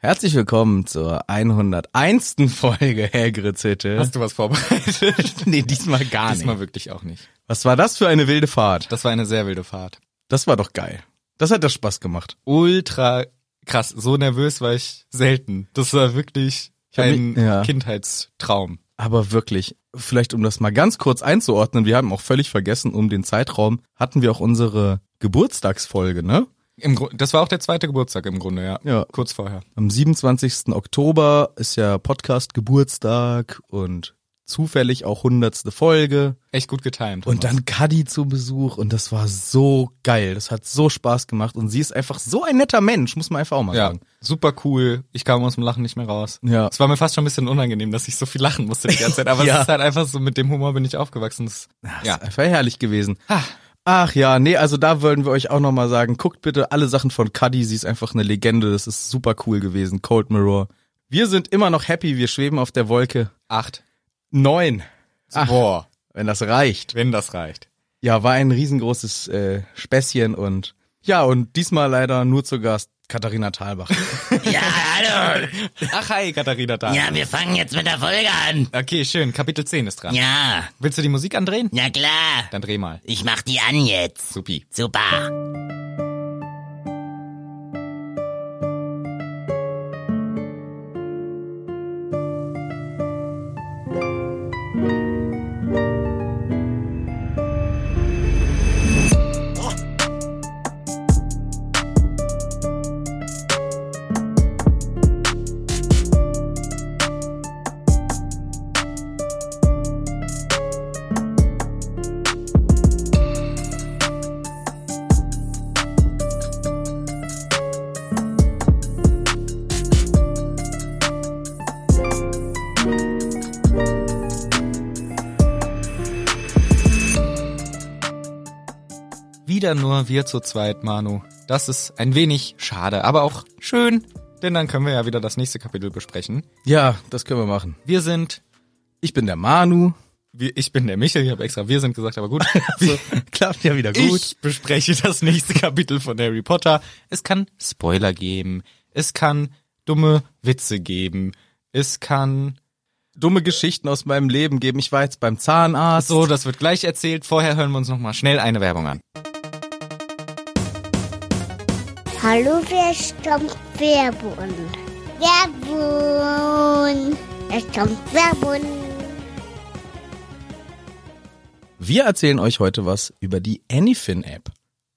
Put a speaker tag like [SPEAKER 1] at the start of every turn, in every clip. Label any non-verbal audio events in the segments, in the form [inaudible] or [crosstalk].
[SPEAKER 1] Herzlich willkommen zur 101. Folge Hagrid's Hütte.
[SPEAKER 2] Hast du was
[SPEAKER 1] [laughs]
[SPEAKER 2] vorbereitet?
[SPEAKER 1] Ah, nee, diesmal gar nicht.
[SPEAKER 2] Diesmal wirklich auch nicht.
[SPEAKER 1] Was war das für eine wilde Fahrt?
[SPEAKER 2] Das war eine sehr wilde Fahrt.
[SPEAKER 1] Das war doch geil. Das hat doch Spaß gemacht.
[SPEAKER 2] Ultra krass. So nervös war ich selten. Das war wirklich
[SPEAKER 1] hab
[SPEAKER 2] ein
[SPEAKER 1] mich- ja.
[SPEAKER 2] Kindheitstraum.
[SPEAKER 1] Aber wirklich, vielleicht um das mal ganz kurz einzuordnen, wir haben auch völlig vergessen, um den Zeitraum hatten wir auch unsere Geburtstagsfolge, ne?
[SPEAKER 2] Im Grund, das war auch der zweite Geburtstag im Grunde, ja.
[SPEAKER 1] Ja.
[SPEAKER 2] Kurz vorher.
[SPEAKER 1] Am 27. Oktober ist ja Podcast Geburtstag und zufällig auch 100. Folge.
[SPEAKER 2] Echt gut getimt.
[SPEAKER 1] Und dann Cuddy zu Besuch und das war so geil. Das hat so Spaß gemacht und sie ist einfach so ein netter Mensch, muss man einfach auch mal
[SPEAKER 2] Ja,
[SPEAKER 1] sagen.
[SPEAKER 2] super cool. Ich kam aus dem Lachen nicht mehr raus.
[SPEAKER 1] Ja.
[SPEAKER 2] Es war mir fast schon ein bisschen unangenehm, dass ich so viel lachen musste die ganze
[SPEAKER 1] [laughs]
[SPEAKER 2] Zeit. Aber
[SPEAKER 1] Ja.
[SPEAKER 2] es ist halt einfach so, mit dem Humor bin ich aufgewachsen. Das,
[SPEAKER 1] Ja.
[SPEAKER 2] ja.
[SPEAKER 1] Ist einfach herrlich gewesen.
[SPEAKER 2] Ha.
[SPEAKER 1] Ach ja, nee, also da würden wir euch auch nochmal sagen, guckt bitte alle Sachen von Cuddy, sie ist einfach eine Legende, das ist super cool gewesen. Cold Mirror. Wir sind immer noch happy, wir schweben auf der Wolke.
[SPEAKER 2] Acht.
[SPEAKER 1] Neun, Ach.
[SPEAKER 2] Boah,
[SPEAKER 1] wenn das reicht.
[SPEAKER 2] wenn das reicht.
[SPEAKER 1] Ja, war ein riesengroßes äh, Späßchen und ja, und diesmal leider nur zu Gast Katharina
[SPEAKER 2] [laughs]
[SPEAKER 1] Thalbach.
[SPEAKER 3] Ja, hallo.
[SPEAKER 2] Ach, hi, Katharina da.
[SPEAKER 3] Ja, wir fangen jetzt mit der Folge an.
[SPEAKER 2] Okay, schön. Kapitel 10 ist dran.
[SPEAKER 3] Ja,
[SPEAKER 2] Willst du die Musik andrehen?
[SPEAKER 3] na klar.
[SPEAKER 2] Dann dreh mal.
[SPEAKER 3] Ich mach die an jetzt.
[SPEAKER 2] Supi.
[SPEAKER 3] Super.
[SPEAKER 2] Wieder nur wir zu zweit, Manu. Das ist ein wenig schade, aber auch schön, denn dann können wir ja wieder das nächste Kapitel besprechen.
[SPEAKER 1] ja, das können wir machen.
[SPEAKER 2] Wir sind,
[SPEAKER 1] Ich bin der Manu.
[SPEAKER 2] wir, ich bin der Michel, ich habe extra wir sind
[SPEAKER 1] [laughs]
[SPEAKER 2] gesagt, aber gut. Wir-
[SPEAKER 1] Klappt ja wieder gut.
[SPEAKER 2] ich bespreche das nächste Kapitel von Harry Potter. Es kann Spoiler geben, es kann dumme Witze geben, es kann...
[SPEAKER 1] dumme Geschichten aus meinem Leben geben. Ich war jetzt beim Zahnarzt.
[SPEAKER 2] So, das wird gleich erzählt. Vorher hören wir uns nochmal schnell eine Werbung an.
[SPEAKER 4] Hallo, wer stammt Werbun? Werbun! Es kommt Werbun!
[SPEAKER 1] Wir erzählen euch heute was über die Anyfin-App.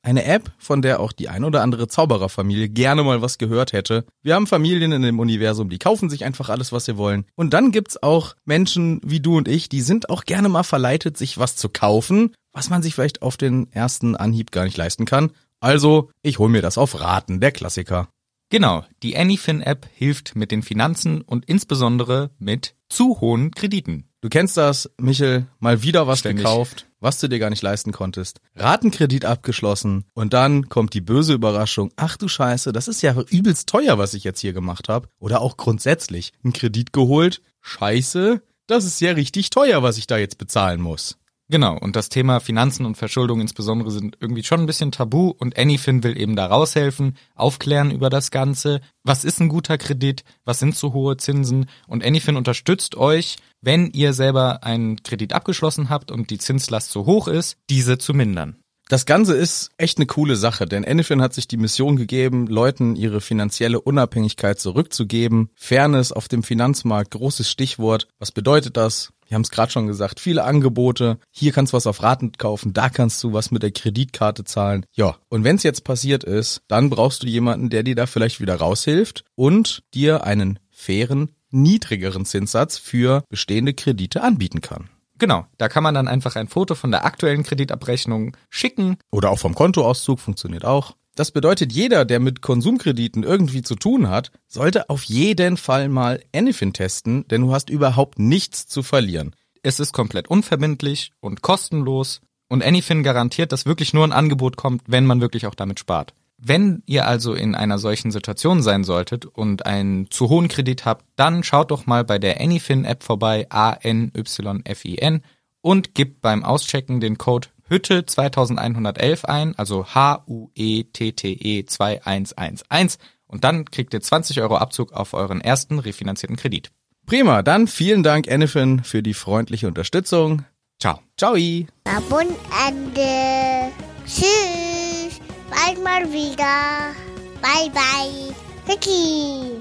[SPEAKER 1] Eine App, von der auch die ein oder andere Zaubererfamilie gerne mal was gehört hätte. Wir haben Familien in dem Universum, die kaufen sich einfach alles, was sie wollen. Und dann gibt's auch Menschen wie du und ich, die sind auch gerne mal verleitet, sich was zu kaufen, was man sich vielleicht auf den ersten Anhieb gar nicht leisten kann. Also, ich hol mir das auf Raten, der Klassiker.
[SPEAKER 2] Genau, die Anyfin-App hilft mit den Finanzen und insbesondere mit zu hohen Krediten.
[SPEAKER 1] Du kennst das, Michel, mal wieder was
[SPEAKER 2] Ständig.
[SPEAKER 1] gekauft, was du dir gar nicht leisten konntest. Ratenkredit abgeschlossen und dann kommt die böse Überraschung. Ach du Scheiße, das ist ja übelst teuer, was ich jetzt hier gemacht habe. Oder auch grundsätzlich, einen Kredit geholt. Scheiße, das ist ja richtig teuer, was ich da jetzt bezahlen muss.
[SPEAKER 2] Genau, und das Thema Finanzen und Verschuldung insbesondere sind irgendwie schon ein bisschen tabu und Anyfin will eben da raushelfen, aufklären über das Ganze. Was ist ein guter Kredit? Was sind zu hohe Zinsen? Und Anyfin unterstützt euch, wenn ihr selber einen Kredit abgeschlossen habt und die Zinslast zu hoch ist, diese zu mindern.
[SPEAKER 1] Das Ganze ist echt eine coole Sache, denn Anyfin hat sich die Mission gegeben, Leuten ihre finanzielle Unabhängigkeit zurückzugeben. Fairness auf dem Finanzmarkt, großes Stichwort. Was bedeutet das? Wir haben es gerade schon gesagt, viele Angebote. Hier kannst du was auf Raten kaufen, da kannst du was mit der Kreditkarte zahlen. Ja, und wenn es jetzt passiert ist, dann brauchst du jemanden, der dir da vielleicht wieder raushilft und dir einen fairen, niedrigeren Zinssatz für bestehende Kredite anbieten kann.
[SPEAKER 2] Genau, da kann man dann einfach ein Foto von der aktuellen Kreditabrechnung schicken
[SPEAKER 1] Oder auch vom Kontoauszug funktioniert auch. Das bedeutet, jeder, der mit Konsumkrediten irgendwie zu tun hat, sollte auf jeden Fall mal Anyfin testen, denn du hast überhaupt nichts zu verlieren.
[SPEAKER 2] Es ist komplett unverbindlich und kostenlos und Anyfin garantiert, dass wirklich nur ein Angebot kommt, wenn man wirklich auch damit spart. Wenn ihr also in einer solchen Situation sein solltet und einen zu hohen Kredit habt, dann schaut doch mal bei der Anyfin-App vorbei, A-N-Y-F-I-N, und gebt beim Auschecken den Code Hütte E 2111 ein, also H-U-E-T-T-E 2111 Und dann kriegt ihr 20 Euro Abzug auf euren ersten refinanzierten Kredit.
[SPEAKER 1] Prima, dann vielen Dank, Anyfin, für die freundliche Unterstützung.
[SPEAKER 2] Ciao.
[SPEAKER 1] Ciao.
[SPEAKER 4] Werbung Ende. Tschüss. Bald mal wieder. Bye bye. Vicky.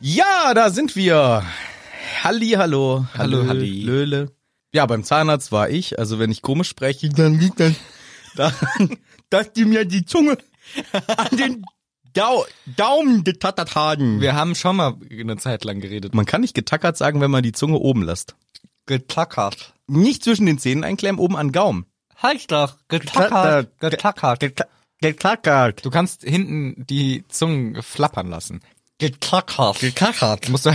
[SPEAKER 1] Ja, da sind wir. Halli, hallo.
[SPEAKER 2] Hallo,
[SPEAKER 1] Hallö,
[SPEAKER 2] Halli.
[SPEAKER 1] Löle. Ja, beim Zahnarzt war ich. Also wenn ich komisch spreche, dann liegt das daran, dass die mir die Zunge an den Dau Daumen getattert haben.
[SPEAKER 2] Wir haben schon mal eine Zeit lang geredet.
[SPEAKER 1] Man kann nicht getackert sagen, wenn man die Zunge oben lässt.
[SPEAKER 2] Getackert.
[SPEAKER 1] Nicht zwischen den Zähnen einklemmen, oben an Gaumen.
[SPEAKER 2] Heißt doch,
[SPEAKER 1] getackert,
[SPEAKER 2] getackert.
[SPEAKER 1] Getackert.
[SPEAKER 2] Äh, Du kannst hinten die Zungen flappern lassen. Getackert.
[SPEAKER 1] Gekackert.
[SPEAKER 2] Musst [laughs] du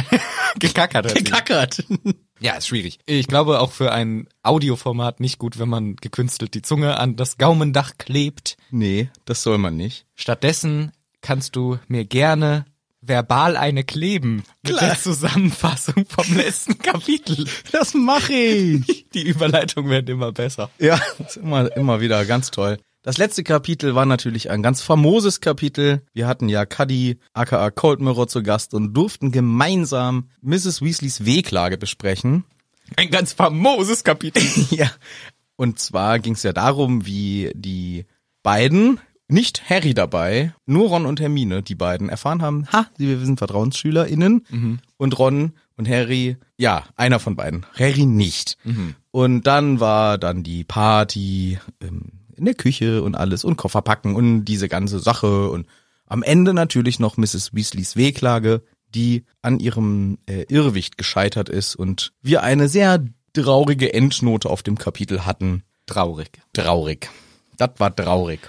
[SPEAKER 2] gekackert. heißt es.
[SPEAKER 1] Gekackert.
[SPEAKER 2] [laughs] Ja, ist schwierig. Ich glaube auch für ein Audioformat nicht gut, wenn man gekünstelt die Zunge an das Gaumendach klebt.
[SPEAKER 1] Nee, das soll man nicht.
[SPEAKER 2] Stattdessen kannst du mir gerne verbal eine kleben mit
[SPEAKER 1] Klar.
[SPEAKER 2] der Zusammenfassung vom letzten Kapitel.
[SPEAKER 1] Das mache ich.
[SPEAKER 2] Die Überleitung werden immer besser.
[SPEAKER 1] ja, [laughs] das ist immer, immer wieder ganz toll. Das letzte Kapitel war natürlich ein ganz famoses Kapitel. Wir hatten ja Cuddy, aka Cold Mirror, zu Gast und durften gemeinsam Mrs. Weasleys Wehklage besprechen.
[SPEAKER 2] Ein ganz famoses Kapitel.
[SPEAKER 1] [laughs] Ja. Und zwar ging es ja darum, wie die beiden, nicht Harry dabei, nur Ron und Hermine, die beiden erfahren haben, ha, wir sind VertrauensschülerInnen und Ron und Harry, ja, einer von beiden, Harry nicht. Und dann war dann die Party ähm, in der Küche und alles und Koffer packen und diese ganze Sache und am Ende natürlich noch Mrs. Weasleys Wehklage, die an ihrem äh, Irrwicht gescheitert ist und wir eine sehr traurige Endnote auf dem Kapitel hatten.
[SPEAKER 2] Traurig.
[SPEAKER 1] Traurig. Das war traurig.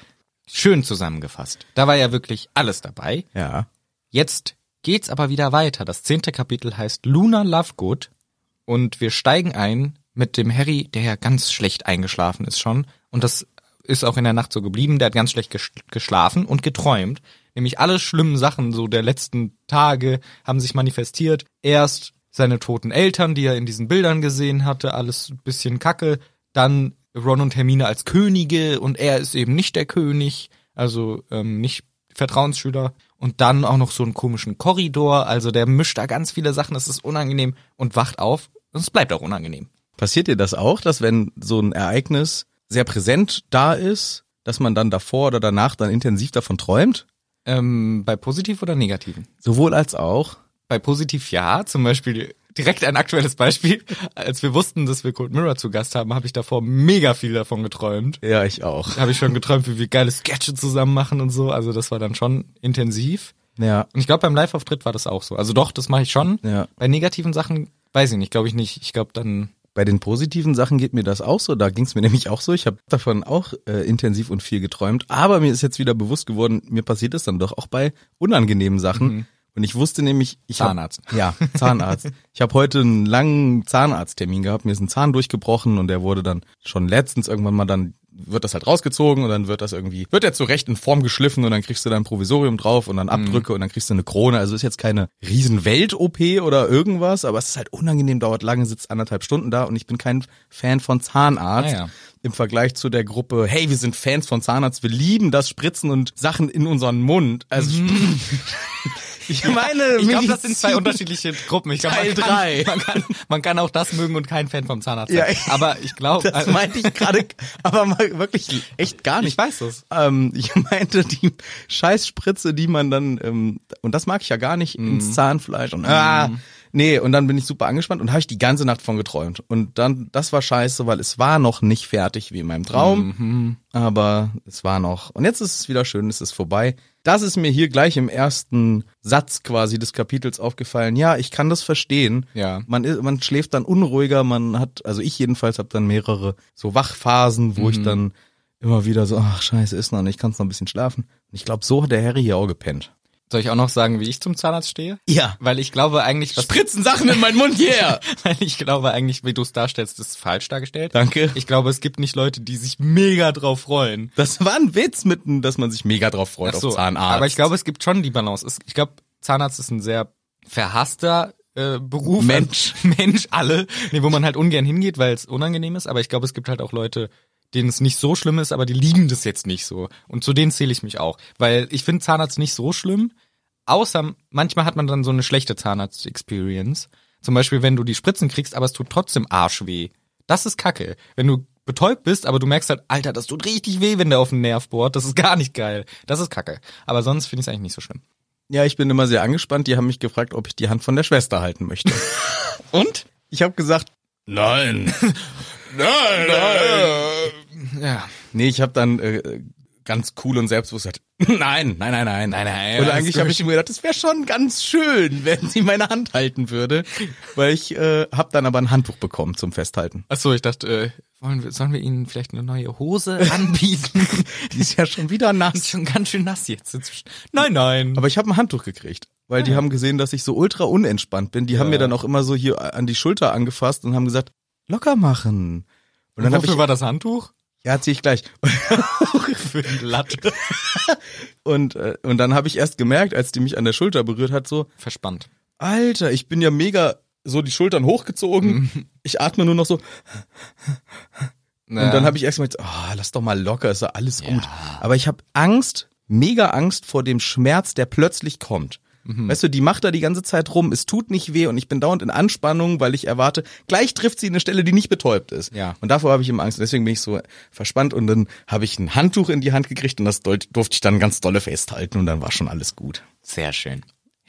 [SPEAKER 2] Schön zusammengefasst. Da war ja wirklich alles dabei.
[SPEAKER 1] Ja.
[SPEAKER 2] Jetzt geht's aber wieder weiter. Das zehnte Kapitel heißt Luna Lovegood und wir steigen ein mit dem Harry, der ja ganz schlecht eingeschlafen ist schon und das ist auch in der Nacht so geblieben. Der hat ganz schlecht ges geschlafen und geträumt. Nämlich alle schlimmen Sachen so der letzten Tage haben sich manifestiert. Erst seine toten Eltern, die er in diesen Bildern gesehen hatte, alles ein bisschen kacke. Dann Ron und Hermine als Könige und er ist eben nicht der König, also ähm, nicht Vertrauensschüler und dann auch noch so einen komischen Korridor. Also der mischt da ganz viele Sachen, es ist unangenehm und wacht auf und es bleibt auch unangenehm.
[SPEAKER 1] Passiert dir das auch, dass wenn so ein Ereignis sehr präsent da ist, dass man dann davor oder danach dann intensiv davon träumt?
[SPEAKER 2] Ähm, bei positiv oder negativen?
[SPEAKER 1] Sowohl als auch.
[SPEAKER 2] Bei positiv ja, zum Beispiel direkt ein aktuelles Beispiel. Als wir wussten, dass wir Cold Mirror zu Gast haben, habe ich davor mega viel davon geträumt.
[SPEAKER 1] Ja, ich auch.
[SPEAKER 2] Da habe ich schon geträumt, wie wir geile Sketche zusammen machen und so. Also das war dann schon intensiv.
[SPEAKER 1] Ja.
[SPEAKER 2] Und ich glaube, beim Live-Auftritt war das auch so. Also doch, das mache ich schon.
[SPEAKER 1] Ja.
[SPEAKER 2] Bei negativen Sachen weiß ich nicht, glaube ich nicht. Ich glaube, dann
[SPEAKER 1] Bei den positiven Sachen geht mir das auch so. Da ging es mir nämlich auch so. Ich habe davon auch äh, intensiv und viel geträumt. Aber mir ist jetzt wieder bewusst geworden, mir passiert es dann doch auch bei unangenehmen Sachen. Und ich wusste nämlich, ich hab-
[SPEAKER 2] Zahnarzt.
[SPEAKER 1] [laughs] ja, Zahnarzt. ich habe heute einen langen Zahnarzttermin gehabt. Mir ist ein Zahn durchgebrochen und der wurde dann schon letztens irgendwann mal dann wird das halt rausgezogen und dann wird das irgendwie wird der zurecht in Form geschliffen und dann kriegst du dann Provisorium drauf und
[SPEAKER 2] Mhm.
[SPEAKER 1] dann Abdrücke und dann kriegst du eine Krone. Also ist jetzt keine Riesenwelt OP oder irgendwas, aber es ist halt unangenehm, dauert lange, sitzt anderthalb Stunden da und ich bin kein Fan von Zahnarzt.
[SPEAKER 2] Ah ja.
[SPEAKER 1] Im Vergleich zu der Gruppe, hey, wir sind Fans von Zahnarzt, wir lieben das Spritzen und Sachen in unseren Mund. Also [laughs] ich meine,
[SPEAKER 2] Mhm. Ich glaube, das sind zwei
[SPEAKER 1] Medizin-
[SPEAKER 2] unterschiedliche Gruppen. Ich glaub,
[SPEAKER 1] Teil
[SPEAKER 2] man, kann,
[SPEAKER 1] drei.
[SPEAKER 2] [laughs] Man, kann, man kann auch das mögen und kein Fan vom Zahnarzt
[SPEAKER 1] Ja,
[SPEAKER 2] sein.
[SPEAKER 1] ich-
[SPEAKER 2] Aber ich [laughs] äh, glaube,
[SPEAKER 1] [laughs] Genau, Das meinte ich gerade, aber mal wirklich echt gar nicht.
[SPEAKER 2] Also Ich weiß es.
[SPEAKER 1] Ähm, [laughs] ich meinte die Scheißspritze, die man dann, ähm, und das mag ich ja gar nicht, ins Zahnfleisch und ah, nee, und dann bin ich super angespannt und habe ich die ganze Nacht von geträumt. Und dann, das war scheiße, weil es war noch nicht fertig wie in meinem Traum, aber es war noch. Und jetzt ist es wieder schön, es ist vorbei. Das ist mir hier gleich im ersten Satz quasi des Kapitels aufgefallen. Ja, ich kann das verstehen.
[SPEAKER 2] Ja.
[SPEAKER 1] Man, ist, man schläft dann unruhiger, man hat, also ich jedenfalls habe dann mehrere so Wachphasen, wo ich dann immer wieder so, ach scheiße, ist noch nicht, kannst noch ein bisschen schlafen. Und ich glaube, so hat der Harry hier auch gepennt.
[SPEAKER 2] soll ich auch noch sagen, wie ich zum Zahnarzt stehe?
[SPEAKER 1] Ja.
[SPEAKER 2] Weil ich glaube eigentlich, was,
[SPEAKER 1] Spritzen Sachen in meinen Mund, yeah!
[SPEAKER 2] [laughs] weil ich glaube eigentlich, wie du es darstellst, ist falsch dargestellt.
[SPEAKER 1] Danke.
[SPEAKER 2] Ich glaube, es gibt nicht Leute, die sich mega drauf freuen.
[SPEAKER 1] Das war ein Witz mitten, dass man sich mega drauf freut
[SPEAKER 2] Ach so,
[SPEAKER 1] auf Zahnarzt.
[SPEAKER 2] Aber ich glaube, es gibt schon die Balance. Es- Ich glaube, Zahnarzt ist ein sehr verhasster äh, Beruf.
[SPEAKER 1] Mensch.
[SPEAKER 2] [laughs] Mensch, alle. Nee, wo man halt ungern hingeht, weil es unangenehm ist. Aber ich glaube, es gibt halt auch Leute, denen es nicht so schlimm ist, aber die lieben das jetzt nicht so. Und zu denen zähle ich mich auch. Weil ich finde Zahnarzt nicht so schlimm, außer manchmal hat man dann so eine schlechte Zahnarzt-Experience. Zum Beispiel, wenn du die Spritzen kriegst, aber es tut trotzdem Arsch weh. Das ist kacke. Wenn du betäubt bist, aber du merkst halt, Alter, das tut richtig weh, wenn der auf den Nerv bohrt. Das ist gar nicht geil. Das ist kacke. Aber sonst finde ich es eigentlich nicht so schlimm.
[SPEAKER 1] Ja, ich bin immer sehr angespannt. Die haben mich gefragt, ob ich die Hand von der Schwester halten
[SPEAKER 2] [laughs]
[SPEAKER 1] möchte.
[SPEAKER 2] Und?
[SPEAKER 1] Ich habe gesagt, nein. nein, nein.
[SPEAKER 2] Ja.
[SPEAKER 1] Nee, ich habe dann äh, ganz cool und selbstbewusst gesagt, [laughs] nein, nein, nein, nein, nein,
[SPEAKER 2] nein,
[SPEAKER 1] Und
[SPEAKER 2] alles
[SPEAKER 1] eigentlich habe ich mir gedacht, das wäre schon ganz schön, [laughs] wenn sie meine Hand halten würde, weil ich äh, habe dann aber ein Handtuch bekommen zum Festhalten.
[SPEAKER 2] Ach so, ich dachte, äh, wollen wir, sollen wir ihnen vielleicht eine neue [laughs] Hose anbieten?
[SPEAKER 1] Die ist ja schon wieder
[SPEAKER 2] ist
[SPEAKER 1] nass.
[SPEAKER 2] schon ganz schön nass jetzt. inzwischen. Nein, nein.
[SPEAKER 1] Aber ich habe ein Handtuch gekriegt, weil
[SPEAKER 2] Ah.
[SPEAKER 1] die haben gesehen, dass ich so ultra unentspannt bin. Die haben mir dann auch immer so hier an die Schulter angefasst und haben gesagt, locker machen. Und dann habe ich,
[SPEAKER 2] Wofür war das Handtuch?
[SPEAKER 1] ja, zieh ich gleich. [laughs]
[SPEAKER 2] Für die Latte.
[SPEAKER 1] Und, äh, und dann habe ich erst gemerkt, als die mich an der Schulter berührt hat, so,
[SPEAKER 2] Verspannt.
[SPEAKER 1] Alter, ich bin ja mega so die Schultern
[SPEAKER 2] Mhm.
[SPEAKER 1] hochgezogen. Ich atme nur noch so. Und dann habe ich erst mal, oh, lass doch mal locker, ist ja alles gut. Aber ich habe Angst, mega Angst vor dem Schmerz, der plötzlich kommt. Weißt du, die macht da die ganze Zeit rum, es tut nicht weh und ich bin dauernd in Anspannung, weil ich erwarte, gleich trifft sie eine Stelle, die nicht betäubt ist.
[SPEAKER 2] Ja.
[SPEAKER 1] Und davor habe ich immer Angst, deswegen bin ich so verspannt und dann habe ich ein Handtuch in die Hand gekriegt und das deut- durfte ich dann ganz dolle festhalten und dann war schon alles gut.
[SPEAKER 2] Sehr schön.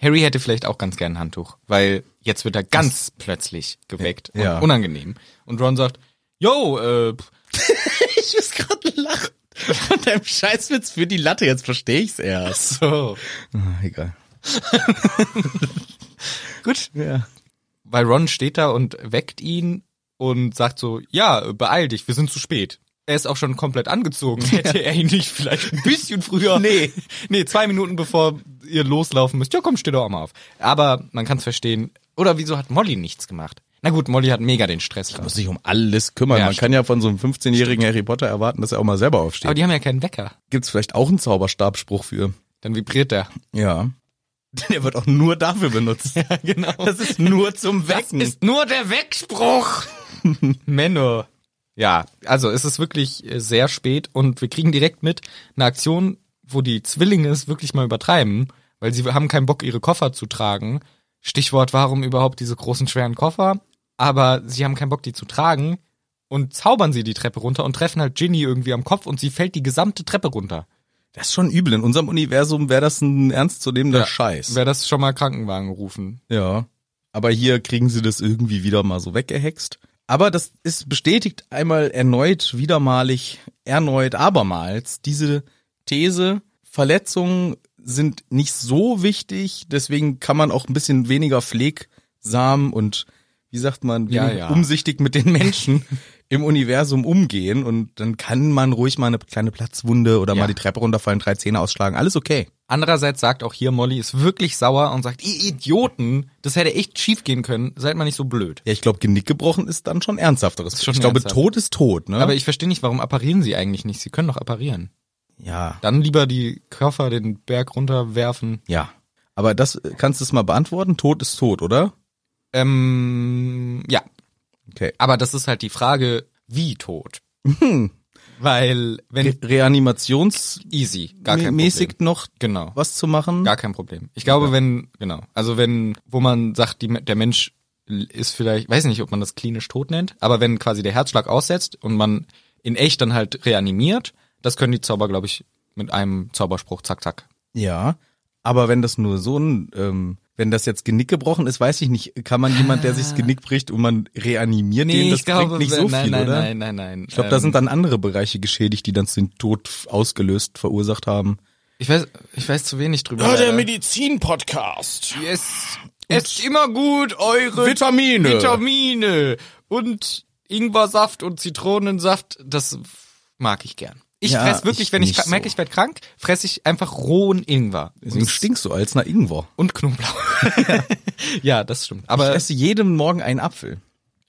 [SPEAKER 2] Harry hätte vielleicht auch ganz gern ein Handtuch, weil jetzt wird er ganz plötzlich geweckt und
[SPEAKER 1] Ja.
[SPEAKER 2] unangenehm. Und Ron sagt, yo, äh, pff,
[SPEAKER 1] Ich muss gerade lachen. Von deinem Scheißwitz für die Latte, jetzt verstehe ich's erst.
[SPEAKER 2] so.
[SPEAKER 1] Ah, egal.
[SPEAKER 2] Gut.
[SPEAKER 1] Ja.
[SPEAKER 2] Weil Ron steht da und weckt ihn und sagt so, ja, beeil dich, wir sind zu spät. Er ist auch schon komplett [laughs] angezogen. Hätte er ihn nicht vielleicht ein bisschen früher. Nee. Nee, zwei Minuten bevor ihr loslaufen müsst. Ja, komm, steh doch auch mal auf. Aber man kann es verstehen. Oder wieso hat Molly nichts gemacht? Na gut, Molly hat mega den Stress
[SPEAKER 1] Muss
[SPEAKER 2] gerade.
[SPEAKER 1] sich um alles kümmern.
[SPEAKER 2] Ja,
[SPEAKER 1] Man kann ja von so einem 15-jährigen Harry Potter erwarten, dass er auch mal selber
[SPEAKER 2] Aber
[SPEAKER 1] aufsteht.
[SPEAKER 2] die haben ja keinen Wecker.
[SPEAKER 1] Gibt's vielleicht auch einen Zauberstabspruch für?
[SPEAKER 2] Dann vibriert der.
[SPEAKER 1] Ja. [laughs] Der wird auch nur dafür benutzt. [laughs] ja,
[SPEAKER 2] genau.
[SPEAKER 1] Das ist nur zum Wecken.
[SPEAKER 2] ist nur der Wegspruch. [laughs] Menno. Ja, also es ist wirklich äh, sehr spät und wir kriegen direkt mit eine Aktion, wo die Zwillinge es wirklich mal übertreiben, weil sie haben keinen Bock, ihre Koffer zu tragen. Stichwort, warum überhaupt diese großen, schweren Koffer? Aber sie haben keinen Bock, die zu tragen und zaubern sie die Treppe runter und treffen halt Ginny irgendwie am Kopf und sie fällt die gesamte Treppe runter.
[SPEAKER 1] das ist schon übel. In unserem Universum wäre das ein ernstzunehmender
[SPEAKER 2] Ja.
[SPEAKER 1] Scheiß.
[SPEAKER 2] Wer das schon mal Krankenwagen rufen?
[SPEAKER 1] Ja. Aber hier kriegen sie das irgendwie wieder mal so weggehext. Aber das ist bestätigt einmal erneut, wiedermalig, erneut, abermals diese These, Verletzungen sind nicht so wichtig, deswegen kann man auch ein bisschen weniger pflegsam und wie sagt man,
[SPEAKER 2] Ja,
[SPEAKER 1] weniger
[SPEAKER 2] ja.
[SPEAKER 1] umsichtig mit den Menschen [laughs] im Universum umgehen und dann kann man ruhig mal eine kleine Platzwunde oder
[SPEAKER 2] Ja.
[SPEAKER 1] mal die Treppe runterfallen, drei Zähne ausschlagen, alles okay.
[SPEAKER 2] Andererseits sagt auch hier Molly, ist wirklich sauer und sagt, ihr Idioten, das hätte echt schief gehen können, seid mal nicht so blöd.
[SPEAKER 1] Ja, ich glaube, Genick gebrochen ist dann schon ernsthafteres.
[SPEAKER 2] schon
[SPEAKER 1] ich glaube,
[SPEAKER 2] ernsthaft.
[SPEAKER 1] Tod ist tot, ne?
[SPEAKER 2] Aber ich verstehe nicht, warum apparieren sie eigentlich nicht? Sie können doch apparieren.
[SPEAKER 1] ja,
[SPEAKER 2] Dann lieber die Koffer den Berg runterwerfen.
[SPEAKER 1] ja. Aber das äh, kannst du es mal beantworten. Tod ist tot, oder?
[SPEAKER 2] Ähm, ja.
[SPEAKER 1] Okay.
[SPEAKER 2] Aber das ist halt die Frage, wie tot? Weil, wenn,
[SPEAKER 1] Reanimationsmäßig
[SPEAKER 2] easy, gar kein Problem.
[SPEAKER 1] noch
[SPEAKER 2] Genau.
[SPEAKER 1] was zu machen.
[SPEAKER 2] Gar kein Problem. Ich glaube, wenn, genau, also wenn, wo man sagt, die, der Mensch ist vielleicht, weiß nicht, ob man das klinisch tot nennt, aber wenn quasi der Herzschlag aussetzt und man in echt dann halt reanimiert, das können die Zauber, glaube ich, mit einem Zauberspruch, zack, zack.
[SPEAKER 1] Ja. Aber wenn das nur so ein, ähm, wenn das jetzt Genick gebrochen ist, weiß ich nicht, kann man jemand, der sich
[SPEAKER 2] Ah.
[SPEAKER 1] das Genick bricht und man reanimiert den, das bringt nicht so
[SPEAKER 2] nein,
[SPEAKER 1] viel,
[SPEAKER 2] nein,
[SPEAKER 1] oder?
[SPEAKER 2] nein, nein, nein. ähm,
[SPEAKER 1] Ich glaube, da sind dann andere Bereiche geschädigt, die dann den Tod f- ausgelöst verursacht haben.
[SPEAKER 2] ich weiß, ich weiß zu wenig drüber.
[SPEAKER 3] Ah,
[SPEAKER 2] leider.
[SPEAKER 1] Medizin-Podcast.
[SPEAKER 2] Yes. Esst immer gut eure
[SPEAKER 1] Vitamine.
[SPEAKER 2] Vitamine und Ingwersaft und Zitronensaft. Das mag ich gern. Ich
[SPEAKER 1] Ja,
[SPEAKER 2] fress wirklich,
[SPEAKER 1] ich
[SPEAKER 2] wenn ich
[SPEAKER 1] nicht so.
[SPEAKER 2] merke, ich werd krank, fress ich einfach rohen Ingwer
[SPEAKER 1] Deswegen
[SPEAKER 2] und,
[SPEAKER 1] stinkst du als nach Ingwer.
[SPEAKER 2] und Knoblauch. [laughs] ja. das stimmt. Aber
[SPEAKER 1] Ich esse jeden Morgen einen Apfel.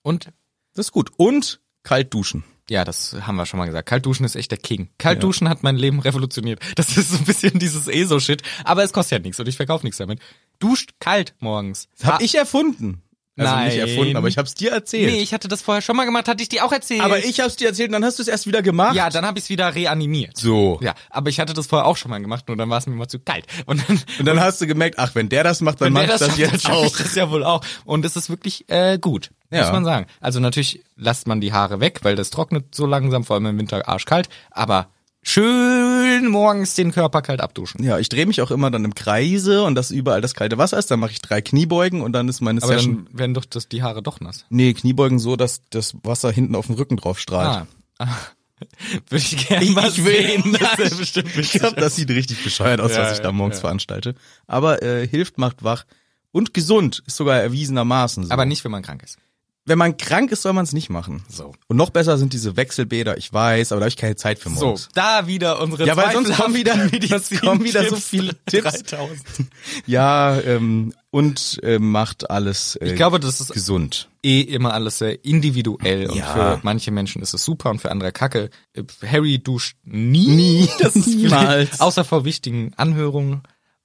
[SPEAKER 2] und
[SPEAKER 1] Das ist gut. Und kalt duschen.
[SPEAKER 2] ja, das haben wir schon mal gesagt. Kaltduschen ist echt der King. Kaltduschen hat mein Leben revolutioniert. Das ist so ein bisschen dieses ESO-Shit, aber es kostet ja nichts und ich verkaufe nichts damit. Duscht kalt morgens.
[SPEAKER 1] Das hab
[SPEAKER 2] Ah,
[SPEAKER 1] ich erfunden. Also nicht
[SPEAKER 2] Nein.
[SPEAKER 1] erfunden, aber ich hab's dir erzählt.
[SPEAKER 2] Nee, ich hatte das vorher schon mal gemacht, hatte ich dir auch erzählt.
[SPEAKER 1] aber ich hab's dir erzählt und dann hast du es erst wieder gemacht.
[SPEAKER 2] Ja, dann habe ich es wieder reanimiert.
[SPEAKER 1] So.
[SPEAKER 2] Ja, aber ich hatte das vorher auch schon mal gemacht, nur dann war es mir mal zu kalt. Und dann,
[SPEAKER 1] [laughs] Und dann hast du gemerkt, ach, wenn der das
[SPEAKER 2] [laughs]
[SPEAKER 1] macht, dann mach ich
[SPEAKER 2] wenn der
[SPEAKER 1] das,
[SPEAKER 2] schafft,
[SPEAKER 1] jetzt
[SPEAKER 2] dann schaff
[SPEAKER 1] auch.
[SPEAKER 2] Ich das ja wohl auch. Und es ist wirklich äh, gut,
[SPEAKER 1] Ja.
[SPEAKER 2] muss man sagen. Also natürlich lasst man die Haare weg, weil das trocknet so langsam, vor allem im Winter arschkalt. Aber schön morgens den Körper kalt abduschen.
[SPEAKER 1] Ja, ich drehe mich auch immer dann im Kreise und das überall das kalte Wasser ist, dann mache ich drei Kniebeugen und dann ist meine
[SPEAKER 2] Aber
[SPEAKER 1] Session.
[SPEAKER 2] dann werden doch das, die Haare doch nass.
[SPEAKER 1] nee, Kniebeugen so, dass das Wasser hinten auf den Rücken drauf strahlt.
[SPEAKER 2] Ah. [laughs] Würde ich gerne mal sehen. Das ist bestimmt
[SPEAKER 1] Ich glaube,
[SPEAKER 2] witzig.
[SPEAKER 1] das sieht richtig bescheuert aus,
[SPEAKER 2] Ja,
[SPEAKER 1] was ich da
[SPEAKER 2] ja,
[SPEAKER 1] morgens
[SPEAKER 2] ja.
[SPEAKER 1] veranstalte. Aber äh, hilft, macht wach und gesund ist sogar erwiesenermaßen so.
[SPEAKER 2] Aber nicht, wenn man krank ist.
[SPEAKER 1] Wenn man krank ist, soll man es nicht machen.
[SPEAKER 2] So.
[SPEAKER 1] Und noch besser sind diese Wechselbäder, ich weiß, aber da habe ich keine Zeit für
[SPEAKER 2] So,
[SPEAKER 1] morgens.
[SPEAKER 2] da wieder unsere
[SPEAKER 1] Ja, weil sonst kommen
[SPEAKER 2] [laughs]
[SPEAKER 1] wieder-
[SPEAKER 2] zweifelhaften
[SPEAKER 1] sonst kommen wieder so
[SPEAKER 2] Medizintipps.
[SPEAKER 1] viele Tipps.
[SPEAKER 2] 3000.
[SPEAKER 1] [laughs] Ja, ähm, und äh, macht alles äh,
[SPEAKER 2] Ich glaube, das ist
[SPEAKER 1] gesund.
[SPEAKER 2] eh immer alles sehr individuell und
[SPEAKER 1] Ja.
[SPEAKER 2] für manche Menschen ist es super und für andere Kacke. Äh, Harry duscht nie, [laughs] das ist vielleicht-
[SPEAKER 1] Niemals.
[SPEAKER 2] außer vor wichtigen Anhörungen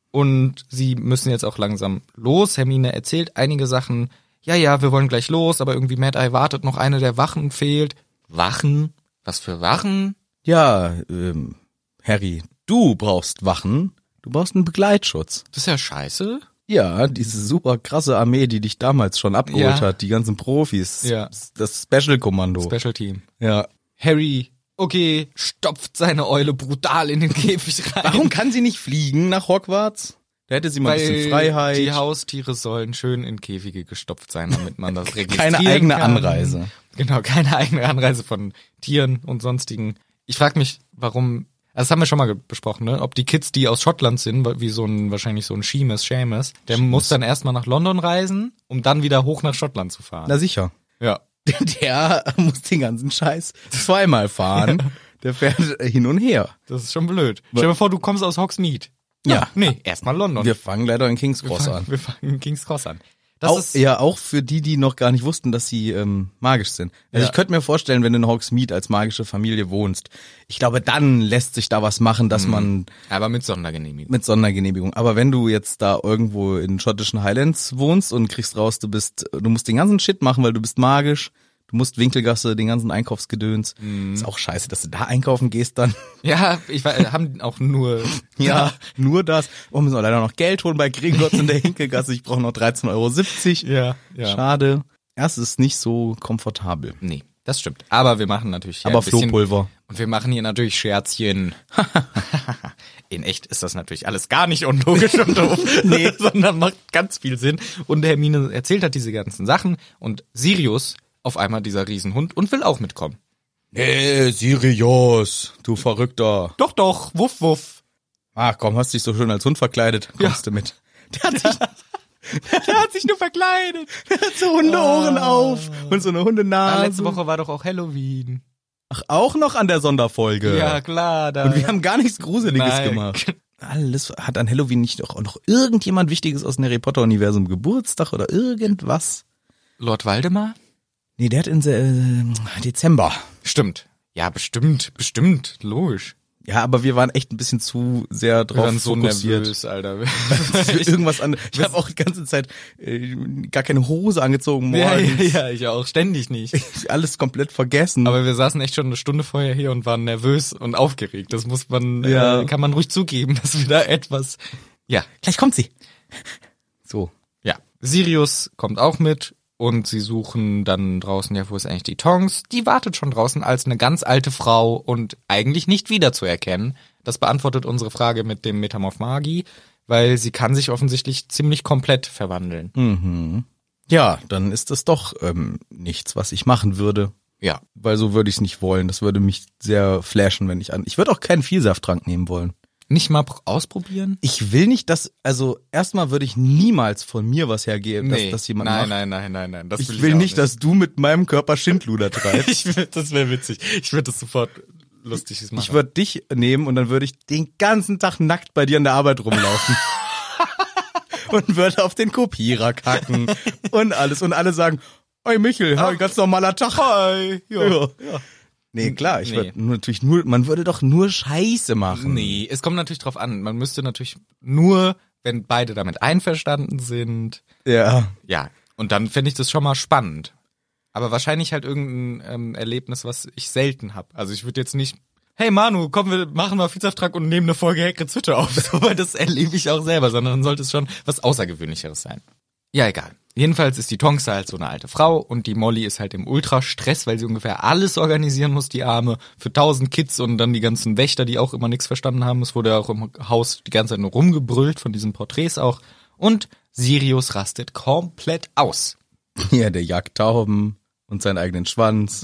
[SPEAKER 2] und sie müssen jetzt auch langsam los. Hermine erzählt einige Sachen. Ja, ja, wir wollen gleich los, aber irgendwie Mad Eye wartet noch eine der Wachen fehlt. Wachen? Was für Wachen?
[SPEAKER 1] Ja, ähm, Harry, du brauchst Wachen, du brauchst einen Begleitschutz.
[SPEAKER 2] Das ist ja scheiße.
[SPEAKER 1] Ja, diese super krasse Armee, die dich damals schon abgeholt
[SPEAKER 2] Ja.
[SPEAKER 1] hat, die ganzen Profis,
[SPEAKER 2] Ja.
[SPEAKER 1] das Special Kommando.
[SPEAKER 2] Special Team.
[SPEAKER 1] ja.
[SPEAKER 2] Harry, okay, stopft seine Eule brutal in den Käfig rein.
[SPEAKER 1] Warum kann sie nicht fliegen nach Hogwarts? Da hätte sie mal ein bisschen
[SPEAKER 2] Die
[SPEAKER 1] Freiheit.
[SPEAKER 2] Haustiere sollen schön in Käfige gestopft sein, damit man
[SPEAKER 1] [laughs]
[SPEAKER 2] das registrieren
[SPEAKER 1] Keine eigene
[SPEAKER 2] kann.
[SPEAKER 1] Anreise.
[SPEAKER 2] Genau, keine eigene Anreise von Tieren und sonstigen. Ich frage mich, warum, also das haben wir schon mal ge- besprochen, ne? ob die Kids, die aus Schottland sind, wie so ein, wahrscheinlich so ein Seamus, Seamus, der muss dann erstmal nach London reisen, um dann wieder hoch nach Schottland zu fahren.
[SPEAKER 1] Na sicher.
[SPEAKER 2] ja.
[SPEAKER 1] [laughs] Der muss den ganzen Scheiß zweimal fahren. Der fährt hin und her.
[SPEAKER 2] Das ist schon blöd. Stell dir mal vor, du kommst aus Hogsmeade.
[SPEAKER 1] Ja.
[SPEAKER 2] Nee, erstmal London.
[SPEAKER 1] Wir fangen leider in Kings Cross an.
[SPEAKER 2] Wir fangen King's Cross an. Das
[SPEAKER 1] Auch,
[SPEAKER 2] ist,
[SPEAKER 1] ja, auch für die, die noch gar nicht wussten, dass sie ähm, magisch sind. Also
[SPEAKER 2] Ja.
[SPEAKER 1] ich könnte mir vorstellen, wenn du in Hogsmeade als magische Familie wohnst, ich glaube, dann lässt sich da was machen,
[SPEAKER 2] Mhm.
[SPEAKER 1] dass man
[SPEAKER 2] aber mit Sondergenehmigung.
[SPEAKER 1] mit Sondergenehmigung. Aber wenn du jetzt da irgendwo in schottischen Highlands wohnst und kriegst raus, du bist, du musst den ganzen Shit machen, weil du bist magisch, du musst Winkelgasse, den ganzen Einkaufsgedöns,
[SPEAKER 2] Mhm.
[SPEAKER 1] ist auch scheiße, dass du da einkaufen gehst dann.
[SPEAKER 2] Ja, ich weiß, haben auch nur.
[SPEAKER 1] [laughs] Ja, nur das. Oh, müssen wir leider noch Geld holen bei Gringotts [laughs] in der Hinkelgasse. Ich brauche noch 13,70 Euro.
[SPEAKER 2] [laughs] Ja, ja.
[SPEAKER 1] Schade. Erst ist nicht so komfortabel.
[SPEAKER 2] Nee, das stimmt. Aber wir machen natürlich. hier
[SPEAKER 1] Aber
[SPEAKER 2] ein bisschen-
[SPEAKER 1] Flohpulver.
[SPEAKER 2] Und wir machen hier natürlich Scherzchen. [laughs] In echt ist das natürlich alles gar nicht unlogisch
[SPEAKER 1] [laughs]
[SPEAKER 2] und doof, nee. [laughs] sondern macht ganz viel Sinn. Und Hermine erzählt hat diese ganzen Sachen und Sirius auf einmal dieser Riesenhund und will auch mitkommen.
[SPEAKER 1] Nee, Sirius, du Verrückter.
[SPEAKER 2] Doch, doch, wuff, wuff.
[SPEAKER 1] Ach komm, hast dich so schön als Hund verkleidet. Kommst du [laughs] mit. Der hat sich,
[SPEAKER 2] Er hat sich nur verkleidet.
[SPEAKER 1] der hat so Hundeohren auf und so eine Hundenase.
[SPEAKER 2] Ah, letzte Woche war doch auch Halloween.
[SPEAKER 1] Ach, auch noch an der Sonderfolge.
[SPEAKER 2] Ja, klar. Da.
[SPEAKER 1] Und wir haben gar nichts Gruseliges
[SPEAKER 2] Nein.
[SPEAKER 1] gemacht. Alles hat an Halloween nicht noch, noch irgendjemand Wichtiges aus dem Harry Potter Universum Geburtstag oder irgendwas.
[SPEAKER 2] Lord Waldemar?
[SPEAKER 1] Nee, der hat in äh, Dezember.
[SPEAKER 2] Stimmt. Ja, bestimmt, bestimmt, logisch.
[SPEAKER 1] Ja, aber wir waren echt ein bisschen zu sehr
[SPEAKER 2] Wir
[SPEAKER 1] drauf
[SPEAKER 2] waren so
[SPEAKER 1] fokussiert.
[SPEAKER 2] nervös, Alter. [laughs]
[SPEAKER 1] dass wir irgendwas an. [laughs] Ich habe auch die ganze Zeit äh, gar keine Hose angezogen
[SPEAKER 2] ja,
[SPEAKER 1] morgens.
[SPEAKER 2] ja, ja, ich auch. Ständig nicht.
[SPEAKER 1] Alles komplett vergessen.
[SPEAKER 2] Aber wir saßen echt schon eine Stunde vorher hier und waren nervös und aufgeregt. Das muss man,
[SPEAKER 1] Ja.
[SPEAKER 2] äh, kann man ruhig zugeben, [laughs] dass wir da etwas. Ja,
[SPEAKER 1] gleich kommt sie. So.
[SPEAKER 2] ja. Sirius kommt auch mit und sie suchen dann draußen, ja, wo ist eigentlich die Tongs? Die wartet schon draußen als eine ganz alte Frau und eigentlich nicht wiederzuerkennen. Das beantwortet unsere Frage mit dem Metamorph Magi, weil sie kann sich offensichtlich ziemlich komplett verwandeln.
[SPEAKER 1] Ja, dann ist das doch ähm, nichts, was ich machen würde.
[SPEAKER 2] Ja.
[SPEAKER 1] Weil so würde ich es nicht wollen. Das würde mich sehr flashen, wenn ich an. Ich würde auch keinen Vielsafttrank nehmen wollen.
[SPEAKER 2] Nicht mal pr- ausprobieren?
[SPEAKER 1] Ich will nicht, dass. Also erstmal würde ich niemals von mir was hergeben, dass das jemand
[SPEAKER 2] nein,
[SPEAKER 1] macht.
[SPEAKER 2] nein, nein, nein, nein. Das
[SPEAKER 1] Ich will,
[SPEAKER 2] ich auch
[SPEAKER 1] nicht, dass du mit meinem Körper Schindluder treibst.
[SPEAKER 2] [laughs] Ich würd, das wäre witzig. Ich würde das sofort lustig machen.
[SPEAKER 1] Ich würde dich nehmen und dann würde ich den ganzen Tag nackt bei dir an der Arbeit rumlaufen. und würde auf den Kopierer kacken und alles. Und alle sagen, oi Michel, hi, ganz normaler Tag. Hi. Ja. Ja. Nee, klar, ich
[SPEAKER 2] Nee.
[SPEAKER 1] würde natürlich nur, man würde doch nur Scheiße machen.
[SPEAKER 2] nee, es kommt natürlich drauf an. Man müsste natürlich nur, wenn beide damit einverstanden sind.
[SPEAKER 1] Ja.
[SPEAKER 2] Ja, Und dann finde ich das schon mal spannend. Aber wahrscheinlich halt irgendein ähm, Erlebnis, was ich selten habe. Also ich würde jetzt nicht, hey Manu, komm, wir machen mal Vizeauftrag und nehmen eine Folge Hackre Zütte auf. [laughs] So, weil das erlebe ich auch selber, sondern dann sollte es schon was Außergewöhnlicheres sein. Ja, egal. Jedenfalls ist die Tonks halt so eine alte Frau und die Molly ist halt im Ultrastress, weil sie ungefähr alles organisieren muss, die Arme, für tausend Kids und dann die ganzen Wächter, die auch immer nichts verstanden haben. Es wurde ja auch im Haus die ganze Zeit nur rumgebrüllt von diesen Porträts auch. Und Sirius rastet komplett aus.
[SPEAKER 1] Ja, der jagt Tauben und seinen eigenen Schwanz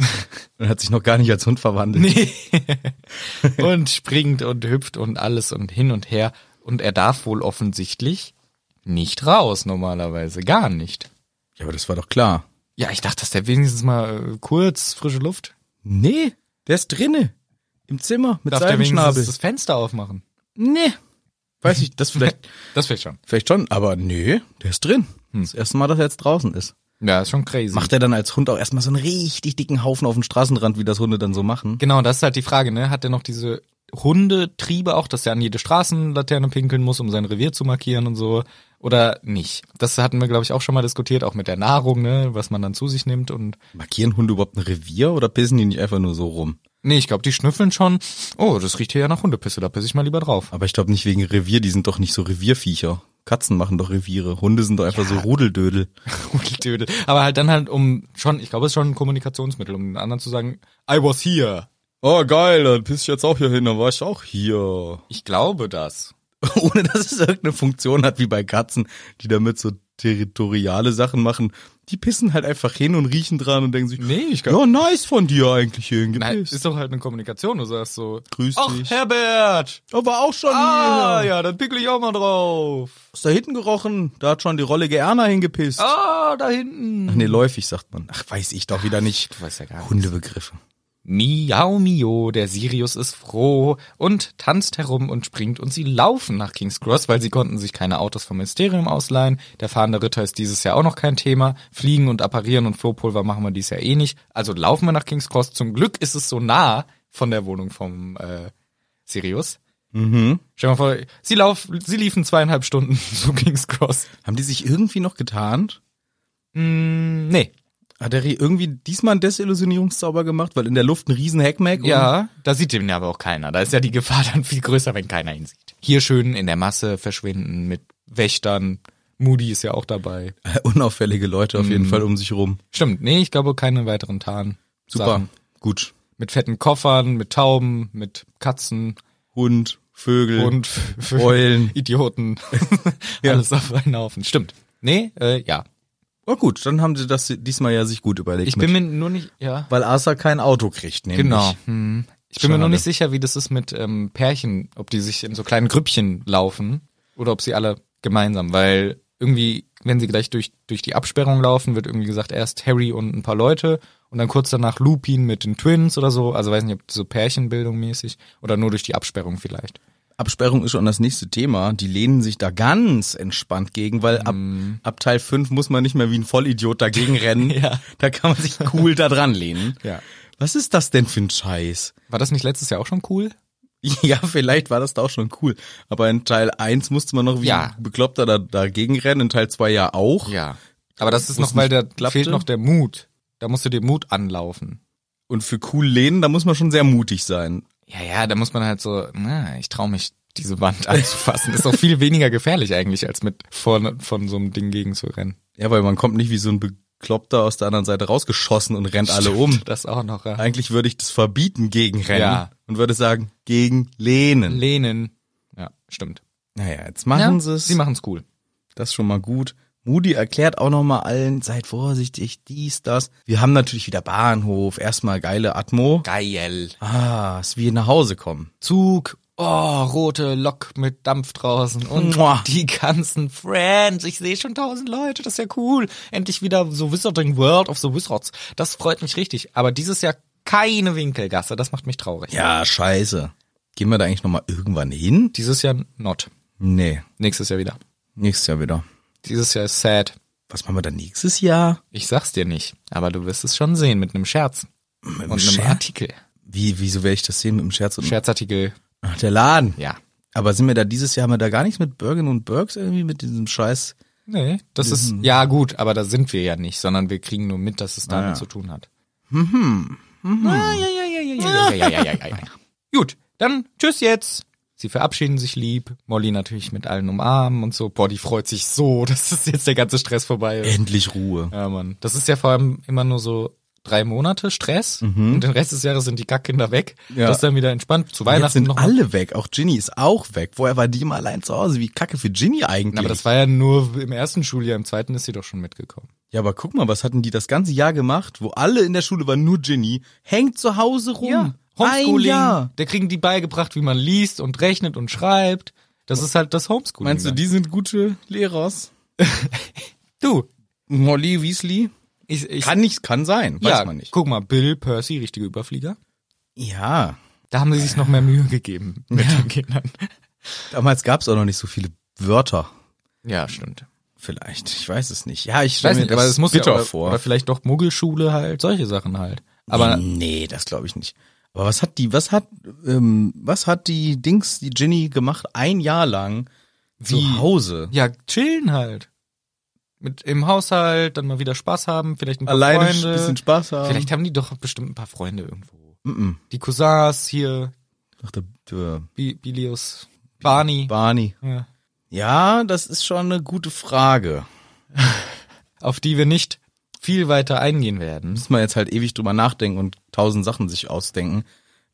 [SPEAKER 1] und hat sich noch gar nicht als Hund verwandelt.
[SPEAKER 2] Nee. und springt und hüpft und alles und hin und her. Und er darf wohl offensichtlich nicht raus normalerweise, gar nicht.
[SPEAKER 1] Ja, aber das war doch klar.
[SPEAKER 2] Ja, ich dachte, dass der wenigstens mal äh, kurz frische Luft.
[SPEAKER 1] Nee, der ist drinne. Im Zimmer mit
[SPEAKER 2] Darf der
[SPEAKER 1] seinem
[SPEAKER 2] wenigstens
[SPEAKER 1] Schnabel.
[SPEAKER 2] das Fenster aufmachen?
[SPEAKER 1] Nee. Weiß ich, das vielleicht,
[SPEAKER 2] Das wäre schon.
[SPEAKER 1] vielleicht schon, aber nee, der ist drin. Das erste Mal, dass er jetzt draußen ist.
[SPEAKER 2] Ja, ist schon crazy.
[SPEAKER 1] Macht er dann als Hund auch erstmal so einen richtig dicken Haufen auf dem Straßenrand, wie das Hunde dann so machen?
[SPEAKER 2] Genau, das ist halt die Frage, ne? Hat er noch diese Hundetriebe auch, dass er an jede Straßenlaterne pinkeln muss, um sein Revier zu markieren und so? Oder nicht? Das hatten wir, glaube ich, auch schon mal diskutiert, auch mit der Nahrung, ne? Was man dann zu sich nimmt und.
[SPEAKER 1] Markieren Hunde überhaupt ein Revier oder pissen die nicht einfach nur so rum?
[SPEAKER 2] Nee, ich glaube, die schnüffeln schon. Oh, das riecht hier ja nach Hundepisse, da pisse ich mal lieber drauf. [laughs]
[SPEAKER 1] Aber ich glaube nicht wegen Revier, die sind doch nicht so Revierviecher. Katzen machen doch Reviere, Hunde sind doch einfach so Rudeldödel.
[SPEAKER 2] Rudeltödel. Aber halt dann halt um schon, ich glaube, es ist schon ein Kommunikationsmittel, um den anderen zu sagen, I was here.
[SPEAKER 1] Oh geil, dann piss ich jetzt auch hier hin, dann war ich auch hier.
[SPEAKER 2] Ich glaube das.
[SPEAKER 1] [laughs] ohne dass es irgendeine Funktion hat wie bei Katzen, die damit so territoriale Sachen machen. Die pissen halt einfach hin und riechen dran und denken sich,
[SPEAKER 2] Nee, ich
[SPEAKER 1] ja, nice von dir eigentlich hier
[SPEAKER 2] Nein,
[SPEAKER 1] hingepisst.
[SPEAKER 2] ist doch halt eine Kommunikation, du sagst so,
[SPEAKER 1] Grüß
[SPEAKER 2] Ach,
[SPEAKER 1] dich.
[SPEAKER 2] Herbert!
[SPEAKER 1] Aber auch schon
[SPEAKER 2] Ah,
[SPEAKER 1] hier.
[SPEAKER 2] ja, dann pickel ich auch mal drauf.
[SPEAKER 1] Ist da hinten gerochen, da hat schon die Rollige Erna hingepisst.
[SPEAKER 2] Ah, da hinten.
[SPEAKER 1] Nee, läufig sagt man. Ach, weiß ich doch wieder nicht.
[SPEAKER 2] Du weißt ja gar nicht.
[SPEAKER 1] Hundebegriffe.
[SPEAKER 2] Miau, miau, der Sirius ist froh und tanzt herum und springt und sie laufen nach King's Cross, weil sie konnten sich keine Autos vom Ministerium ausleihen. Der fahrende Ritter ist dieses Jahr auch noch kein Thema. Fliegen und apparieren und Flohpulver machen wir dieses Jahr eh nicht. Also laufen wir nach King's Cross. Zum Glück ist es so nah von der Wohnung vom äh, Sirius.
[SPEAKER 1] Mhm.
[SPEAKER 2] Stell dir mal vor, sie, lauf, sie liefen zweieinhalb Stunden [laughs] zu King's Cross.
[SPEAKER 1] Haben die sich irgendwie noch getarnt?
[SPEAKER 2] Mm, nee.
[SPEAKER 1] Hat der irgendwie diesmal einen Desillusionierungszauber gemacht, weil in der Luft ein riesen Hackmack
[SPEAKER 2] Ja, da sieht ihn ja aber auch keiner. Da ist ja die Gefahr dann viel größer, wenn keiner ihn sieht. Hier schön in der Masse verschwinden mit Wächtern. Moody ist ja auch dabei.
[SPEAKER 1] und [laughs] unauffällige Leute auf
[SPEAKER 2] Mhm.
[SPEAKER 1] jeden Fall um sich rum.
[SPEAKER 2] Stimmt, nee, ich glaube keine weiteren Tarn.
[SPEAKER 1] Super.
[SPEAKER 2] Sachen.
[SPEAKER 1] Gut.
[SPEAKER 2] Mit fetten Koffern, mit Tauben, mit Katzen
[SPEAKER 1] Hund, Vögel.
[SPEAKER 2] und [laughs] f- f-
[SPEAKER 1] Äh, Eulen.
[SPEAKER 2] Idioten. [laughs] Alles auf einen Haufen. Stimmt. Nee, äh, ja.
[SPEAKER 1] Oh gut, dann haben sie das diesmal ja sich gut überlegt.
[SPEAKER 2] Ich bin mir nur nicht, ja.
[SPEAKER 1] weil Asa kein Auto kriegt, nämlich.
[SPEAKER 2] Genau. Hm. Ich bin mir
[SPEAKER 1] Schade.
[SPEAKER 2] noch nicht sicher, wie das ist mit ähm, Pärchen, ob die sich in so kleinen Grüppchen laufen oder ob sie alle gemeinsam, weil irgendwie, wenn sie gleich durch, durch die Absperrung laufen, wird irgendwie gesagt, erst Harry und ein paar Leute und dann kurz danach Lupin mit den Twins oder so. Also weiß nicht, ob so Pärchenbildung mäßig oder nur durch die Absperrung vielleicht.
[SPEAKER 1] Absperrung ist schon das nächste Thema. Die lehnen sich da ganz entspannt gegen, weil ab, ab Teil 5 muss man nicht mehr wie ein Vollidiot dagegen rennen.
[SPEAKER 2] Mhm. [laughs] Ja.
[SPEAKER 1] Da kann man sich cool da dran lehnen.
[SPEAKER 2] Ja.
[SPEAKER 1] Was ist das denn für ein Scheiß? [laughs]
[SPEAKER 2] War das nicht letztes Jahr auch schon cool?
[SPEAKER 1] Ja, vielleicht war das da auch schon cool. Aber in Teil 1 musste man noch wie
[SPEAKER 2] Ja.
[SPEAKER 1] ein Bekloppter da, dagegen rennen, in Teil 2 ja auch.
[SPEAKER 2] Ja. Aber das ist
[SPEAKER 1] Wo's
[SPEAKER 2] noch, weil
[SPEAKER 1] nicht
[SPEAKER 2] da
[SPEAKER 1] klappte?
[SPEAKER 2] fehlt noch der Mut. Da musst du dir Mut anlaufen.
[SPEAKER 1] Und für cool lehnen, da muss man schon sehr mutig sein.
[SPEAKER 2] Ja, ja, da muss man halt so, na, ich traue mich, diese Wand [laughs] anzufassen. Ist auch viel weniger gefährlich eigentlich, als mit vorne von so einem Ding gegen zu rennen.
[SPEAKER 1] Ja, weil man kommt nicht wie so ein Bekloppter aus der anderen Seite rausgeschossen und rennt alle um.
[SPEAKER 2] Das auch noch. Ja.
[SPEAKER 1] Eigentlich würde ich das verbieten gegen Rennen
[SPEAKER 2] Ja.
[SPEAKER 1] und würde sagen, gegen Lehnen.
[SPEAKER 2] Lehnen. Ja, stimmt.
[SPEAKER 1] naja, jetzt machen
[SPEAKER 2] ja,
[SPEAKER 1] sie es.
[SPEAKER 2] Ne? Sie machen's cool.
[SPEAKER 1] das ist schon mal gut. Moody erklärt auch nochmal allen, seid vorsichtig, dies, das. Wir haben natürlich wieder Bahnhof, erstmal geile Atmo.
[SPEAKER 2] Geil.
[SPEAKER 1] Ah, ist wie nach Hause kommen.
[SPEAKER 2] Zug. Oh, rote Lok mit Dampf draußen und
[SPEAKER 1] Mua.
[SPEAKER 2] die ganzen Friends. Ich sehe schon tausend Leute, das ist ja cool. Endlich wieder so Wizarding World of the Wizards. Das freut mich richtig. Aber dieses Jahr keine Winkelgasse, das macht mich traurig.
[SPEAKER 1] Ja, scheiße. Gehen wir da eigentlich nochmal irgendwann hin?
[SPEAKER 2] Dieses Jahr not.
[SPEAKER 1] Nee,
[SPEAKER 2] Nächstes Jahr wieder.
[SPEAKER 1] nächstes Jahr wieder.
[SPEAKER 2] Dieses Jahr ist sad.
[SPEAKER 1] Was machen wir dann nächstes Jahr?
[SPEAKER 2] Ich sag's dir nicht, aber du wirst es schon sehen mit einem Scherz
[SPEAKER 1] Mit
[SPEAKER 2] und einem Artikel.
[SPEAKER 1] Wie, wieso werde ich das sehen mit dem Scherz? Und
[SPEAKER 2] Scherzartikel,
[SPEAKER 1] Ach, der Laden.
[SPEAKER 2] ja.
[SPEAKER 1] Aber sind wir da dieses Jahr, haben wir da gar nichts mit Bergen und Bergs irgendwie mit diesem scheiß
[SPEAKER 2] Nee, mhm. das ist, ja gut, aber da sind wir ja nicht, sondern wir kriegen nur mit, dass es damit
[SPEAKER 1] ja.
[SPEAKER 2] zu tun hat. Ah, ja, ja, ja, ja, ja, ja, ja, ja, ja, ja, ja. Gut, dann tschüss jetzt. Sie verabschieden sich lieb, Molly natürlich mit allen umarmen und so. Boah, die freut sich so, [laughs] dass es jetzt der ganze Stress vorbei ist.
[SPEAKER 1] Endlich Ruhe.
[SPEAKER 2] Ja, Mann. Das ist ja vor allem immer nur so drei Monate Stress und den Rest des Jahres sind die Kackkinder weg.
[SPEAKER 1] Mhm. Ja.
[SPEAKER 2] Das ist dann wieder entspannt. Zu
[SPEAKER 1] Jetzt
[SPEAKER 2] Weihnachten
[SPEAKER 1] sind
[SPEAKER 2] noch mal-
[SPEAKER 1] alle weg, auch Ginny ist auch weg. Woher war die mal allein zu Hause? Wie kacke für Ginny eigentlich.
[SPEAKER 2] Aber das war ja nur im ersten Schuljahr, im zweiten ist sie doch schon mitgekommen.
[SPEAKER 1] ja, aber guck mal, was hatten die das ganze Jahr gemacht, wo alle in der Schule waren, nur Ginny, hängt zu Hause rum. Ein
[SPEAKER 2] Homeschooling.
[SPEAKER 1] Jahr.
[SPEAKER 2] Da kriegen die beigebracht, wie man liest und rechnet und schreibt. Das ist halt das Homeschooling.
[SPEAKER 1] Meinst du, die sind gute Lehrers?
[SPEAKER 2] Du,
[SPEAKER 1] Molly Weasley?
[SPEAKER 2] ich, ich
[SPEAKER 1] Kann nicht, kann sein, weiß
[SPEAKER 2] ja,
[SPEAKER 1] man nicht.
[SPEAKER 2] Guck mal, Bill Percy, richtige Überflieger.
[SPEAKER 1] Ja,
[SPEAKER 2] Da haben sie sich noch mehr Mühe gegeben mit den Kindern.
[SPEAKER 1] damals gab es auch noch nicht so viele Wörter.
[SPEAKER 2] Ja, stimmt.
[SPEAKER 1] Vielleicht, ich weiß es nicht. Ja, ich
[SPEAKER 2] Ich
[SPEAKER 1] stelle
[SPEAKER 2] weiß
[SPEAKER 1] mir
[SPEAKER 2] nicht, aber es muss ja
[SPEAKER 1] bitter
[SPEAKER 2] oder,
[SPEAKER 1] vor.
[SPEAKER 2] oder vielleicht doch Muggelschule halt, solche Sachen halt. Aber
[SPEAKER 1] nee, das glaube ich nicht. Aber was hat die, was hat, ähm, was hat die Dings, die Ginny gemacht, ein Jahr lang
[SPEAKER 2] Wie?
[SPEAKER 1] zu Hause?
[SPEAKER 2] ja, chillen halt. Mit im Haushalt, dann mal wieder Spaß haben, vielleicht ein paar
[SPEAKER 1] Alleine ein
[SPEAKER 2] Freunde.
[SPEAKER 1] bisschen Spaß haben.
[SPEAKER 2] Vielleicht haben die doch bestimmt ein paar Freunde irgendwo.
[SPEAKER 1] Mm
[SPEAKER 2] Die Cousins hier,
[SPEAKER 1] -mm. Ach, der, der
[SPEAKER 2] Bi- Bilius, Barney.
[SPEAKER 1] Barney.
[SPEAKER 2] Ja.
[SPEAKER 1] Ja, das ist schon eine gute Frage.
[SPEAKER 2] auf die wir nicht viel weiter eingehen werden.
[SPEAKER 1] Muss man jetzt halt ewig drüber nachdenken und tausend Sachen sich ausdenken.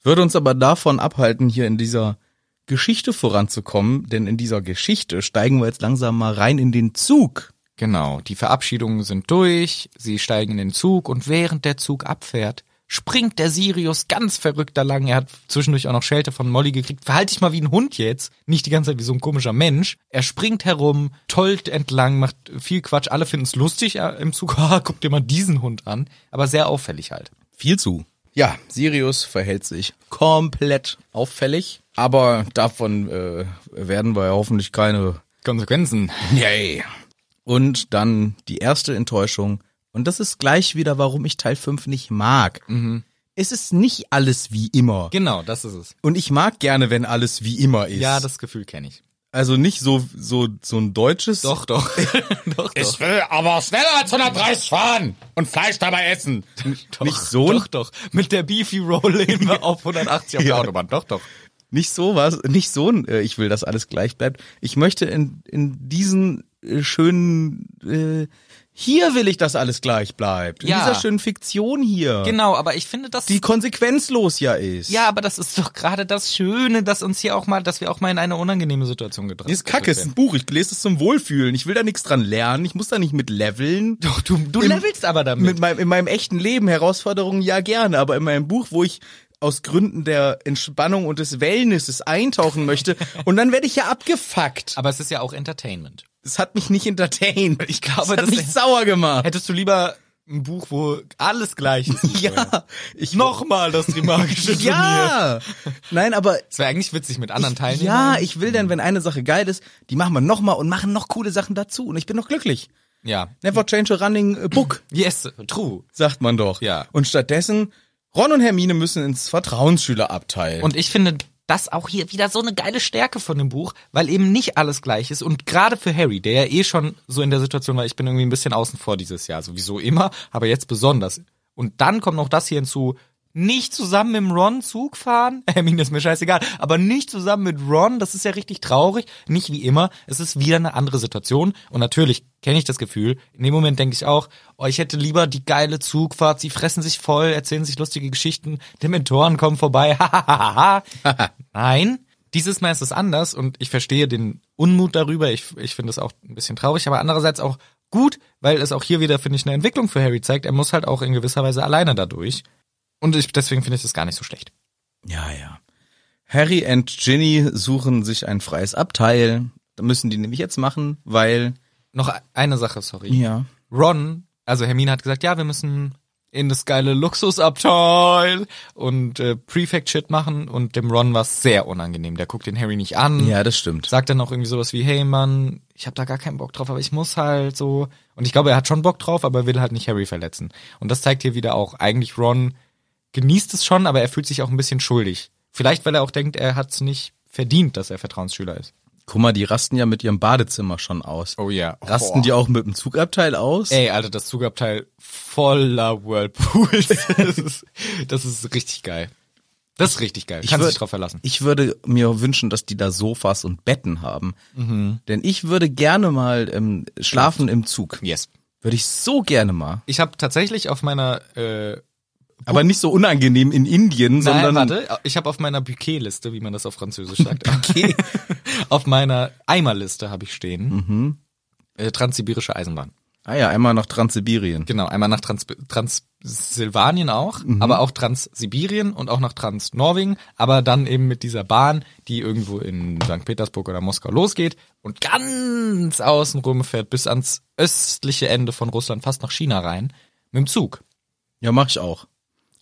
[SPEAKER 1] Würde uns aber davon abhalten, hier in dieser Geschichte voranzukommen, denn in dieser Geschichte steigen wir jetzt langsam mal rein in den Zug.
[SPEAKER 2] Genau, die Verabschiedungen sind durch, sie steigen in den Zug und während der Zug abfährt, springt der Sirius ganz verrückt da lang. Er hat zwischendurch auch noch Schelte von Molly gekriegt. Verhalte dich mal wie ein Hund jetzt, nicht die ganze Zeit wie so ein komischer Mensch. Er springt herum, tollt entlang, macht viel Quatsch. Alle finden es lustig äh, im Zug. [laughs] Ha, guck dir mal diesen Hund an, aber sehr auffällig halt.
[SPEAKER 1] viel zu. Ja, Sirius verhält sich komplett auffällig, aber davon äh, werden wir ja hoffentlich keine.
[SPEAKER 2] Konsequenzen.
[SPEAKER 1] Yay. Und dann die erste Enttäuschung. Und das ist gleich wieder, warum ich Teil 5 nicht mag. Es ist nicht alles wie immer.
[SPEAKER 2] [laughs] Genau, das ist es.
[SPEAKER 1] Und ich mag gerne, wenn alles wie immer ist.
[SPEAKER 2] Ja, das Gefühl kenne ich.
[SPEAKER 1] also nicht so, so, so ein deutsches. [laughs]
[SPEAKER 2] Doch, doch. [laughs] doch, doch.
[SPEAKER 1] will aber schneller als 130 fahren und Fleisch dabei [laughs] essen.
[SPEAKER 2] Doch,
[SPEAKER 1] Nicht so ein
[SPEAKER 2] Doch, doch. Mit der Beefy Roll
[SPEAKER 1] [laughs]
[SPEAKER 2] immer auf 180 auf der
[SPEAKER 1] Ja.
[SPEAKER 2] Autobahn. Doch, doch.
[SPEAKER 1] Nicht so was, nicht so ein, äh, ich will, dass alles gleich bleibt. Ich möchte in, in diesen äh, schönen, äh, hier will ich, dass alles gleich bleibt. In
[SPEAKER 2] Ja.
[SPEAKER 1] dieser schönen Fiktion hier.
[SPEAKER 2] Genau, aber ich finde das.
[SPEAKER 1] Die konsequenzlos ja ist.
[SPEAKER 2] ja, aber das ist doch gerade das Schöne, dass uns hier auch mal, dass wir auch mal in eine unangenehme Situation getroffen
[SPEAKER 1] Das ist kacke, ist ein Buch. Ich lese es zum Wohlfühlen. Ich will da nichts dran lernen. Ich muss da nicht mit leveln.
[SPEAKER 2] Doch, du, du
[SPEAKER 1] Im-
[SPEAKER 2] levelst aber damit.
[SPEAKER 1] Mit meinem, in meinem echten Leben Herausforderungen ja gerne, aber in meinem Buch, wo ich aus Gründen der Entspannung und des Wellnesses eintauchen möchte [laughs] und dann werde ich ja abgefuckt.
[SPEAKER 2] aber es ist ja auch Entertainment.
[SPEAKER 1] Das hat mich nicht entertained. Ich
[SPEAKER 2] glaube,
[SPEAKER 1] das hat
[SPEAKER 2] das-
[SPEAKER 1] mich sauer gemacht.
[SPEAKER 2] Hättest du lieber ein Buch, wo alles gleich [laughs] ist?
[SPEAKER 1] Ja, ich
[SPEAKER 2] Nochmal das Trimagische Turnier.
[SPEAKER 1] Ja, nein, [laughs] aber
[SPEAKER 2] Das wäre eigentlich witzig mit anderen
[SPEAKER 1] ich,
[SPEAKER 2] Teilnehmern.
[SPEAKER 1] ja, ich will dann, wenn eine Sache geil ist, die machen wir nochmal und machen noch coole Sachen dazu und ich bin noch glücklich.
[SPEAKER 2] Ja.
[SPEAKER 1] Never change a running äh, book,
[SPEAKER 2] Yes, true.
[SPEAKER 1] sagt man doch.
[SPEAKER 2] Ja.
[SPEAKER 1] Und stattdessen Ron und Hermine müssen ins Vertrauensschülerabteil.
[SPEAKER 2] Und ich finde das auch hier wieder so eine geile Stärke von dem Buch, weil eben nicht alles gleich ist. Und gerade für Harry, der ja eh schon so in der Situation war, ich bin irgendwie ein bisschen außen vor dieses Jahr, sowieso immer, aber jetzt besonders. Und dann kommt noch das hier hinzu, nicht zusammen mit dem Ron Zug fahren, [laughs] Hermine ist mir scheißegal, aber nicht zusammen mit Ron, das ist ja richtig traurig, nicht wie immer, es ist wieder eine andere Situation und natürlich kenne ich das Gefühl, in dem Moment denke ich auch, oh, ich hätte lieber die geile Zugfahrt, sie fressen sich voll, erzählen sich lustige Geschichten, die Mentoren kommen vorbei, [laughs] hahaha. Nein, dieses Mal ist es anders und ich verstehe den Unmut darüber. Ich, ich finde es auch ein bisschen traurig, aber andererseits auch gut, weil es auch hier wieder, finde ich, eine Entwicklung für Harry zeigt. Er muss halt auch in gewisser Weise alleine dadurch. Und ich, deswegen finde ich das gar nicht so schlecht.
[SPEAKER 1] Ja, ja. Harry und Ginny suchen sich ein freies Abteil. Da müssen die nämlich jetzt machen, weil
[SPEAKER 2] Noch e-, eine Sache, sorry.
[SPEAKER 1] ja.
[SPEAKER 2] Ron, also Hermine hat gesagt, ja, wir müssen in das geile Luxusabteil und äh, Prefect-Shit machen und dem Ron war es sehr unangenehm. Der guckt den Harry nicht an.
[SPEAKER 1] Ja, das stimmt.
[SPEAKER 2] sagt dann auch irgendwie sowas wie, hey Mann, ich habe da gar keinen Bock drauf, aber ich muss halt so. Und ich glaube, er hat schon Bock drauf, aber will halt nicht Harry verletzen. Und das zeigt hier wieder auch, eigentlich Ron genießt es schon, aber er fühlt sich auch ein bisschen schuldig. Vielleicht, weil er auch denkt, er hat es nicht verdient, dass er Vertrauensschüler ist.
[SPEAKER 1] Guck mal, die rasten ja mit ihrem Badezimmer schon aus.
[SPEAKER 2] Oh ja.
[SPEAKER 1] Rasten die auch mit dem Zugabteil aus?
[SPEAKER 2] Ey, Alter, das Zugabteil voller Whirlpools. [laughs] das, ist, das ist richtig geil. Das ist richtig geil. Kannst
[SPEAKER 1] würd-
[SPEAKER 2] dich drauf verlassen.
[SPEAKER 1] Ich würde mir wünschen, dass die da Sofas und Betten haben.
[SPEAKER 2] Mhm.
[SPEAKER 1] Denn ich würde gerne mal ähm, schlafen im Zug.
[SPEAKER 2] Yes.
[SPEAKER 1] Würde ich so gerne mal.
[SPEAKER 2] Ich habe tatsächlich auf meiner äh,
[SPEAKER 1] Aber nicht so unangenehm in Indien, sondern
[SPEAKER 2] Nein, warte, ich habe auf meiner Bouquet-Liste, wie man das auf Französisch sagt, [laughs] auf meiner Eimerliste habe ich stehen
[SPEAKER 1] Mhm.
[SPEAKER 2] äh, Transsibirische Eisenbahn.
[SPEAKER 1] Ah ja, einmal nach Transsibirien.
[SPEAKER 2] Genau, einmal nach Trans Transsilvanien auch,
[SPEAKER 1] Mhm.
[SPEAKER 2] aber auch Transsibirien und auch nach Transnorwegen, aber dann eben mit dieser Bahn, die irgendwo in St. Petersburg oder Moskau losgeht und ganz außen rum fährt bis ans östliche Ende von Russland, fast nach China rein, mit dem Zug.
[SPEAKER 1] Ja, mach ich auch.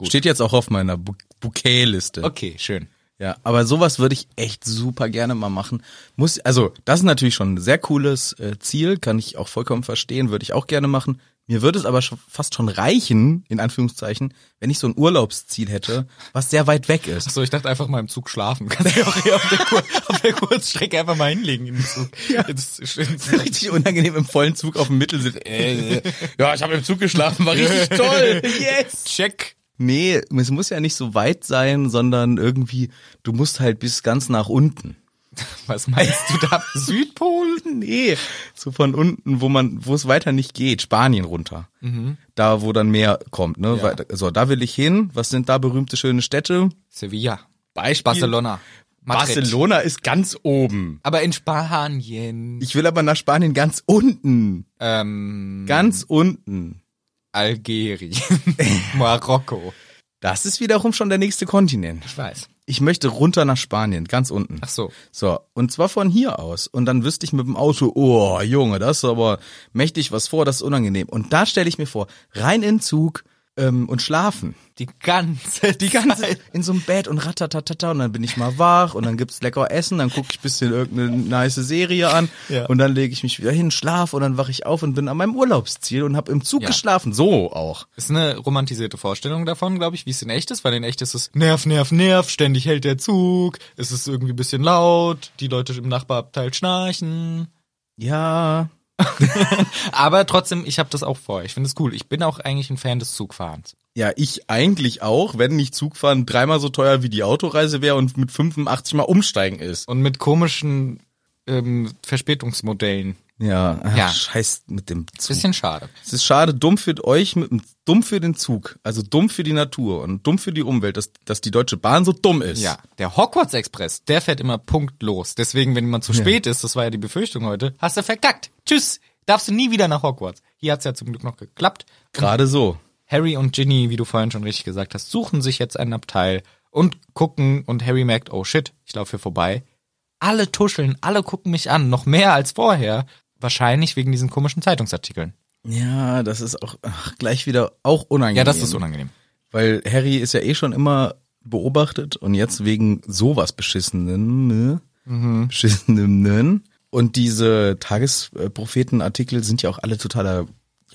[SPEAKER 1] Steht jetzt auch auf meiner Bu Bouquet-Liste.
[SPEAKER 2] Okay, schön.
[SPEAKER 1] Ja, aber sowas würde ich echt super gerne mal machen. Muss also, das ist natürlich schon ein sehr cooles äh, Ziel, kann ich auch vollkommen verstehen, würde ich auch gerne machen. Mir würde es aber schon, fast schon reichen, in Anführungszeichen, wenn ich so ein Urlaubsziel hätte, was sehr weit weg ist.
[SPEAKER 2] So, ich dachte einfach mal im Zug schlafen. [laughs] Kannst du auch hier auf der, Kur auf der Kurzstrecke einfach mal hinlegen im Zug. Jetzt ist schön.
[SPEAKER 1] [laughs] Richtig unangenehm im vollen Zug auf dem Mittelsitz. Äh, ja, ich habe im Zug geschlafen, war richtig toll. Yes.
[SPEAKER 2] Check.
[SPEAKER 1] Nee, es muss ja nicht so weit sein, sondern irgendwie, du musst halt bis ganz nach unten.
[SPEAKER 2] Was meinst du
[SPEAKER 1] [laughs]
[SPEAKER 2] da? Südpol?
[SPEAKER 1] Nee, so von unten, wo man, wo es weiter nicht geht, Spanien runter.
[SPEAKER 2] Mhm.
[SPEAKER 1] Da, wo dann Meer kommt, ne? Weiter- So, da will ich hin. Was sind da berühmte schöne Städte?
[SPEAKER 2] Sevilla.
[SPEAKER 1] Beispiel.
[SPEAKER 2] Barcelona. Madrid.
[SPEAKER 1] Barcelona ist ganz oben.
[SPEAKER 2] Aber in Spanien.
[SPEAKER 1] Ich will aber nach Spanien ganz unten.
[SPEAKER 2] Ähm,
[SPEAKER 1] Ganz unten.
[SPEAKER 2] Algerien. [laughs] Marokko.
[SPEAKER 1] Das ist wiederum schon der nächste Kontinent.
[SPEAKER 2] Ich weiß.
[SPEAKER 1] Ich möchte runter nach Spanien, ganz unten.
[SPEAKER 2] Ach so.
[SPEAKER 1] So, und zwar von hier aus. Und dann wüsste ich mit dem Auto, oh Junge, das ist aber mächtig was vor, das ist unangenehm. Und da stelle ich mir vor, rein in den Zug ähm, und schlafen.
[SPEAKER 2] [laughs] Die ganze, die
[SPEAKER 1] ganze in so einem Bett und ratatatata und dann bin ich mal wach und dann gibt's lecker Essen, dann gucke ich bisschen irgendeine nice Serie an
[SPEAKER 2] Ja.
[SPEAKER 1] und dann lege ich mich wieder hin, schlaf und dann wache ich auf und bin an meinem Urlaubsziel und hab im Zug
[SPEAKER 2] Ja.
[SPEAKER 1] geschlafen. So auch.
[SPEAKER 2] Ist eine romantisierte Vorstellung davon, glaube ich, wie es in echt ist, weil in echt ist es Nerv, Nerv, Nerv, ständig hält der Zug, es ist irgendwie ein bisschen laut, die Leute im Nachbarabteil schnarchen.
[SPEAKER 1] Ja,
[SPEAKER 2] Aber trotzdem, ich habe das auch vor. Ich finde es cool. Ich bin auch eigentlich ein Fan des Zugfahrens.
[SPEAKER 1] ja, ich eigentlich auch, wenn nicht Zugfahren dreimal so teuer wie die Autoreise wäre und mit 85 mal umsteigen ist.
[SPEAKER 2] Und mit komischen ähm, Verspätungsmodellen.
[SPEAKER 1] Ja, ach,
[SPEAKER 2] Ja.
[SPEAKER 1] scheiß mit dem Zug.
[SPEAKER 2] Bisschen schade.
[SPEAKER 1] Es ist schade, dumm für euch, mit, dem- dumm für den Zug, also dumm für die Natur und dumm für die Umwelt, dass, dass die Deutsche Bahn so dumm ist.
[SPEAKER 2] Ja, der Hogwarts Express, der fährt immer punktlos. Deswegen, wenn man zu spät ist, das war ja die Befürchtung heute, hast du verkackt. Tschüss, darfst du nie wieder nach Hogwarts. Hier hat's ja zum Glück noch geklappt.
[SPEAKER 1] Gerade so.
[SPEAKER 2] Harry und Ginny, wie du vorhin schon richtig gesagt hast, suchen sich jetzt einen Abteil und gucken und Harry merkt, oh shit, ich laufe hier vorbei. Alle tuscheln, alle gucken mich an, noch mehr als vorher. Wahrscheinlich wegen diesen komischen Zeitungsartikeln.
[SPEAKER 1] Ja, das ist auch ach, gleich wieder auch unangenehm.
[SPEAKER 2] Ja, das ist unangenehm.
[SPEAKER 1] Weil Harry ist ja eh schon immer beobachtet und jetzt wegen sowas beschissenen, ne?
[SPEAKER 2] Mhm.
[SPEAKER 1] beschissenem, ne? Und diese Tagesprophetenartikel sind ja auch alle totaler,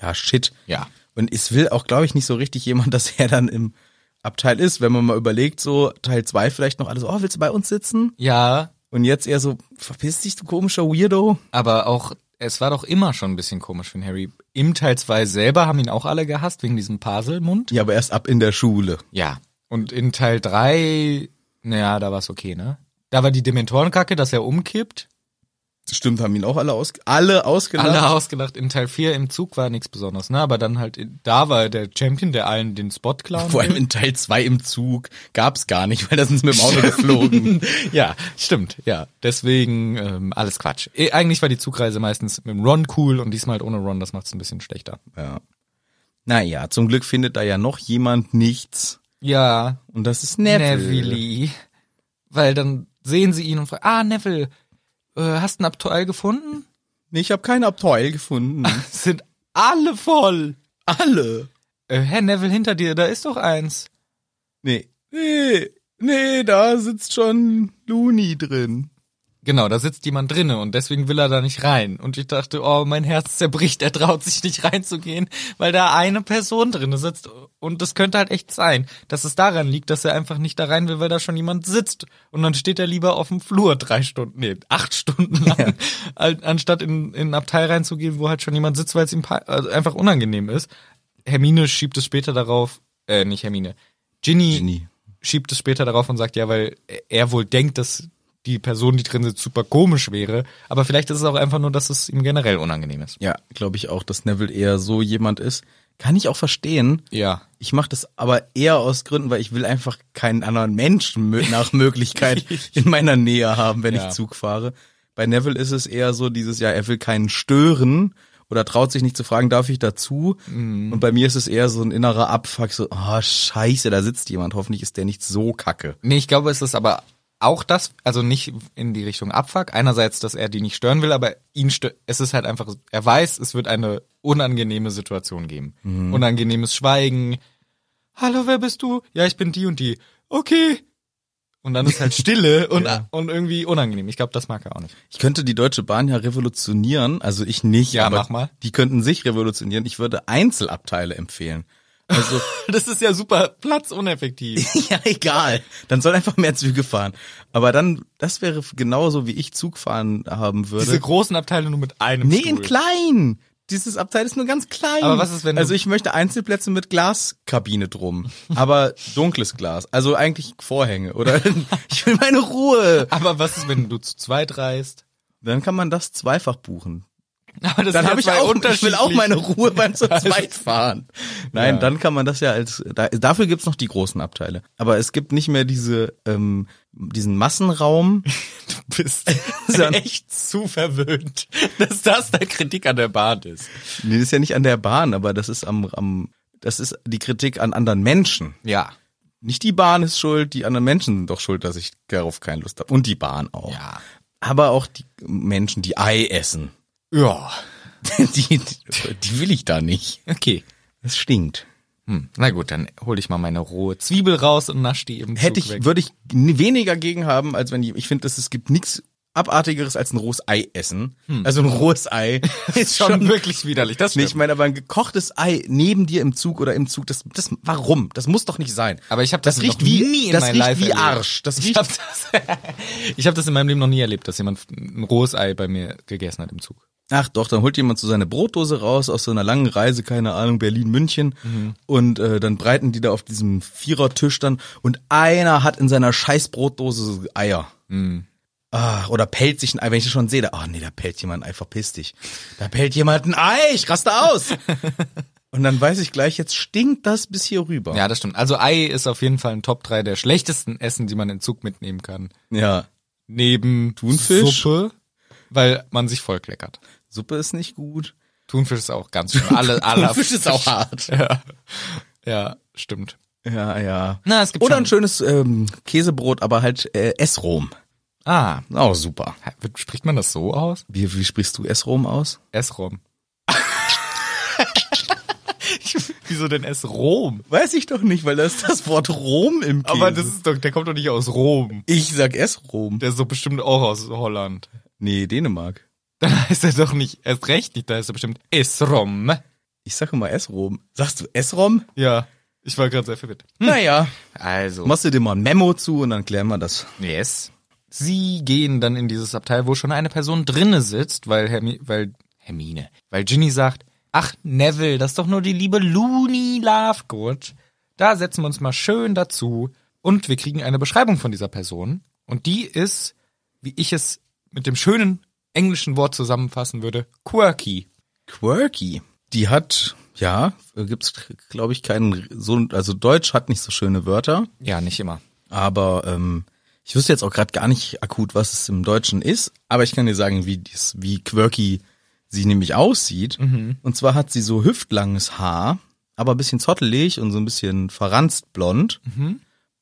[SPEAKER 1] ja, Shit.
[SPEAKER 2] Ja.
[SPEAKER 1] Und es will auch, glaube ich, nicht so richtig jemand, [laughs] dass er dann im Abteil ist, wenn man mal überlegt, so Teil zwei vielleicht noch alle so, oh, willst du bei uns sitzen?
[SPEAKER 2] Ja,
[SPEAKER 1] Und jetzt eher so, verpiss dich, du komischer Weirdo.
[SPEAKER 2] aber auch, es war doch immer schon ein bisschen komisch für Harry. Im Teil 2 selber haben ihn auch alle gehasst wegen diesem Paselmund.
[SPEAKER 1] Ja, aber erst ab in der Schule.
[SPEAKER 2] Ja. Und in Teil 3, naja, da war's okay, ne? Da war die Dementorenkacke, dass er umkippt.
[SPEAKER 1] Stimmt, haben ihn auch alle, aus, alle ausgelacht.
[SPEAKER 2] Alle ausgelacht. In Teil 4 im Zug war nichts Besonderes, ne? Aber dann halt, in- da war er der Champion, der allen den Spot klauen
[SPEAKER 1] Vor allem in Teil 2 im Zug gab's gar nicht, weil da sind sie mit dem Auto geflogen.
[SPEAKER 2] ja, stimmt, ja. Deswegen ähm, alles Quatsch. Eh, Eigentlich war die Zugreise meistens mit dem Ron cool und diesmal halt ohne Ron, das macht's ein bisschen schlechter.
[SPEAKER 1] Naja, zum Glück findet da ja noch jemand nichts.
[SPEAKER 2] Ja,
[SPEAKER 1] Und das ist Neville.
[SPEAKER 2] Neville. Weil dann sehen sie ihn und fragen, ah, Neville, äh, hast du ein Abteil gefunden?
[SPEAKER 1] Nee, Ich habe kein Abteil gefunden.
[SPEAKER 2] Sind alle voll.
[SPEAKER 1] Alle.
[SPEAKER 2] Äh, Herr Neville, hinter dir, da ist doch eins.
[SPEAKER 1] Nee. Nee. Nee, da sitzt schon Looney drin.
[SPEAKER 2] Genau, da sitzt jemand drinne und deswegen will er da nicht rein. Und ich [laughs] dachte, oh, mein Herz zerbricht, er traut sich nicht reinzugehen, weil da eine Person drinne sitzt Und das könnte halt echt sein, dass es daran liegt, dass er einfach nicht da rein will, weil da schon jemand sitzt. Und dann steht er lieber auf dem Flur drei Stunden, nee, acht Stunden lang, [laughs] an- anstatt in, in ein Abteil reinzugehen, wo halt schon jemand sitzt, weil es ihm pa- also einfach unangenehm ist. Hermine schiebt es später darauf, äh, nicht Hermine, Ginny,
[SPEAKER 1] Ginny.
[SPEAKER 2] schiebt es später darauf und sagt, ja, weil er wohl denkt, dass die Person, die drin sitzt, super komisch wäre. Aber vielleicht ist es auch einfach nur, dass es ihm generell unangenehm ist.
[SPEAKER 1] Ja, glaube ich auch, dass Neville eher so jemand ist. Kann ich auch verstehen.
[SPEAKER 2] Ja.
[SPEAKER 1] Ich mache das aber eher aus Gründen, weil ich will einfach keinen anderen Menschen mö- nach
[SPEAKER 2] [laughs]
[SPEAKER 1] Möglichkeit in meiner Nähe haben, wenn
[SPEAKER 2] Ja.
[SPEAKER 1] ich Zug fahre. Bei Neville ist es eher so dieses, ja, er will keinen stören oder traut sich nicht zu fragen, darf ich dazu?
[SPEAKER 2] Mhm.
[SPEAKER 1] Und bei mir ist es eher so ein innerer Abfuck, so, oh, scheiße, da sitzt jemand, hoffentlich ist der nicht so kacke.
[SPEAKER 2] Nee, ich glaube, es ist aber auch das, also nicht in die Richtung Abfuck. Einerseits, dass er die nicht stören will, aber ihn stö es ist halt einfach, er weiß, es wird eine unangenehme Situation geben. Unangenehmes Schweigen. Hallo, wer bist du? Ja, ich bin die und die. Okay. Und dann [laughs] ist halt Stille und, und irgendwie unangenehm. Ich glaube, das mag er auch nicht.
[SPEAKER 1] Ich könnte die Deutsche Bahn ja revolutionieren, also ich nicht,
[SPEAKER 2] Ja,
[SPEAKER 1] aber
[SPEAKER 2] mach mal.
[SPEAKER 1] die könnten sich revolutionieren. Ich würde Einzelabteile empfehlen. Also
[SPEAKER 2] Das ist ja super [laughs] platzuneffektiv.
[SPEAKER 1] [laughs] ja, egal. Dann soll einfach mehr Züge fahren. Aber dann, das wäre genauso, wie ich Zug fahren haben würde.
[SPEAKER 2] Diese großen Abteile nur mit einem
[SPEAKER 1] nee,
[SPEAKER 2] Stuhl.
[SPEAKER 1] in klein. Dieses Abteil ist nur ganz klein.
[SPEAKER 2] Aber was ist, wenn du-
[SPEAKER 1] Also ich möchte Einzelplätze mit Glaskabine
[SPEAKER 2] [laughs]
[SPEAKER 1] drum. aber dunkles Glas. Also eigentlich Vorhänge.
[SPEAKER 2] [laughs]
[SPEAKER 1] Oder ich will meine Ruhe.
[SPEAKER 2] Aber was ist, wenn du zu zweit reist?
[SPEAKER 1] Dann kann man das zweifach buchen.
[SPEAKER 2] Aber das
[SPEAKER 1] Dann
[SPEAKER 2] sind ja
[SPEAKER 1] habe ich
[SPEAKER 2] zwei
[SPEAKER 1] auch, ich will auch
[SPEAKER 2] unterschiedliche-
[SPEAKER 1] meine Ruhe
[SPEAKER 2] [laughs]
[SPEAKER 1] beim zu zweit fahren. Nein,
[SPEAKER 2] Ja.
[SPEAKER 1] dann kann man das ja als, da, dafür gibt's noch die großen Abteile. Aber es gibt nicht mehr diese, ähm, diesen Massenraum,
[SPEAKER 2] Du [laughs] bist echt zu verwöhnt, dass das deine Kritik an der Bahn ist.
[SPEAKER 1] Nee, das ist ja nicht an der Bahn, aber das ist am, am das ist die Kritik an anderen Menschen.
[SPEAKER 2] Ja.
[SPEAKER 1] Nicht die Bahn ist schuld, die anderen Menschen sind doch schuld, dass ich darauf keine Lust habe. Und die Bahn auch.
[SPEAKER 2] Ja.
[SPEAKER 1] Aber auch die Menschen, die Ei essen. [laughs]
[SPEAKER 2] Ja.
[SPEAKER 1] die, die will ich da nicht.
[SPEAKER 2] Okay.
[SPEAKER 1] Es stinkt.
[SPEAKER 2] Hm. Na gut, dann hol ich mal meine rohe Zwiebel raus und nasch die eben
[SPEAKER 1] Hätte ich, würde ich n- weniger gegen haben, als wenn die, ich finde, dass es gibt nichts abartigeres als ein rohes Ei essen. Also ein rohes
[SPEAKER 2] [laughs]
[SPEAKER 1] Ei ist
[SPEAKER 2] Hm. schon wirklich [laughs] widerlich. Das
[SPEAKER 1] Nee,
[SPEAKER 2] stimmt.
[SPEAKER 1] ich meine, aber ein gekochtes Ei neben dir im Zug oder im Zug, das, das, warum? Das muss doch nicht sein.
[SPEAKER 2] Aber ich habe das,
[SPEAKER 1] das riecht
[SPEAKER 2] noch
[SPEAKER 1] wie,
[SPEAKER 2] nie in
[SPEAKER 1] das
[SPEAKER 2] meinem
[SPEAKER 1] riecht
[SPEAKER 2] Life
[SPEAKER 1] wie
[SPEAKER 2] erlebt.
[SPEAKER 1] Arsch. Das
[SPEAKER 2] Ich
[SPEAKER 1] riecht,
[SPEAKER 2] habe das, [laughs] ich hab das in meinem Leben noch nie erlebt, dass jemand ein rohes Ei bei mir gegessen hat im Zug.
[SPEAKER 1] ach doch, dann holt jemand so seine Brotdose raus aus so einer langen Reise, keine Ahnung, Berlin, München. Und äh, dann breiten die da auf diesem Vierertisch dann und einer hat in seiner scheiß Brotdose so Eier.
[SPEAKER 2] Mhm.
[SPEAKER 1] Ah, oder pellt sich ein Ei, wenn ich das schon sehe, da, ach nee, da pellt jemand ein Ei, verpiss dich. Da pellt jemand ein Ei, ich raste
[SPEAKER 2] [laughs]
[SPEAKER 1] aus. und dann weiß ich gleich, jetzt stinkt das bis hier rüber.
[SPEAKER 2] Ja, das stimmt. Also Ei ist auf jeden Fall ein Top 3 der schlechtesten Essen, die man in Zug mitnehmen kann.
[SPEAKER 1] ja.
[SPEAKER 2] Neben
[SPEAKER 1] Thunfisch?
[SPEAKER 2] Suppe, weil man sich voll kleckert.
[SPEAKER 1] Suppe ist nicht gut.
[SPEAKER 2] Thunfisch ist auch ganz schön.
[SPEAKER 1] [laughs]
[SPEAKER 2] Alle, alle.
[SPEAKER 1] Fisch ist auch hart.
[SPEAKER 2] [laughs] Ja. ja, stimmt.
[SPEAKER 1] Ja, ja.
[SPEAKER 2] Na, es gibt
[SPEAKER 1] Oder
[SPEAKER 2] schon-
[SPEAKER 1] ein schönes ähm, Käsebrot, aber halt äh, Essrom.
[SPEAKER 2] Ah,
[SPEAKER 1] Auch super.
[SPEAKER 2] spricht man das so aus?
[SPEAKER 1] Wie, wie sprichst du Essrom aus? [laughs]
[SPEAKER 2] Esrom. Wieso denn Esrom?
[SPEAKER 1] Weiß ich doch nicht, weil da ist das Wort Rom im Käse.
[SPEAKER 2] Aber das ist doch, der kommt doch nicht aus Rom.
[SPEAKER 1] ich sag Essrom.
[SPEAKER 2] Der ist doch bestimmt auch aus Holland.
[SPEAKER 1] Nee, Dänemark.
[SPEAKER 2] Dann [laughs] heißt er doch nicht, erst recht nicht, da heißt er bestimmt Esrom.
[SPEAKER 1] Ich sag immer Essrom. Sagst du Essrom?
[SPEAKER 2] Ja, ich war gerade sehr verwirrt.
[SPEAKER 1] Naja.
[SPEAKER 2] Also.
[SPEAKER 1] Machst du dir mal ein Memo zu und dann klären wir das.
[SPEAKER 2] Yes. Sie gehen dann in dieses Abteil, wo schon eine Person drinne sitzt, weil Hermi weil Hermine, weil Ginny sagt, ach Neville, das ist doch nur die liebe Looney Lovegood. Da setzen wir uns mal schön dazu und wir kriegen eine Beschreibung von dieser Person und die ist, wie ich es mit dem schönen englischen Wort zusammenfassen würde, quirky.
[SPEAKER 1] Quirky. Die hat, ja, äh, gibt's, glaube ich, keinen, so, also Deutsch hat nicht so schöne Wörter.
[SPEAKER 2] Ja, nicht immer.
[SPEAKER 1] Aber ähm, ich wüsste jetzt auch gerade gar nicht akut, was es im Deutschen ist, aber ich kann dir sagen, wie, dies, wie quirky sie nämlich aussieht. Und zwar hat sie so hüftlanges Haar, aber ein bisschen zottelig und so ein bisschen verranzt blond.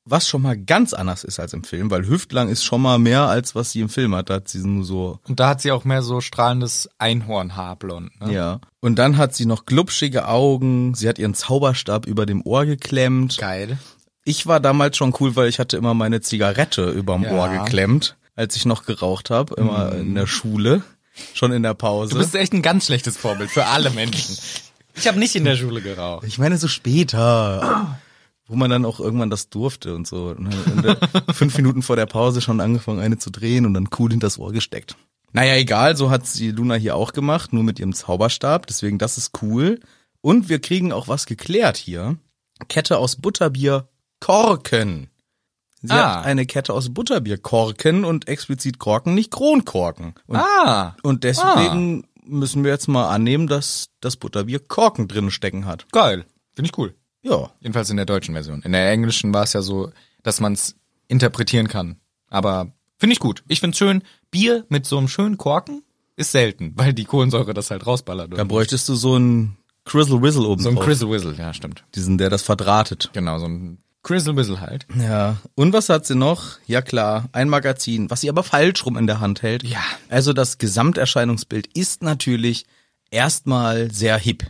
[SPEAKER 1] Was schon mal ganz anders ist als im Film, weil hüftlang ist schon mal mehr als was sie im Film hat. Da hat sie nur so,
[SPEAKER 2] Und da hat sie auch mehr so strahlendes Einhornhaar blond. Ne?
[SPEAKER 1] ja. Und dann hat sie noch glubschige Augen. Sie hat ihren Zauberstab über dem Ohr geklemmt.
[SPEAKER 2] Geil.
[SPEAKER 1] Ich war damals schon cool, weil ich hatte immer meine Zigarette überm
[SPEAKER 2] Ja.
[SPEAKER 1] Ohr geklemmt, als ich noch geraucht habe, immer in der Schule, schon in der Pause.
[SPEAKER 2] Du bist echt ein ganz schlechtes Vorbild für alle Menschen. Ich habe nicht in der Schule geraucht.
[SPEAKER 1] Ich meine so später, wo man dann auch irgendwann das durfte und so. Und dann in
[SPEAKER 2] [laughs]
[SPEAKER 1] der- fünf Minuten vor der Pause schon angefangen, eine zu drehen und dann cool hinters Ohr gesteckt. Naja, egal, so hat sie Luna hier auch gemacht, nur mit ihrem Zauberstab. Deswegen, das ist cool. Und wir kriegen auch was geklärt hier. Kette aus Butterbier Korken. Sie
[SPEAKER 2] Ah.
[SPEAKER 1] hat eine Kette aus Butterbier Korken und explizit Korken, nicht Kronkorken. Und
[SPEAKER 2] Ah,
[SPEAKER 1] und deswegen müssen wir jetzt mal annehmen, dass das Butterbier Korken drin stecken hat.
[SPEAKER 2] geil. Finde ich cool.
[SPEAKER 1] Ja.
[SPEAKER 2] Jedenfalls in der deutschen Version. In der englischen war es ja so, dass man es interpretieren kann. Aber finde ich gut. Ich finde schön, Bier mit so einem schönen Korken ist selten, weil die Kohlensäure das halt rausballert.
[SPEAKER 1] Dann bräuchtest du so einen Crizzle Whizzle oben
[SPEAKER 2] so ein
[SPEAKER 1] drauf.
[SPEAKER 2] Crizzle Whizzle, ja stimmt.
[SPEAKER 1] Diesen, der das verdrahtet.
[SPEAKER 2] Genau, so ein Crizzle Whizzle halt.
[SPEAKER 1] Ja. Und was hat sie noch? Ja klar, ein Magazin, was sie aber falsch rum in der Hand hält.
[SPEAKER 2] Ja.
[SPEAKER 1] Also das Gesamterscheinungsbild ist natürlich erstmal sehr hip.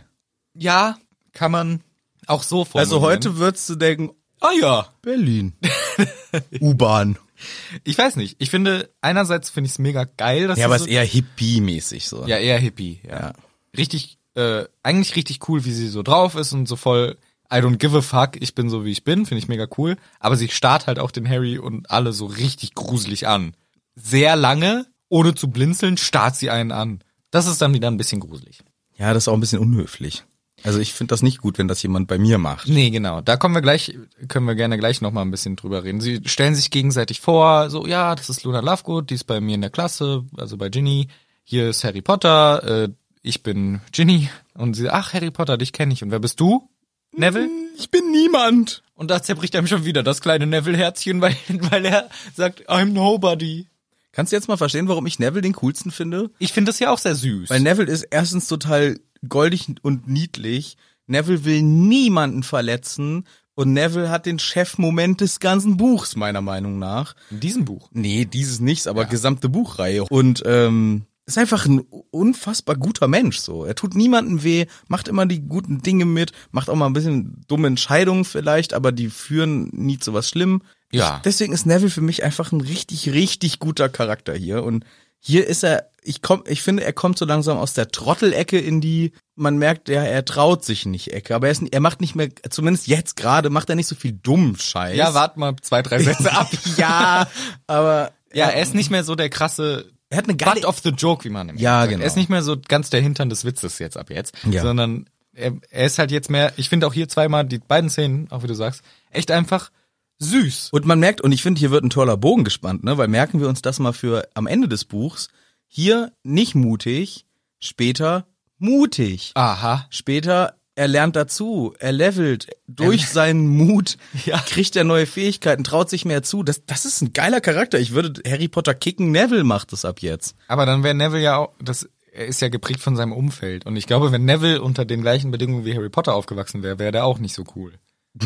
[SPEAKER 2] Ja, kann man auch so formulieren.
[SPEAKER 1] Also heute würdest du denken,
[SPEAKER 2] ah ja.
[SPEAKER 1] [laughs] Berlin. U-Bahn.
[SPEAKER 2] Ich weiß nicht. Ich finde, einerseits finde ich es mega geil, dass
[SPEAKER 1] Ja,
[SPEAKER 2] sie
[SPEAKER 1] aber
[SPEAKER 2] so
[SPEAKER 1] ist eher hippie-mäßig so.
[SPEAKER 2] Ja, eher Hippie, ja. Richtig, äh, eigentlich richtig cool, wie sie so drauf ist und so voll, I don't give a fuck, ich bin so wie ich bin, finde ich mega cool. Aber sie starrt halt auch den Harry und alle so richtig gruselig an. Sehr lange, ohne zu blinzeln, starrt sie einen an. Das ist dann wieder ein bisschen gruselig.
[SPEAKER 1] Ja, das ist auch ein bisschen unhöflich. Also ich finde das nicht gut, wenn das jemand bei mir macht.
[SPEAKER 2] Nee, genau. Da kommen wir gleich, können wir gerne gleich nochmal ein bisschen drüber reden. Sie stellen sich gegenseitig vor, so, ja, das ist Luna Lovegood, die ist bei mir in der Klasse, also bei Ginny. Hier ist Harry Potter, äh, ich bin Ginny. Und sie, ach, Harry Potter, dich kenne ich. Und wer bist du? Neville?
[SPEAKER 1] Ich bin niemand.
[SPEAKER 2] Mhm. Und da zerbricht einem schon wieder das kleine Neville-Herzchen, weil, [laughs] weil er sagt, I'm nobody.
[SPEAKER 1] Kannst du jetzt mal verstehen, warum ich Neville den coolsten finde?
[SPEAKER 2] Ich finde das ja auch sehr süß.
[SPEAKER 1] Weil Neville ist erstens total goldig und niedlich. Neville will niemanden verletzen. Und Neville hat den Chefmoment des ganzen Buchs, meiner Meinung nach.
[SPEAKER 2] in diesem Buch.
[SPEAKER 1] Nee, dieses nichts, aber gesamte Buchreihe. Und ähm, ist einfach ein unfassbar guter Mensch so. Er tut niemandem weh, macht immer die guten Dinge mit, macht auch mal ein bisschen dumme Entscheidungen vielleicht, aber die führen nie zu was Schlimm.
[SPEAKER 2] Ja.
[SPEAKER 1] Ich, deswegen ist Neville für mich einfach ein richtig, richtig guter Charakter hier. Und hier ist er, ich komm, ich finde, er kommt so langsam aus der Trottelecke in die, man merkt, ja, er traut sich nicht Ecke, aber er, ist, er macht nicht mehr, zumindest jetzt gerade, macht er nicht so viel dummen Scheiß.
[SPEAKER 2] Ja, wart mal zwei, [laughs] drei Sätze ab.
[SPEAKER 1] [laughs] ja, aber
[SPEAKER 2] Ja, er ist nicht mehr so der krasse
[SPEAKER 1] Er hat eine geile
[SPEAKER 2] Butt of the Joke, wie man im
[SPEAKER 1] Ja,
[SPEAKER 2] Englischen sagt.
[SPEAKER 1] genau.
[SPEAKER 2] Er ist nicht mehr so ganz der Hintern des Witzes jetzt ab jetzt,
[SPEAKER 1] Ja.
[SPEAKER 2] sondern er, er ist halt jetzt mehr, ich finde auch hier zweimal die beiden Szenen, auch wie du sagst, echt einfach süß.
[SPEAKER 1] oh, Und man merkt, und ich finde, hier wird ein toller Bogen gespannt, ne? Weil merken wir uns das mal für am Ende des Buchs. Hier nicht mutig, später mutig.
[SPEAKER 2] Aha.
[SPEAKER 1] Später, er lernt dazu, er levelt. Durch seinen [laughs] Mut
[SPEAKER 2] Ja.
[SPEAKER 1] kriegt er neue Fähigkeiten, traut sich mehr zu. Das, das ist ein geiler Charakter. Ich würde Harry Potter kicken, Neville macht es ab jetzt. [laughs]
[SPEAKER 2] Aber dann wäre Neville ja auch, das, er ist ja geprägt von seinem Umfeld. Und ich glaube, wenn Neville unter den gleichen Bedingungen wie Harry Potter aufgewachsen wäre, wäre der auch nicht so cool.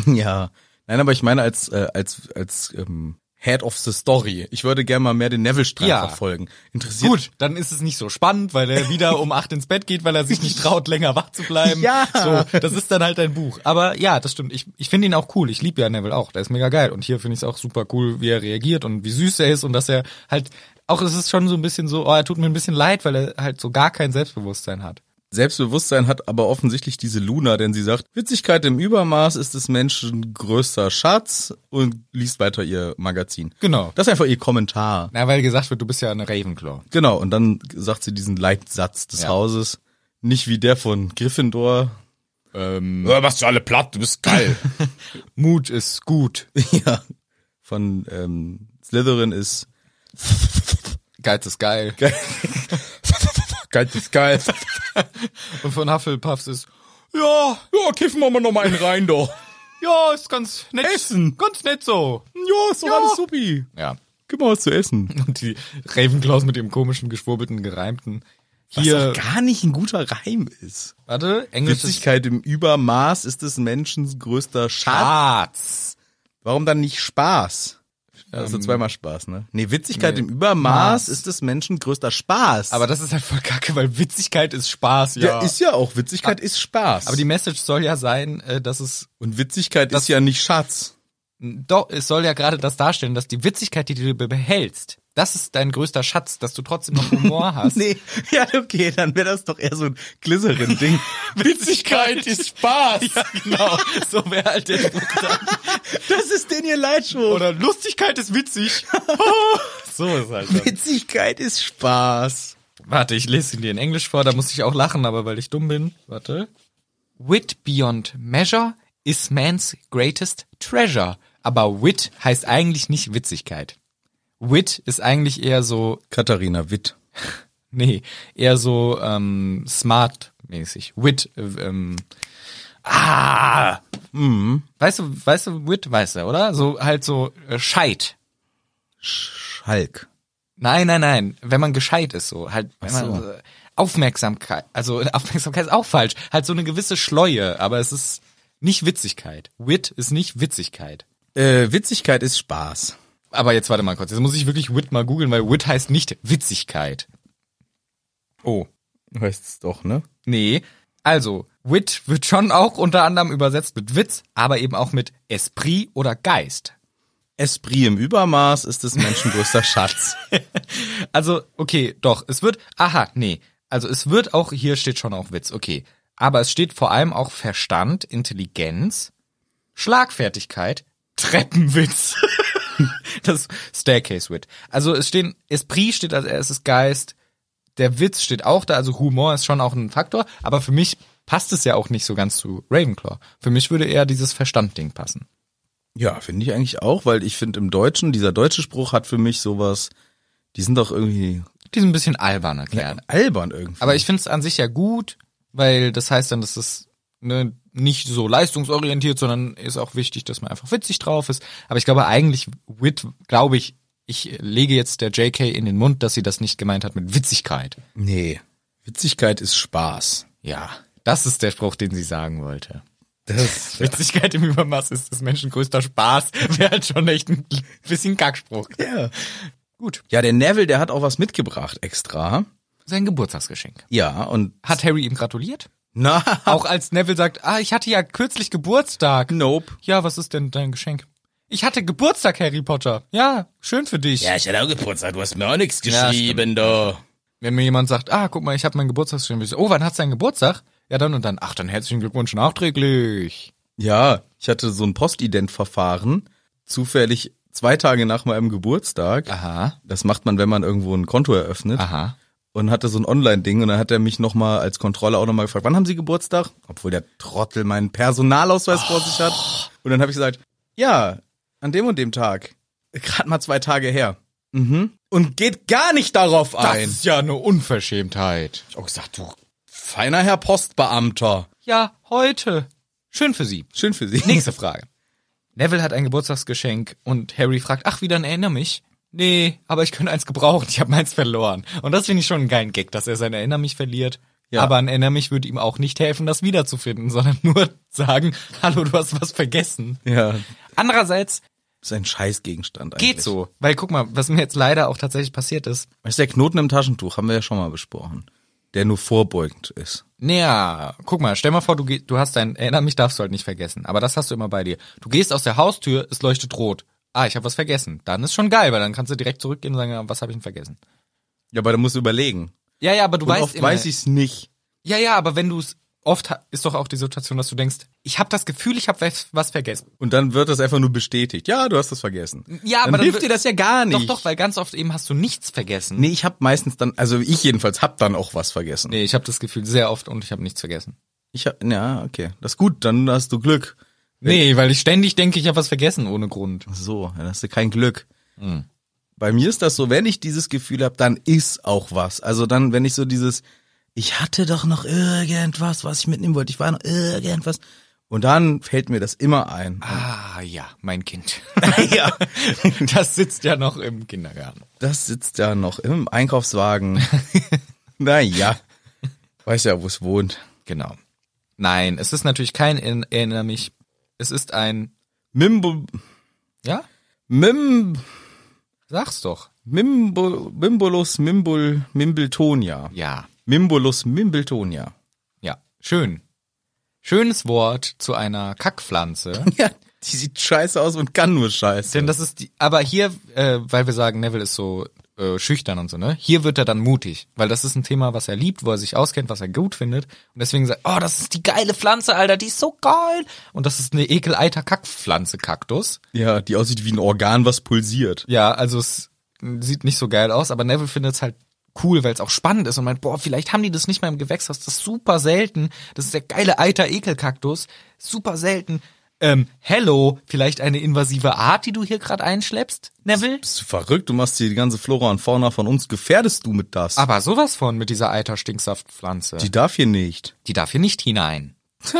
[SPEAKER 1] Ja. Nein, aber ich meine als, äh, als, als ähm, Head of the Story. Ich würde gerne mal mehr den Neville-Strang
[SPEAKER 2] Ja.
[SPEAKER 1] verfolgen. Interessiert
[SPEAKER 2] Gut, dann ist es nicht so spannend, weil er wieder um acht ins Bett geht, weil er sich nicht traut, länger wach zu bleiben.
[SPEAKER 1] Ja.
[SPEAKER 2] So, das ist dann halt ein Buch. Aber ja, das stimmt. Ich, ich finde ihn auch cool. Ich liebe ja Neville auch. Der ist mega geil. Und hier finde ich es auch super cool, wie er reagiert und wie süß er ist und dass er halt auch es ist schon so ein bisschen so, oh, er tut mir ein bisschen leid, weil er halt so gar kein Selbstbewusstsein hat.
[SPEAKER 1] Selbstbewusstsein hat aber offensichtlich diese Luna, denn sie sagt, Witzigkeit im Übermaß ist des Menschen größter Schatz und liest weiter ihr Magazin.
[SPEAKER 2] Genau.
[SPEAKER 1] Das ist einfach ihr Kommentar.
[SPEAKER 2] Na, weil gesagt wird, du bist ja eine Ravenclaw.
[SPEAKER 1] Genau, und dann sagt sie diesen Leitsatz des
[SPEAKER 2] Ja.
[SPEAKER 1] Hauses, nicht wie der von Gryffindor. [laughs]
[SPEAKER 2] Ähm,
[SPEAKER 1] Ja, machst du alle platt, du bist
[SPEAKER 3] [laughs]
[SPEAKER 1] geil.
[SPEAKER 2] Mut ist gut.
[SPEAKER 1] ja, von ähm, Slytherin ist
[SPEAKER 2] Geiz
[SPEAKER 1] [laughs]
[SPEAKER 2] ist geil.
[SPEAKER 1] geil, ist geil.
[SPEAKER 2] Und von Hufflepuffs ist,
[SPEAKER 1] ja, ja, kiffen wir mal noch mal einen rein, doch.
[SPEAKER 2] ja, ist ganz nett.
[SPEAKER 1] Essen.
[SPEAKER 2] Ganz nett so.
[SPEAKER 1] Ja, ist doch
[SPEAKER 2] Ja.
[SPEAKER 1] alles supi.
[SPEAKER 2] Ja.
[SPEAKER 1] Gib mal was zu essen.
[SPEAKER 2] Und die Ravenclaws mit ihrem komischen, geschwurbelten, gereimten.
[SPEAKER 1] Was
[SPEAKER 2] Hier,
[SPEAKER 1] doch gar nicht ein guter Reim ist.
[SPEAKER 2] warte, Englisch ist
[SPEAKER 1] Witzigkeit im Übermaß ist des Menschen größter Schatz.
[SPEAKER 2] Arz.
[SPEAKER 1] Warum dann nicht Spaß? Also zweimal Spaß, ne? Nee, Witzigkeit im Übermaß
[SPEAKER 2] Maß.
[SPEAKER 1] ist des Menschen größter Spaß.
[SPEAKER 2] Aber das ist halt voll kacke, weil Witzigkeit ist Spaß,
[SPEAKER 1] ja.
[SPEAKER 2] ja.
[SPEAKER 1] ist ja auch Witzigkeit ist Spaß.
[SPEAKER 2] aber die Message soll ja sein, äh, dass es,
[SPEAKER 1] und Witzigkeit
[SPEAKER 2] Das-
[SPEAKER 1] ist ja nicht Schatz.
[SPEAKER 2] doch, es soll ja gerade das darstellen, dass die Witzigkeit, die du behältst, Das ist dein größter Schatz, dass du trotzdem noch Humor
[SPEAKER 1] [laughs]
[SPEAKER 2] hast.
[SPEAKER 1] Nee, ja, okay, dann wäre das doch eher so ein Glycerin-Ding.
[SPEAKER 5] Witzigkeit ist Spaß.
[SPEAKER 2] Ja, genau. So wäre halt der Spruch dann.
[SPEAKER 1] [laughs] das ist den ihr Leitspruch.
[SPEAKER 2] Oder Lustigkeit ist witzig. so ist halt dann.
[SPEAKER 1] Witzigkeit ist Spaß.
[SPEAKER 2] Warte, ich lese ihn dir in Englisch vor, da muss ich auch lachen, aber weil ich dumm bin. Warte. Wit beyond measure is man's greatest treasure. Aber Wit heißt eigentlich nicht Witzigkeit. Wit ist eigentlich eher so,
[SPEAKER 1] Katharina Witt.
[SPEAKER 2] nee, eher so ähm, smart-mäßig. Wit, äh, ähm, ah, weißt du, weißt du, Wit weißt du, oder? So halt so äh, Scheit.
[SPEAKER 1] Schalk.
[SPEAKER 2] Nein, nein, nein. Wenn man gescheit ist, so halt, wenn
[SPEAKER 1] so.
[SPEAKER 2] man äh, Aufmerksamkeit, also [laughs] Aufmerksamkeit ist auch falsch. Halt so eine gewisse Schleue, aber es ist nicht Witzigkeit. Wit ist nicht Witzigkeit.
[SPEAKER 1] Äh, Witzigkeit ist Spaß.
[SPEAKER 2] Aber jetzt warte mal kurz. Jetzt muss ich wirklich Wit mal googeln, weil Wit heißt nicht Witzigkeit. Oh,
[SPEAKER 1] Heißt es doch, ne?
[SPEAKER 2] nee. Also, Wit wird schon auch unter anderem übersetzt mit Witz, aber eben auch mit Esprit oder Geist.
[SPEAKER 1] Esprit im Übermaß ist des Menschen größter Schatz.
[SPEAKER 2] Also, okay, doch, es wird, aha, nee. Also, es wird auch, hier steht schon auch Witz, okay. Aber es steht vor allem auch Verstand, Intelligenz, Schlagfertigkeit, Treppenwitz. [laughs] das Staircase-Wit. Also, es stehen, Esprit steht als erstes Geist, der Witz steht auch da, also Humor ist schon auch ein Faktor, aber für mich passt es ja auch nicht so ganz zu Ravenclaw. Für mich würde eher dieses Verstand-Ding passen.
[SPEAKER 1] Ja, finde ich eigentlich auch, weil ich finde im Deutschen, dieser deutsche Spruch hat für mich sowas, die sind doch irgendwie
[SPEAKER 2] Die sind ein bisschen alberne Kerle.
[SPEAKER 1] albern irgendwie.
[SPEAKER 2] Aber ich finde es an sich ja gut, weil das heißt dann, dass es ne, nicht so leistungsorientiert, sondern ist auch wichtig, dass man einfach witzig drauf ist. Aber ich glaube eigentlich, Wit, glaube ich, ich lege jetzt der JK in den Mund, dass sie das nicht gemeint hat mit Witzigkeit.
[SPEAKER 1] nee, Witzigkeit ist Spaß.
[SPEAKER 2] Ja, das ist der Spruch, den sie sagen wollte.
[SPEAKER 1] Das,
[SPEAKER 2] Witzigkeit im Übermaß ist des Menschen größter Spaß. [laughs] Wäre halt schon echt ein bisschen Kackspruch.
[SPEAKER 1] ja.
[SPEAKER 2] Gut,
[SPEAKER 1] ja, der Neville, der hat auch was mitgebracht extra.
[SPEAKER 2] sein Geburtstagsgeschenk.
[SPEAKER 1] Ja, und [laughs]
[SPEAKER 2] Hat Harry ihm gratuliert?
[SPEAKER 1] na,
[SPEAKER 2] Auch als Neville sagt, ah, ich hatte ja kürzlich Geburtstag.
[SPEAKER 1] nope.
[SPEAKER 2] Ja, was ist denn dein Geschenk? Ich hatte Geburtstag, Harry Potter. Ja, schön für dich.
[SPEAKER 5] Ja, ich hatte auch Geburtstag. Du hast mir auch nichts
[SPEAKER 2] Ja,
[SPEAKER 5] geschrieben, da.
[SPEAKER 2] Wenn mir jemand sagt, ah, guck mal, ich habe meinen Geburtstag geschrieben. Ich so, Oh, wann hast du deinen Geburtstag? Ja, dann und dann. Ach, dann herzlichen Glückwunsch nachträglich.
[SPEAKER 1] Ja, ich hatte so ein Postident-Verfahren, zufällig zwei Tage nach meinem Geburtstag.
[SPEAKER 2] Aha,
[SPEAKER 1] Das macht man, wenn man irgendwo ein Konto eröffnet.
[SPEAKER 2] aha.
[SPEAKER 1] und hatte so ein Online-Ding und dann hat er mich nochmal als Kontrolle auch nochmal gefragt, wann haben Sie Geburtstag? Obwohl der Trottel meinen Personalausweis vor sich hat. Und dann habe ich gesagt, ja, an dem und dem Tag. Gerade mal zwei Tage her. Mhm. Und geht gar nicht darauf
[SPEAKER 2] Das
[SPEAKER 1] ein.
[SPEAKER 2] ist ja eine Unverschämtheit.
[SPEAKER 1] Ich hab auch gesagt, du feiner Herr Postbeamter.
[SPEAKER 2] Ja, heute. Schön für Sie.
[SPEAKER 1] Schön für Sie.
[SPEAKER 2] Nächste Frage. Neville hat ein Geburtstagsgeschenk und Harry fragt, ach, wieder, erinnere mich? Nee, aber ich könnte eins gebrauchen, ich habe meins verloren. Und das finde ich schon einen geilen Gag, dass er sein Erinner mich verliert.
[SPEAKER 1] Ja.
[SPEAKER 2] Aber ein Erinner mich würde ihm auch nicht helfen, das wiederzufinden, [laughs] sondern nur sagen, hallo, du hast was vergessen.
[SPEAKER 1] [laughs] Ja,
[SPEAKER 2] Andererseits
[SPEAKER 1] ist ein Scheißgegenstand eigentlich.
[SPEAKER 2] geht so, weil guck mal, was mir jetzt leider auch tatsächlich passiert ist.
[SPEAKER 1] Das ist der Knoten im Taschentuch, haben wir ja schon mal besprochen. Der nur vorbeugend ist.
[SPEAKER 2] Naja, guck mal, stell mal vor, du, geh- du hast dein, erinner mich darfst du halt nicht vergessen, aber das hast du immer bei dir. Du gehst aus der Haustür, es leuchtet rot. Ah, ich habe was vergessen. Dann ist schon geil, weil dann kannst du direkt zurückgehen und sagen, ja, was habe ich denn vergessen?
[SPEAKER 1] Ja, aber da musst du überlegen.
[SPEAKER 2] Ja, ja, aber du
[SPEAKER 1] Und
[SPEAKER 2] weißt
[SPEAKER 1] oft weiß ich's nicht.
[SPEAKER 2] Ja, ja, aber wenn du es oft ha- ist doch auch die Situation, dass du denkst, ich habe das Gefühl, ich habe was, was vergessen.
[SPEAKER 1] Und dann wird das einfach nur bestätigt. Ja, du hast das vergessen.
[SPEAKER 2] Ja,
[SPEAKER 1] dann
[SPEAKER 2] aber dann
[SPEAKER 1] hilft
[SPEAKER 2] wi-
[SPEAKER 1] dir das ja gar
[SPEAKER 2] Doch,
[SPEAKER 1] nicht.
[SPEAKER 2] doch, weil ganz oft eben hast du nichts vergessen.
[SPEAKER 1] Nee, ich habe meistens dann, also ich jedenfalls hab dann auch was vergessen.
[SPEAKER 2] Nee, ich habe das Gefühl sehr oft und ich habe nichts vergessen.
[SPEAKER 1] Ich hab, ja, okay. Das ist gut, dann hast du Glück.
[SPEAKER 2] Nee, weil ich ständig denke, ich habe was vergessen ohne Grund.
[SPEAKER 1] So, dann hast du kein Glück.
[SPEAKER 2] Hm.
[SPEAKER 1] Bei mir ist das so, wenn ich dieses Gefühl habe, dann ist auch was. Also dann, wenn ich so dieses, ich hatte doch noch irgendwas, was ich mitnehmen wollte, ich war noch irgendwas. Und dann fällt mir das immer ein.
[SPEAKER 2] Ah ja, mein [laughs] Kind.
[SPEAKER 1] [laughs] ja.
[SPEAKER 2] Das sitzt ja noch im Kindergarten.
[SPEAKER 1] Das sitzt ja noch im
[SPEAKER 2] [laughs]
[SPEAKER 1] Einkaufswagen. naja. Weiß ja, wo es wohnt.
[SPEAKER 2] Genau. Nein, es ist natürlich kein Erinner- Erinner mich. Es ist ein
[SPEAKER 1] Mimbo,
[SPEAKER 2] ja,
[SPEAKER 1] Mim,
[SPEAKER 2] sag's doch.
[SPEAKER 1] Mimbo, Mimbolus, Mimbul, Mimbletonia.
[SPEAKER 2] Ja.
[SPEAKER 1] Mimbolus Mimbletonia.
[SPEAKER 2] Ja, schön. Schönes Wort zu einer Kackpflanze.
[SPEAKER 1] [laughs] Ja, die sieht scheiße aus und kann nur scheiße.
[SPEAKER 2] Denn das ist die, aber hier, äh, weil wir sagen, Neville ist so äh, schüchtern und so, ne? Hier wird er dann mutig, weil das ist ein Thema, was er liebt, wo er sich auskennt, was er gut findet. Und deswegen sagt, oh, das ist die geile Pflanze, Alter, die ist so geil. Und das ist eine ekeleiter Kackpflanze, Kaktus.
[SPEAKER 1] Ja, die aussieht wie ein Organ, was pulsiert.
[SPEAKER 2] Ja, also es sieht nicht so geil aus, aber Neville findet es halt cool, weil es auch spannend ist und meint, boah, vielleicht haben die das nicht mal im Gewächshaus, das ist super selten. Das ist der geile alter Ekelkaktus, super selten. Ähm, hello, vielleicht eine invasive Art, die du hier gerade einschleppst, Neville?
[SPEAKER 1] Bist du verrückt? Du machst hier die ganze Flora und Fauna von uns, gefährdest du mit das.
[SPEAKER 2] Aber sowas von mit dieser alter Stinksaftpflanze.
[SPEAKER 1] Die darf hier nicht.
[SPEAKER 2] die darf hier nicht hinein.
[SPEAKER 1] Das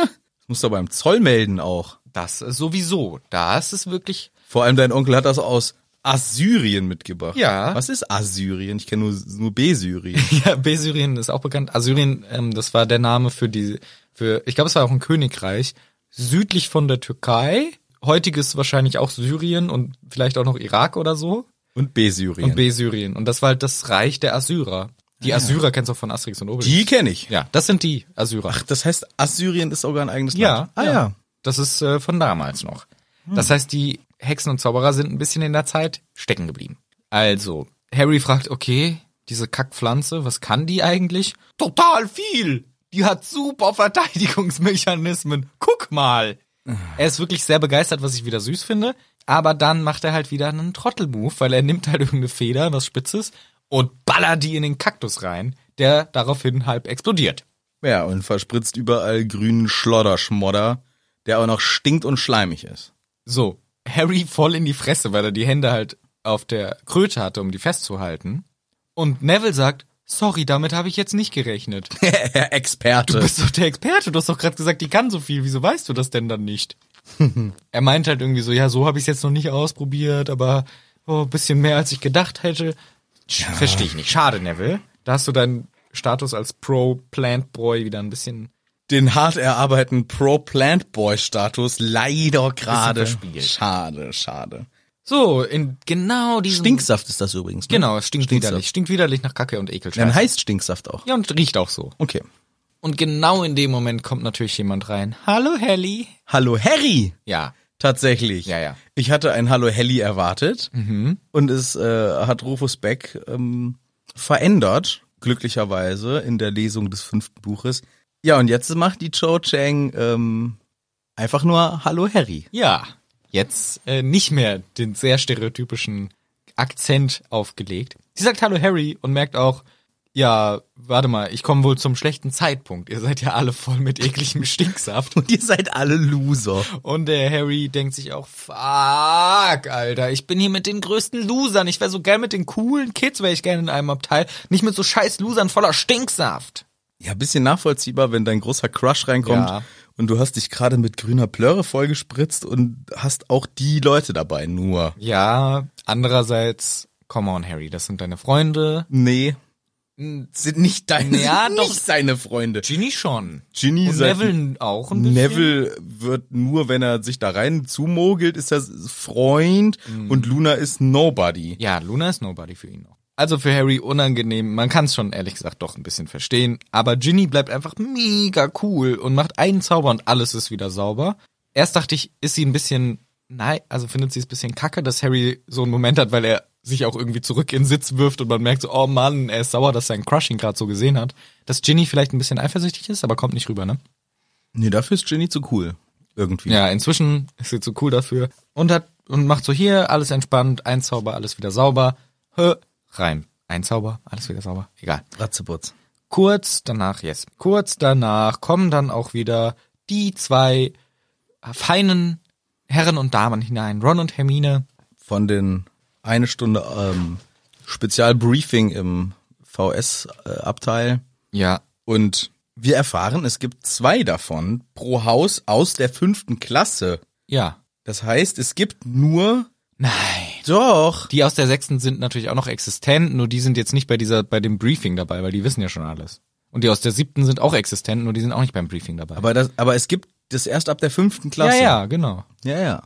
[SPEAKER 1] musst du aber im Zoll melden auch.
[SPEAKER 2] Das sowieso. Das ist wirklich.
[SPEAKER 1] Vor allem dein Onkel hat das aus Assyrien mitgebracht.
[SPEAKER 2] Ja.
[SPEAKER 1] Was ist Assyrien? Ich kenne nur, nur B-Syrien.
[SPEAKER 2] [laughs] Ja, Besyrien ist auch bekannt. Assyrien, ähm, das war der Name für die, für, ich glaube, es war auch ein Königreich, südlich von der Türkei. Heutiges wahrscheinlich auch Syrien und vielleicht auch noch Irak oder so.
[SPEAKER 1] Und B-Syrien.
[SPEAKER 2] Und Besyrien. Und das war halt das Reich der Assyrer. Die Assyrer kennst du auch von Asterix und Obelix.
[SPEAKER 1] die kenne ich.
[SPEAKER 2] Ja, das sind die Assyrer.
[SPEAKER 1] Ach, das heißt, Assyrien ist sogar ein eigenes
[SPEAKER 2] Ja,
[SPEAKER 1] Land. Ah ja.
[SPEAKER 2] Das ist äh, von damals noch. Das heißt, die Hexen und Zauberer sind ein bisschen in der Zeit stecken geblieben. Also, Harry fragt, okay, diese Kackpflanze, was kann die eigentlich? Total viel! Die hat super Verteidigungsmechanismen. Guck mal! Er ist wirklich sehr begeistert, was ich wieder süß finde. Aber dann macht er halt wieder einen Trottelmove, weil er nimmt halt irgendeine Feder, was Spitzes, und ballert die in den Kaktus rein, der daraufhin halb explodiert.
[SPEAKER 1] Ja, und verspritzt überall grünen Schlodderschmodder, der auch noch stinkt und schleimig ist. [laughs]
[SPEAKER 2] So, Harry voll in die Fresse, weil er die Hände halt auf der Kröte hatte, um die festzuhalten. Und Neville sagt, sorry, damit habe ich jetzt nicht gerechnet.
[SPEAKER 1] Herr Experte.
[SPEAKER 2] Du bist doch der Experte, du hast doch gerade gesagt, die kann so viel, wieso weißt du das denn dann nicht? er meint halt irgendwie so, ja, so habe ich es jetzt noch nicht ausprobiert, aber oh, ein bisschen mehr, als ich gedacht hätte. Sch- Verstehe ich nicht. Schade, Neville. Da hast du deinen Status als Pro-Plant-Boy wieder ein bisschen
[SPEAKER 1] den hart erarbeiteten Pro-Plant-Boy-Status leider gerade.
[SPEAKER 2] verspielt.
[SPEAKER 1] Schade, schade.
[SPEAKER 2] so in genau diesem...
[SPEAKER 1] Stinksaft ist das übrigens. Ne?
[SPEAKER 2] Genau, es stinkt
[SPEAKER 1] Stinksaft.
[SPEAKER 2] widerlich. Stinkt widerlich nach Kacke und Ekel.
[SPEAKER 1] Dann heißt Stinksaft auch.
[SPEAKER 2] Ja, und riecht auch so.
[SPEAKER 1] Okay.
[SPEAKER 2] Und genau in dem Moment kommt natürlich jemand rein. Hallo, Helly.
[SPEAKER 1] Hallo Harry.
[SPEAKER 2] Ja.
[SPEAKER 1] Tatsächlich.
[SPEAKER 2] Ja, ja.
[SPEAKER 1] Ich hatte ein Hallo Helly erwartet und es äh, hat Rufus Beck ähm, verändert, glücklicherweise, in der Lesung des fünften Buches. Ja, und jetzt macht die Cho Chang ähm, einfach nur Hallo Harry.
[SPEAKER 2] Ja. Jetzt äh, nicht mehr den sehr stereotypischen Akzent aufgelegt. Sie sagt Hallo, Harry und merkt auch, ja, warte mal, ich komme wohl zum schlechten Zeitpunkt. Ihr seid ja alle voll mit ekligem Stinksaft.
[SPEAKER 1] Und ihr seid alle Loser.
[SPEAKER 2] Und der Harry denkt sich auch, fuck, Alter, ich bin hier mit den größten Losern. Ich wäre so gern mit den coolen Kids, wäre ich gerne in einem Abteil. Nicht mit so scheiß Losern voller Stinksaft.
[SPEAKER 1] Ja, bisschen nachvollziehbar, wenn dein großer Crush reinkommt
[SPEAKER 2] Ja.
[SPEAKER 1] und du hast dich gerade mit grüner Plöre vollgespritzt und hast auch die Leute dabei nur.
[SPEAKER 2] Ja, andererseits, come on, Harry, das sind deine Freunde.
[SPEAKER 1] Nee. Sind nicht deine,
[SPEAKER 2] Ja,
[SPEAKER 1] sind
[SPEAKER 2] doch.
[SPEAKER 1] nicht seine Freunde.
[SPEAKER 2] Ginny schon.
[SPEAKER 1] Ginny
[SPEAKER 2] Und
[SPEAKER 1] sagt-
[SPEAKER 2] Neville auch ein bisschen.
[SPEAKER 1] Neville wird nur, wenn er sich da rein zumogelt, ist er Freund und Luna ist Nobody.
[SPEAKER 2] Ja, Luna ist nobody für ihn noch. Also für Harry unangenehm, man kann es schon ehrlich gesagt doch ein bisschen verstehen, aber Ginny bleibt einfach mega cool und macht einen Zauber und alles ist wieder sauber. Erst dachte ich, ist sie ein bisschen, nein, also findet sie es ein bisschen kacke, dass Harry so einen Moment hat, weil er sich auch irgendwie zurück in den Sitz wirft und man merkt so, oh Mann, er ist sauer, dass sein Crush ihn gerade so gesehen hat. Dass Ginny vielleicht ein bisschen eifersüchtig ist, aber kommt nicht rüber, ne?
[SPEAKER 1] Nee, dafür ist Ginny zu cool. Irgendwie.
[SPEAKER 2] Ja, inzwischen ist sie zu cool dafür und hat und macht so hier alles entspannt, ein Zauber, alles wieder sauber. Hö, rein. Ein Zauber, alles wieder sauber. Egal.
[SPEAKER 1] Ratzeputz.
[SPEAKER 2] Kurz danach, yes. Kurz danach kommen dann auch wieder die zwei feinen Herren und Damen hinein, Ron und Hermine.
[SPEAKER 1] Von den eine Stunde ähm, Spezialbriefing im VS-Abteil.
[SPEAKER 2] Ja,
[SPEAKER 1] Und wir erfahren, es gibt zwei davon pro Haus aus der fünften Klasse.
[SPEAKER 2] ja.
[SPEAKER 1] Das heißt, es gibt nur
[SPEAKER 2] Nein.
[SPEAKER 1] doch.
[SPEAKER 2] Die aus der sechsten sind natürlich auch noch existent, nur die sind jetzt nicht bei dieser, bei dem Briefing dabei, weil die wissen ja schon alles. Und die aus der siebten sind auch existent, nur die sind auch nicht beim Briefing dabei.
[SPEAKER 1] Aber das, aber es gibt das erst ab der fünften Klasse.
[SPEAKER 2] Ja, ja, genau.
[SPEAKER 1] ja, ja.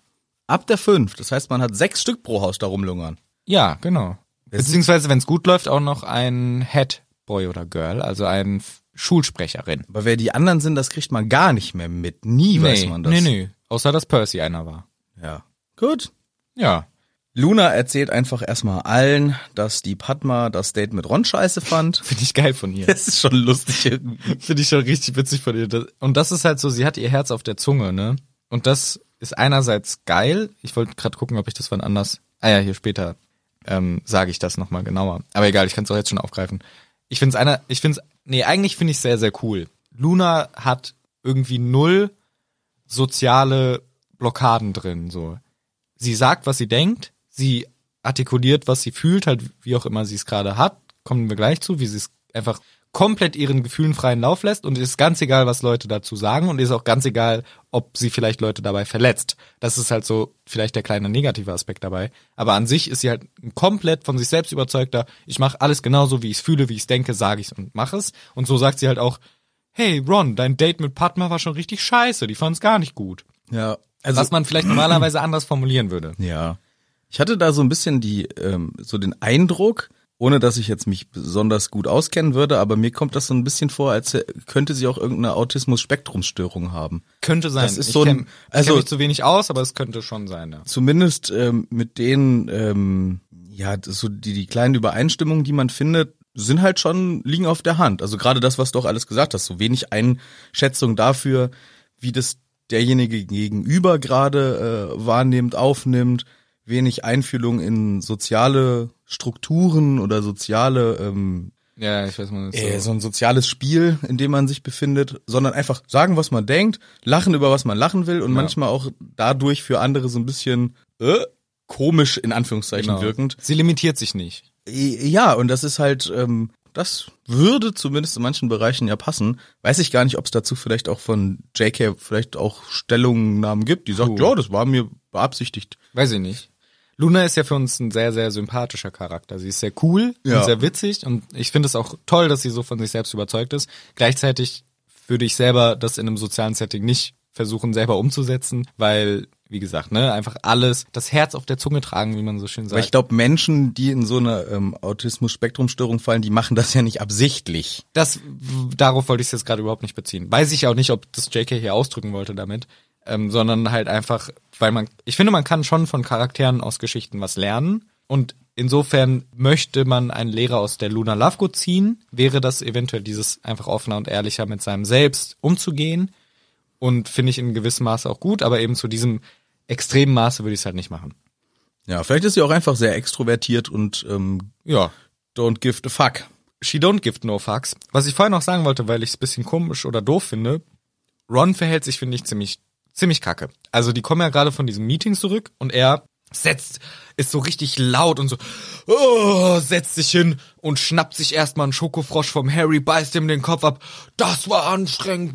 [SPEAKER 1] Ab der fünf. Das heißt, man hat sechs Stück pro Haus da rumlungern.
[SPEAKER 2] Ja, genau.
[SPEAKER 1] Es-
[SPEAKER 2] Beziehungsweise, wenn es gut läuft, auch noch ein Headboy oder Girl, also ein F- Schulsprecherin.
[SPEAKER 1] Aber wer die anderen sind, das kriegt man gar nicht mehr mit. Nie weiß man das.
[SPEAKER 2] nee, nee. Außer, dass Percy einer war.
[SPEAKER 1] Ja. Gut.
[SPEAKER 2] Ja.
[SPEAKER 1] Luna erzählt einfach erstmal allen, dass die Padma das Date mit Ron scheiße fand.
[SPEAKER 2] Finde ich geil von
[SPEAKER 1] [laughs]
[SPEAKER 2] ihr.
[SPEAKER 1] Das ist schon lustig irgendwie.
[SPEAKER 2] [laughs] Finde ich schon richtig witzig von ihr. Das- Und das ist halt so, sie hat ihr Herz auf der Zunge, ne? Und das ist einerseits geil. Ich wollte gerade gucken, ob ich das wann anders. Ah ja, hier später ähm, sage ich das nochmal genauer. Aber egal, ich kann es auch jetzt schon aufgreifen. Ich finde es einer, ich finde es, nee, eigentlich finde ich sehr, sehr cool. Luna hat irgendwie null soziale Blockaden drin, so. Sie sagt, was sie denkt, sie artikuliert, was sie fühlt, halt wie auch immer sie es gerade hat, kommen wir gleich zu, wie sie es einfach komplett ihren Gefühlen freien Lauf lässt und ist ganz egal, was Leute dazu sagen und ist auch ganz egal, ob sie vielleicht Leute dabei verletzt. Das ist halt so vielleicht der kleine negative Aspekt dabei, aber an sich ist sie halt ein komplett von sich selbst überzeugter, ich mache alles genauso, wie ich es fühle, wie ich es denke, sage ich und mache es und so sagt sie halt auch, hey Ron, dein Date mit Padma war schon richtig scheiße, die fand es gar nicht gut.
[SPEAKER 1] Ja,
[SPEAKER 2] Also, was man vielleicht normalerweise anders formulieren würde.
[SPEAKER 1] Ja. Ich hatte da so ein bisschen die, ähm, so den Eindruck, ohne dass ich jetzt mich besonders gut auskennen würde, aber mir kommt das so ein bisschen vor, als äh, könnte sie auch irgendeine Autismus-Spektrumstörung haben.
[SPEAKER 2] Könnte sein.
[SPEAKER 1] Das ist
[SPEAKER 2] ich
[SPEAKER 1] so ein-
[SPEAKER 2] kenn, also
[SPEAKER 1] also-
[SPEAKER 2] kenn mich zu wenig aus, aber es könnte schon sein. Ja.
[SPEAKER 1] Zumindest ähm, mit den, ähm, ja, das- so die, die kleinen Übereinstimmungen, die man findet, sind halt schon, liegen auf der Hand. Also gerade das, was du auch alles gesagt hast, so wenig Einschätzung dafür, wie das derjenige gegenüber gerade äh, wahrnimmt, aufnimmt, wenig Einfühlung in soziale Strukturen oder soziale ähm,
[SPEAKER 2] ja, ich weiß mal.
[SPEAKER 1] äh, so ein soziales Spiel, in dem man sich befindet, sondern einfach sagen, was man denkt, lachen über was man lachen will und manchmal auch dadurch für andere so ein bisschen äh, komisch in Anführungszeichen wirkend.
[SPEAKER 2] genau. Sie limitiert sich nicht.
[SPEAKER 1] Äh, Ja, und das ist halt, ähm, das würde zumindest in manchen Bereichen ja passen. Weiß ich gar nicht, ob es dazu vielleicht auch von JK vielleicht auch Stellungnahmen gibt, die sagt,
[SPEAKER 2] Puh.
[SPEAKER 1] ja, das war mir beabsichtigt.
[SPEAKER 2] Weiß ich nicht. Luna ist ja für uns ein sehr, sehr sympathischer Charakter. Sie ist sehr cool
[SPEAKER 1] Ja.
[SPEAKER 2] und sehr witzig und ich finde es auch toll, dass sie so von sich selbst überzeugt ist. Gleichzeitig würde ich selber das in einem sozialen Setting nicht versuchen, selber umzusetzen, weil, wie gesagt, ne, einfach alles, das Herz auf der Zunge tragen, wie man so schön
[SPEAKER 1] Weil
[SPEAKER 2] sagt.
[SPEAKER 1] ich glaube, Menschen, die in so eine ähm, Autismus-Spektrum-Störung fallen, die machen das ja nicht absichtlich.
[SPEAKER 2] das, w- darauf wollte ich es jetzt gerade überhaupt nicht beziehen. Weiß ich auch nicht, ob das JK hier ausdrücken wollte damit, ähm, sondern halt einfach, weil man, ich finde, man kann schon von Charakteren aus Geschichten was lernen und insofern möchte man einen Lehrer aus der Luna Lovegood ziehen, wäre das eventuell dieses einfach offener und ehrlicher mit seinem Selbst umzugehen und finde ich in gewissem Maße auch gut, aber eben zu diesem extremen Maße würde ich es halt nicht machen.
[SPEAKER 1] Ja, vielleicht ist sie auch einfach sehr extrovertiert und ähm,
[SPEAKER 2] Ja,
[SPEAKER 1] don't give a fuck.
[SPEAKER 2] She don't give no fucks. Was ich vorher noch sagen wollte, weil ich es bisschen komisch oder doof finde, Ron verhält sich, finde ich, ziemlich, ziemlich kacke. Also die kommen ja gerade von diesem Meeting zurück und er setzt, ist so richtig laut und so, oh, setzt sich hin und schnappt sich erstmal einen Schokofrosch vom Harry, beißt ihm den Kopf ab. Das war anstrengend.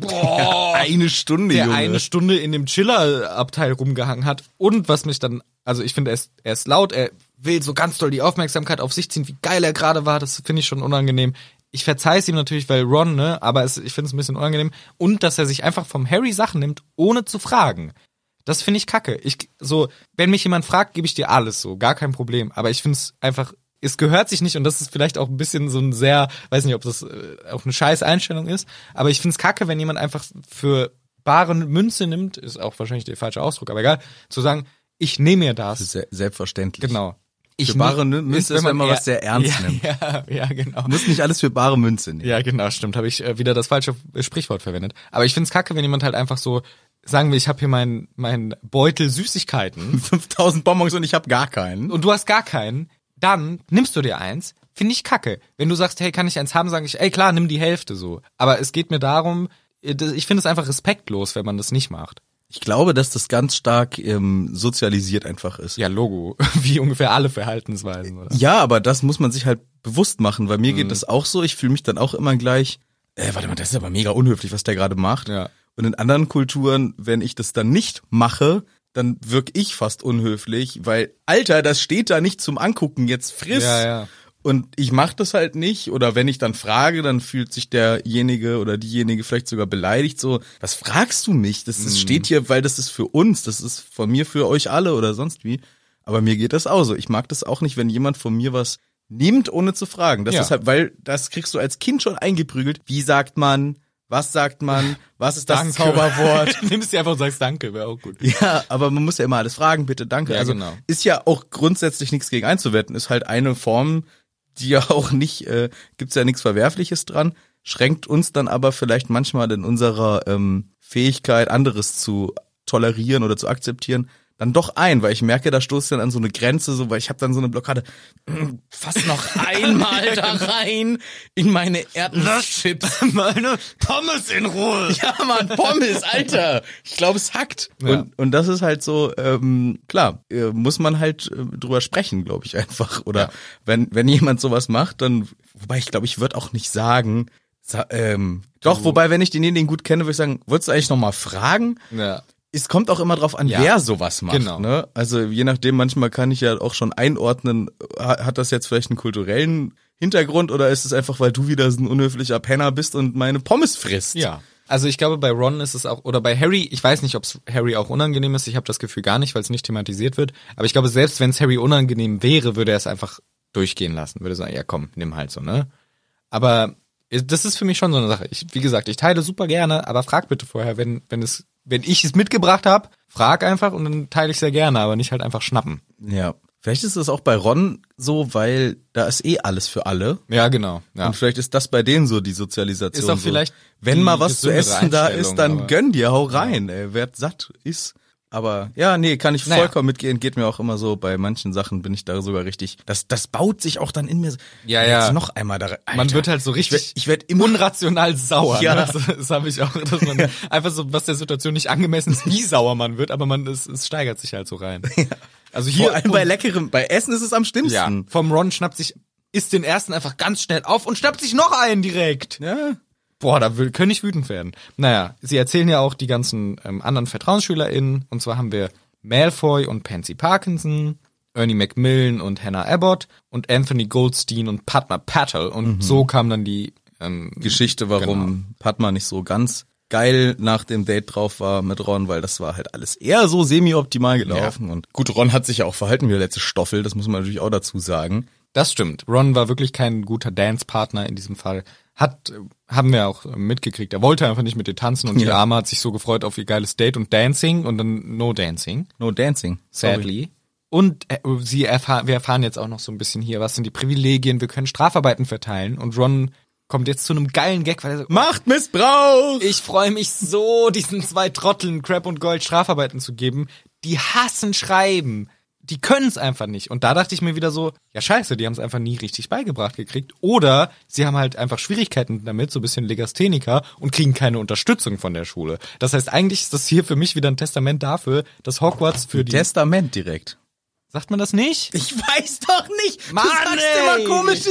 [SPEAKER 1] [laughs]
[SPEAKER 2] Boah
[SPEAKER 1] Eine Stunde,
[SPEAKER 2] der eine Stunde in dem Chiller-Abteil rumgehangen hat. Und was mich dann, also ich finde, er ist, er ist laut, er will so ganz doll die Aufmerksamkeit auf sich ziehen, wie geil er gerade war, das finde ich schon unangenehm. Ich verzeih's ihm natürlich, weil Ron, ne, aber es, ich finde es ein bisschen unangenehm. Und dass er sich einfach vom Harry Sachen nimmt, ohne zu fragen. Das finde ich kacke. Ich, so, wenn mich jemand fragt, gebe ich dir alles so, gar kein Problem. Aber ich finde es einfach, es gehört sich nicht und das ist vielleicht auch ein bisschen so ein sehr, weiß nicht, ob das äh, auch eine scheiß Einstellung ist, aber ich finde es kacke, wenn jemand einfach für bare Münze nimmt, ist auch wahrscheinlich der falsche Ausdruck, aber egal, zu sagen, ich nehme mir das.
[SPEAKER 1] Se selbstverständlich.
[SPEAKER 2] Genau. Ich
[SPEAKER 1] Für bare
[SPEAKER 2] ne-
[SPEAKER 1] Münze ist, wenn man was sehr ernst
[SPEAKER 2] [laughs] ja,
[SPEAKER 1] nimmt.
[SPEAKER 2] Ja, ja, genau.
[SPEAKER 1] Muss nicht alles für bare Münze nehmen.
[SPEAKER 2] Ja, genau, stimmt. Habe ich äh, wieder das falsche Sprichwort verwendet. Aber ich find's kacke, wenn jemand halt einfach so, sagen wir, ich habe hier meinen meinen
[SPEAKER 1] [laughs]
[SPEAKER 2] Beutel Süßigkeiten
[SPEAKER 1] 5000 Bonbons und ich habe gar keinen.
[SPEAKER 2] und du hast gar keinen, dann nimmst du dir eins. Finde ich kacke. Wenn du sagst, hey, kann ich eins haben, sage ich, ey, klar, nimm die Hälfte so. Aber es geht mir darum, äh, das- ich finde es einfach respektlos, wenn man das nicht macht.
[SPEAKER 1] Ich glaube, dass das ganz stark ähm, sozialisiert einfach ist.
[SPEAKER 2] Ja, Logo. [laughs] Wie ungefähr alle Verhaltensweisen, oder?
[SPEAKER 1] Ja, aber das muss man sich halt bewusst machen, weil mir
[SPEAKER 2] Mhm.
[SPEAKER 1] geht das auch so. Ich fühle mich dann auch immer gleich, äh, warte mal, das ist aber mega unhöflich, was der gerade macht.
[SPEAKER 2] Ja.
[SPEAKER 1] Und in anderen Kulturen, wenn ich das dann nicht mache, dann wirk ich fast unhöflich, weil, Alter, das steht da nicht zum Angucken, jetzt friss.
[SPEAKER 2] Ja, ja.
[SPEAKER 1] Und ich mache das halt nicht. Oder wenn ich dann frage, dann fühlt sich derjenige oder diejenige vielleicht sogar beleidigt. So, was fragst du mich? Das,
[SPEAKER 2] Mhm.
[SPEAKER 1] das steht hier, weil das ist für uns. Das ist von mir für euch alle oder sonst wie. Aber mir geht das auch so. Ich mag das auch nicht, wenn jemand von mir was nimmt, ohne zu fragen. Das
[SPEAKER 2] Ja.
[SPEAKER 1] ist halt, weil das kriegst du als Kind schon eingeprügelt. Wie sagt man, was sagt man, was ist das
[SPEAKER 2] Danke. [laughs]
[SPEAKER 1] Zauberwort.
[SPEAKER 2] Nimmst dir einfach und sagst Danke, wäre auch gut.
[SPEAKER 1] Ja, aber man muss ja immer alles fragen, bitte, danke.
[SPEAKER 2] Ja,
[SPEAKER 1] also
[SPEAKER 2] genau.
[SPEAKER 1] ist ja auch grundsätzlich nichts gegen einzuwenden, ist halt eine Form, die ja auch nicht, äh, gibt's ja nichts Verwerfliches dran, schränkt uns dann aber vielleicht manchmal in unserer ähm, Fähigkeit, anderes zu tolerieren oder zu akzeptieren, dann doch ein, weil ich merke, da stoßt dann an so eine Grenze, so, weil ich habe dann so eine Blockade, [clears throat] Mm, fass
[SPEAKER 2] [laughs]
[SPEAKER 1] noch einmal da rein in meine
[SPEAKER 3] [laughs]
[SPEAKER 1] Erdnusschips.
[SPEAKER 2] Meine Pommes in Ruhe.
[SPEAKER 1] [laughs] Ja, Mann, Pommes, Alter. Ich glaube, es hackt.
[SPEAKER 2] Ja.
[SPEAKER 1] Und, und das ist halt so, ähm, klar, äh, muss man halt äh, drüber sprechen, glaube ich einfach. Oder
[SPEAKER 2] Ja.
[SPEAKER 1] wenn, wenn jemand sowas macht, dann, wobei ich glaube, ich würde auch nicht sagen, sa ähm, doch, wobei, wenn ich denjenigen gut kenne, würde ich sagen, würdest du eigentlich nochmal fragen?
[SPEAKER 2] Ja.
[SPEAKER 1] Es kommt auch immer drauf an,
[SPEAKER 2] Ja.
[SPEAKER 1] wer sowas macht.
[SPEAKER 2] Genau.
[SPEAKER 1] Ne? Also je nachdem, manchmal kann ich ja auch schon einordnen, ha- hat das jetzt vielleicht einen kulturellen Hintergrund oder ist es einfach, weil du wieder so ein unhöflicher Penner bist und meine Pommes frisst?
[SPEAKER 2] Ja. Also ich glaube, bei Ron ist es auch, oder bei Harry, ich weiß nicht, ob es Harry auch unangenehm ist, ich habe das Gefühl gar nicht, weil es nicht thematisiert wird, aber ich glaube, selbst wenn es Harry unangenehm wäre, würde er es einfach durchgehen lassen, würde sagen, ja komm, nimm halt so, ne? Aber äh, das ist für mich schon so eine Sache. Ich, wie gesagt, ich teile super gerne, aber frag bitte vorher, wenn, wenn, es, wenn ich es mitgebracht habe, frag einfach und dann teile ich sehr gerne, aber nicht halt einfach schnappen.
[SPEAKER 1] Ja. Vielleicht ist es auch bei Ron so, weil da ist eh alles für alle.
[SPEAKER 2] Ja, genau. Ja.
[SPEAKER 1] Und vielleicht ist das bei denen so die Sozialisation.
[SPEAKER 2] Ist auch
[SPEAKER 1] so.
[SPEAKER 2] vielleicht
[SPEAKER 1] Wenn
[SPEAKER 2] die
[SPEAKER 1] mal was zu
[SPEAKER 2] gesündere
[SPEAKER 1] essen da
[SPEAKER 2] Einstellung,
[SPEAKER 1] ist, dann
[SPEAKER 2] aber-
[SPEAKER 1] gönn dir, hau rein, ey, werd satt, ist. Aber ja, nee, kann ich
[SPEAKER 2] Naja.
[SPEAKER 1] vollkommen mitgehen. Geht mir auch immer so. Bei manchen Sachen bin ich da sogar richtig. Das, das baut sich auch dann in mir. so-
[SPEAKER 2] Ja,
[SPEAKER 1] Jetzt
[SPEAKER 2] ja.
[SPEAKER 1] Noch einmal da. Alter,
[SPEAKER 2] Man wird halt so richtig-
[SPEAKER 1] Ich werde werd immer
[SPEAKER 2] unrational sauer.
[SPEAKER 1] Ja.
[SPEAKER 2] Ne? Das, das habe ich auch, dass man einfach so, was der Situation nicht angemessen ist, wie sauer man wird, aber man es, es steigert sich halt so rein. Also hier
[SPEAKER 1] vor allem bei
[SPEAKER 2] und-
[SPEAKER 1] leckerem, bei Essen ist es am
[SPEAKER 2] ja,
[SPEAKER 1] schlimmsten.
[SPEAKER 2] vom Ron schnappt sich isst den ersten einfach ganz schnell auf und schnappt sich noch einen direkt.
[SPEAKER 1] Ja.
[SPEAKER 2] Boah, da will, könnte ich wütend werden. Naja, sie erzählen ja auch die ganzen ähm, anderen VertrauensschülerInnen. Und zwar haben wir Malfoy und Pansy Parkinson, Ernie Macmillan und Hannah Abbott und Anthony Goldstein und Padma Patel.
[SPEAKER 1] Mhm.
[SPEAKER 2] Und so kam dann die ähm,
[SPEAKER 1] Geschichte, warum Padma nicht so ganz geil nach dem Date drauf war mit Ron, weil das war halt alles eher so semi-optimal gelaufen. Und gut, Ron hat sich ja auch verhalten wie der letzte Stoffel, das muss man natürlich auch dazu sagen.
[SPEAKER 2] Das stimmt. Ron war wirklich kein guter Dance-Partner in diesem Fall. Hat, äh, haben wir auch äh, mitgekriegt. Er wollte einfach nicht mit dir tanzen und die
[SPEAKER 1] Ja.
[SPEAKER 2] Arme hat sich so gefreut auf ihr geiles Date und Dancing und dann No Dancing.
[SPEAKER 1] No dancing. Sorry.
[SPEAKER 2] Sadly. Und äh, sie erfahr wir erfahren jetzt auch noch so ein bisschen hier, was sind die Privilegien, wir können Strafarbeiten verteilen und Ron kommt jetzt zu einem geilen Gag, weil er sagt,
[SPEAKER 1] Machtmissbrauch!
[SPEAKER 2] ich freue mich so, diesen zwei Trotteln Crap und Gold Strafarbeiten zu geben. Die hassen Schreiben. Die können es einfach nicht. Und da dachte ich mir wieder so, ja scheiße, die haben es einfach nie richtig beigebracht gekriegt. Oder sie haben halt einfach Schwierigkeiten damit, so ein bisschen Legastheniker und kriegen keine Unterstützung von der Schule. Das heißt, eigentlich ist das hier für mich wieder ein Testament dafür, dass Hogwarts für die...
[SPEAKER 1] Testament direkt.
[SPEAKER 2] sagt man das nicht?
[SPEAKER 1] Ich weiß doch nicht.
[SPEAKER 2] Mann, ey.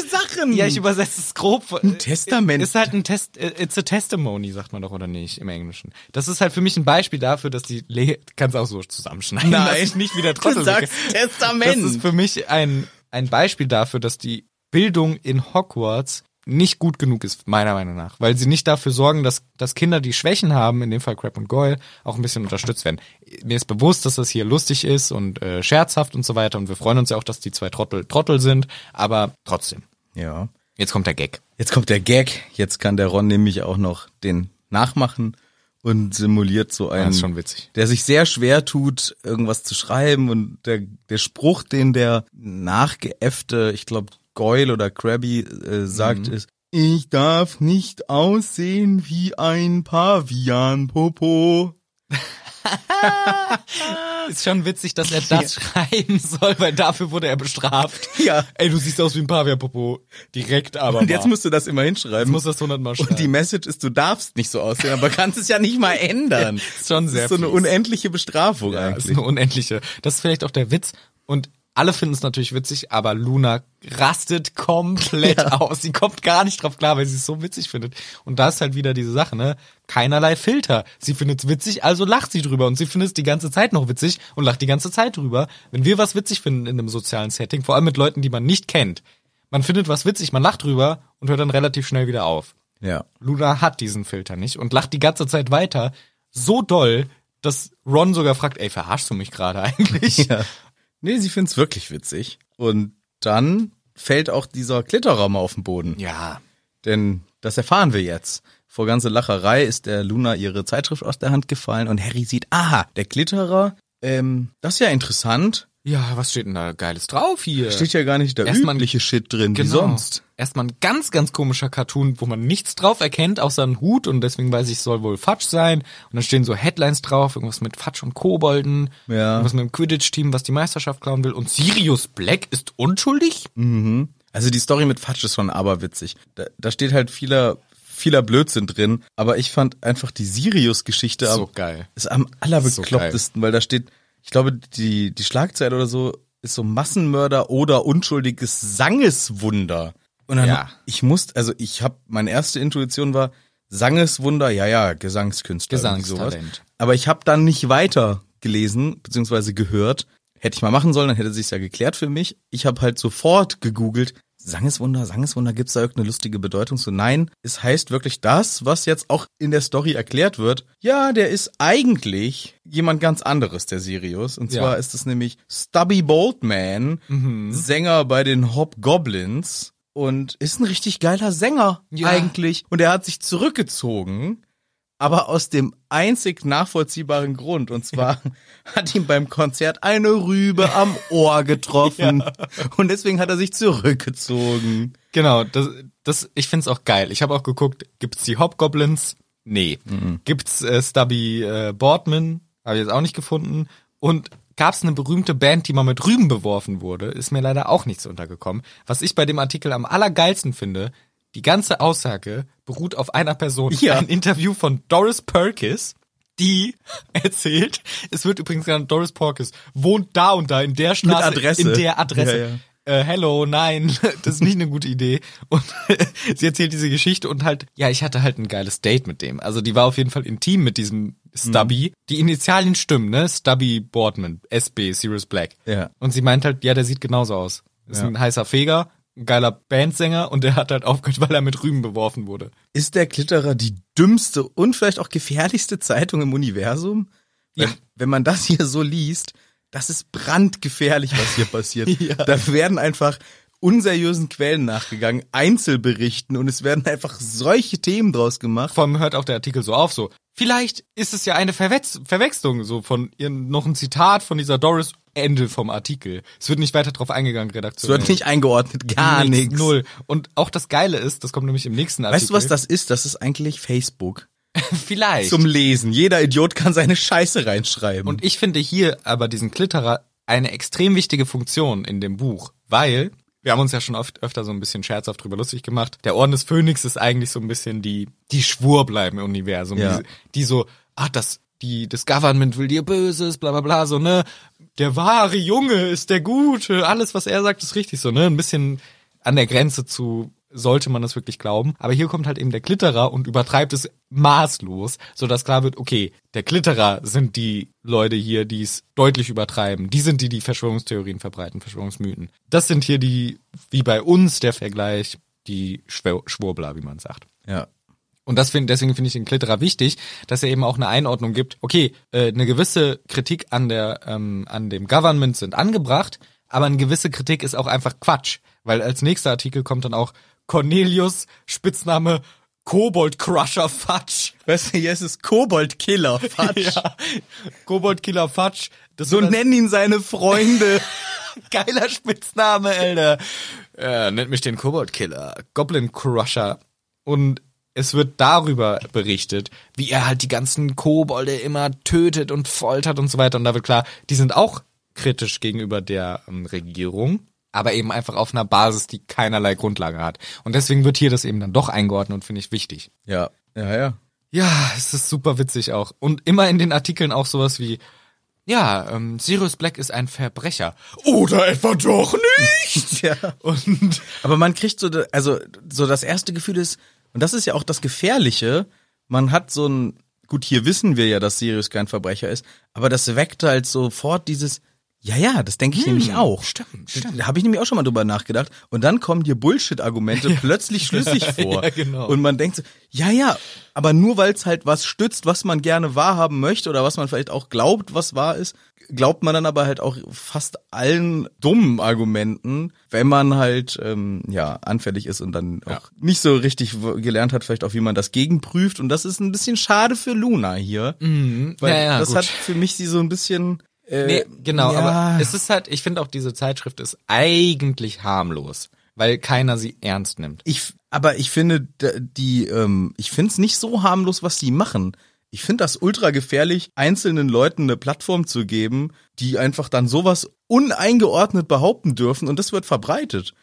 [SPEAKER 1] Sachen.
[SPEAKER 2] Ja, ich übersetze es grob. Ein
[SPEAKER 1] Testament.
[SPEAKER 2] Ist halt ein Test, äh, it's a testimony, sagt man doch, oder nicht, im Englischen. Das ist halt für mich ein Beispiel dafür, dass die, Le kannst auch so zusammenschneiden,
[SPEAKER 1] Nein.
[SPEAKER 2] dass ich nicht wieder
[SPEAKER 1] Du
[SPEAKER 2] trotzdem.
[SPEAKER 1] sagst Testament.
[SPEAKER 2] Das ist für mich ein, ein Beispiel dafür, dass die Bildung in Hogwarts nicht gut genug ist, meiner Meinung nach. Weil sie nicht dafür sorgen, dass, dass Kinder, die Schwächen haben, in dem Fall Crab und Goyle, auch ein bisschen unterstützt werden. Mir ist bewusst, dass das hier lustig ist und äh, scherzhaft und so weiter. Und wir freuen uns ja auch, dass die zwei Trottel Trottel sind. Aber trotzdem.
[SPEAKER 1] ja.
[SPEAKER 2] Jetzt kommt der Gag.
[SPEAKER 1] Jetzt kommt der Gag. Jetzt kann der Ron nämlich auch noch den nachmachen und simuliert so einen,
[SPEAKER 2] Ah, ist schon witzig.
[SPEAKER 1] der sich sehr schwer tut, irgendwas zu schreiben und der, der Spruch, den der nachgeäffte, ich glaube Goyle oder Krabby äh, sagt,
[SPEAKER 2] Mhm.
[SPEAKER 1] ist, ich darf nicht aussehen wie ein Pavian-Popo.
[SPEAKER 2] Ist schon witzig, dass er
[SPEAKER 1] [laughs]
[SPEAKER 2] das schreiben soll, weil dafür wurde er bestraft.
[SPEAKER 1] Ja.
[SPEAKER 2] Ey, du siehst aus wie ein Pavian-Popo. Direkt aber.
[SPEAKER 1] Und jetzt
[SPEAKER 2] mal.
[SPEAKER 1] musst du das immer hinschreiben.
[SPEAKER 2] muss das hundertmal schreiben.
[SPEAKER 1] Und die Message ist, du darfst nicht so aussehen, aber kannst es ja nicht
[SPEAKER 2] [laughs]
[SPEAKER 1] mal ändern.
[SPEAKER 2] Ist schon sehr
[SPEAKER 1] das ist so eine
[SPEAKER 2] fies.
[SPEAKER 1] unendliche Bestrafung
[SPEAKER 2] Ja, ist
[SPEAKER 1] eigentlich.
[SPEAKER 2] eine unendliche. Das ist vielleicht auch der Witz. Und alle finden es natürlich witzig, aber Luna rastet komplett aus. Sie kommt gar nicht drauf klar, weil sie es so witzig findet. Und da ist halt wieder diese Sache, ne? Keinerlei Filter. Sie findet es witzig, also lacht sie drüber. Und sie findet es die ganze Zeit noch witzig und lacht die ganze Zeit drüber. Wenn wir was witzig finden in einem sozialen Setting, vor allem mit Leuten, die man nicht kennt, man findet was witzig, man lacht drüber und hört dann relativ schnell wieder auf.
[SPEAKER 1] Ja.
[SPEAKER 2] Luna hat diesen Filter nicht und lacht die ganze Zeit weiter. So doll, dass Ron sogar fragt, ey, verarschst du mich gerade
[SPEAKER 1] [laughs]
[SPEAKER 2] eigentlich?
[SPEAKER 1] ja. Nee, sie findet es wirklich witzig. Und dann fällt auch dieser Klitterer mal auf den Boden.
[SPEAKER 2] Ja.
[SPEAKER 1] Denn das erfahren wir jetzt Vor ganze Lacherei ist der Luna ihre Zeitschrift aus der Hand gefallen und Harry sieht, aha, der Glitterer, ähm, das ist ja interessant.
[SPEAKER 2] Ja, was steht denn da Geiles drauf hier?
[SPEAKER 1] Steht ja gar nicht der
[SPEAKER 2] Erstmal- Genau.
[SPEAKER 1] übliche Shit drin, wie sonst.
[SPEAKER 2] Erstmal ein ganz, ganz komischer Cartoon, wo man nichts drauf erkennt, außer einen Hut und deswegen weiß ich, es soll wohl Fatsch sein. Und dann stehen so Headlines drauf, irgendwas mit Fatsch und Kobolden,
[SPEAKER 1] Ja.
[SPEAKER 2] irgendwas mit dem Quidditch-Team, was die Meisterschaft klauen will. Und Sirius Black ist unschuldig?
[SPEAKER 1] Also die Story mit Fatsch ist schon aberwitzig. Da, da steht halt vieler, vieler Blödsinn drin, aber ich fand einfach die Sirius-Geschichte
[SPEAKER 2] So
[SPEAKER 1] am-
[SPEAKER 2] geil.
[SPEAKER 1] ist am allerbeklopptesten, weil da steht, ich glaube, die, die Schlagzeile oder so ist so Massenmörder oder unschuldiges Sangeswunder. Und dann,
[SPEAKER 2] Ja.
[SPEAKER 1] ich musste, also ich habe, meine erste Intuition war, Sangeswunder, ja, ja, Gesangskünstler. irgendwie
[SPEAKER 2] Gesangstalent.
[SPEAKER 1] Aber ich habe dann nicht weiter gelesen, beziehungsweise gehört. Hätte ich mal machen sollen, dann hätte sich's ja geklärt für mich. Ich habe halt sofort gegoogelt, Sangeswunder, Sangeswunder, gibt's da irgendeine lustige Bedeutung zu? Nein, es heißt wirklich das, was jetzt auch in der Story erklärt wird. Ja, der ist eigentlich jemand ganz anderes, der Sirius. Und
[SPEAKER 2] Ja.
[SPEAKER 1] zwar ist es nämlich Stubby Boltman, Sänger bei den Hobgoblins. Und ist ein richtig geiler Sänger
[SPEAKER 2] Ja.
[SPEAKER 1] eigentlich. Und er hat sich zurückgezogen aber aus dem einzig nachvollziehbaren Grund. Und zwar
[SPEAKER 2] [laughs]
[SPEAKER 1] hat ihm beim Konzert eine Rübe am Ohr
[SPEAKER 2] [laughs]
[SPEAKER 1] getroffen. Und deswegen hat er sich zurückgezogen.
[SPEAKER 2] Genau, das, das, ich find's auch geil. Ich habe auch geguckt, gibt's die Hobgoblins? Nee.
[SPEAKER 1] Mhm.
[SPEAKER 2] Gibt's äh, Stubby äh, Boardman? Habe ich jetzt auch nicht gefunden. Und gab's eine berühmte Band, die mal mit Rüben beworfen wurde? Ist mir leider auch nichts untergekommen. Was ich bei dem Artikel am allergeilsten finde, die ganze Aussage beruht auf einer Person.
[SPEAKER 1] Ja.
[SPEAKER 2] Ein Interview von Doris Perkis. Die [laughs] erzählt, es wird übrigens genannt, Doris Perkis wohnt da und da in der Straße,
[SPEAKER 1] Adresse.
[SPEAKER 2] in der Adresse
[SPEAKER 1] Ja, ja.
[SPEAKER 2] äh, hello, nein, [laughs] das ist nicht eine gute Idee. Und [laughs] sie erzählt diese Geschichte und halt, ja, ich hatte halt ein geiles Date mit dem. Also die war auf jeden Fall intim mit diesem Stubby.
[SPEAKER 1] Mhm.
[SPEAKER 2] Die Initialien stimmen, ne? Stubby Boardman, SB, Sirius Black.
[SPEAKER 1] Ja.
[SPEAKER 2] Und sie meint halt, ja, der sieht genauso aus. Ist ein heißer Feger, ein geiler Bandsänger und der hat halt aufgehört, [laughs] weil er mit Rüben beworfen wurde.
[SPEAKER 1] Ist der Klitterer die dümmste und vielleicht auch gefährlichste Zeitung im Universum? Wenn,
[SPEAKER 2] Ja.
[SPEAKER 1] wenn man das hier so liest, das ist brandgefährlich, was hier
[SPEAKER 2] [laughs]
[SPEAKER 1] passiert. Da werden einfach unseriösen Quellen nachgegangen, Einzelberichten und es werden einfach solche Themen draus gemacht.
[SPEAKER 2] Vor allem hört auch der Artikel so auf, so, vielleicht ist es ja eine Verwetz Verwechslung, so von ihren, noch ein Zitat von dieser Doris, Ende vom Artikel. Es wird nicht weiter drauf eingegangen,
[SPEAKER 1] Es
[SPEAKER 2] redaktionell.
[SPEAKER 1] wird nicht eingeordnet, gar nichts.
[SPEAKER 2] Null. Und auch das Geile ist, das kommt nämlich im nächsten Artikel.
[SPEAKER 1] Weißt du, was das ist? Das ist eigentlich Facebook.
[SPEAKER 2] vielleicht?
[SPEAKER 1] Zum Lesen. Jeder Idiot kann seine Scheiße reinschreiben.
[SPEAKER 2] und ich finde hier aber diesen Klitterer eine extrem wichtige Funktion in dem Buch, weil wir haben uns ja schon oft öfter so ein bisschen scherzhaft drüber lustig gemacht. Der Orden des Phönix ist eigentlich so ein bisschen die die Schwurbler im Universum,
[SPEAKER 1] Ja.
[SPEAKER 2] die, die so, ach das die das Government will dir Böses, bla bla bla, so ne. Der wahre Junge ist der Gute, alles was er sagt ist richtig, so ne. Ein bisschen an der Grenze zu sollte man das wirklich glauben. Aber hier kommt halt eben der Glitterer und übertreibt es maßlos, sodass klar wird, okay, der Glitterer sind die Leute hier, die es deutlich übertreiben. Die sind die, die Verschwörungstheorien verbreiten, Verschwörungsmythen. Das sind hier die, wie bei uns der Vergleich, die Schwör Schwurbler, wie man sagt.
[SPEAKER 1] ja.
[SPEAKER 2] Und das find, deswegen finde ich den Klitterer wichtig, dass er eben auch eine Einordnung gibt. Okay, äh, eine gewisse Kritik an der ähm, an dem Government sind angebracht, aber eine gewisse Kritik ist auch einfach Quatsch, weil als nächster Artikel kommt dann auch Cornelius Spitzname Kobold Crusher Fatsch.
[SPEAKER 1] Weißt du, hier ist es Koboldkiller. Fatsch.
[SPEAKER 2] [laughs] Ja. Kobold Killer Fatsch. Das
[SPEAKER 1] So
[SPEAKER 2] wird als-
[SPEAKER 1] nennen ihn seine Freunde.
[SPEAKER 2] Geiler Spitzname, Alter. Äh, nennt mich den Kobold-Killer, Goblin Crusher. Und es wird darüber berichtet, wie er halt die ganzen Kobolde immer tötet und foltert und so weiter. Und da wird klar, die sind auch kritisch gegenüber der ähm, Regierung, aber eben einfach auf einer Basis, die keinerlei Grundlage hat. Und deswegen wird hier das eben dann doch eingeordnet und finde ich wichtig.
[SPEAKER 1] ja, ja, ja.
[SPEAKER 2] Ja, es ist super witzig auch. Und immer in den Artikeln auch sowas wie, ja, ähm, Sirius Black ist ein Verbrecher. Oder etwa doch nicht?
[SPEAKER 1] ja.
[SPEAKER 2] Und
[SPEAKER 1] Aber man kriegt so, da- also, so das erste Gefühl ist, und das ist ja auch das Gefährliche, man hat so ein, gut, hier wissen wir ja, dass Sirius kein Verbrecher ist, aber das weckt halt sofort dieses, Ja, ja, das denke ich nämlich auch.
[SPEAKER 2] Hm, stimmt,
[SPEAKER 1] Da- Da habe ich nämlich auch schon mal drüber nachgedacht. Und dann kommen dir Bullshit-Argumente plötzlich schlüssig vor.
[SPEAKER 2] [laughs] Ja, genau.
[SPEAKER 1] Und man denkt so, ja, ja, aber nur weil es halt was stützt, was man gerne wahrhaben möchte oder was man vielleicht auch glaubt, was wahr ist, glaubt man dann aber halt auch fast allen dummen Argumenten, wenn man halt ähm, ja anfällig ist und dann auch nicht so richtig w- gelernt hat, vielleicht auch wie man das gegenprüft. Und das ist ein bisschen schade für Luna hier, weil
[SPEAKER 2] Mhm. Ja, ja,
[SPEAKER 1] das
[SPEAKER 2] gut.
[SPEAKER 1] hat für mich sie so ein bisschen äh,
[SPEAKER 2] Nee, genau,
[SPEAKER 1] ja.
[SPEAKER 2] aber es ist halt, ich finde auch diese Zeitschrift ist eigentlich harmlos, weil keiner sie ernst nimmt.
[SPEAKER 1] Ich, aber ich finde, d- die, ähm, ich finde es nicht so harmlos, was die machen. Ich finde das ultra gefährlich, einzelnen Leuten eine Plattform zu geben, die einfach dann sowas uneingeordnet behaupten dürfen und das wird verbreitet.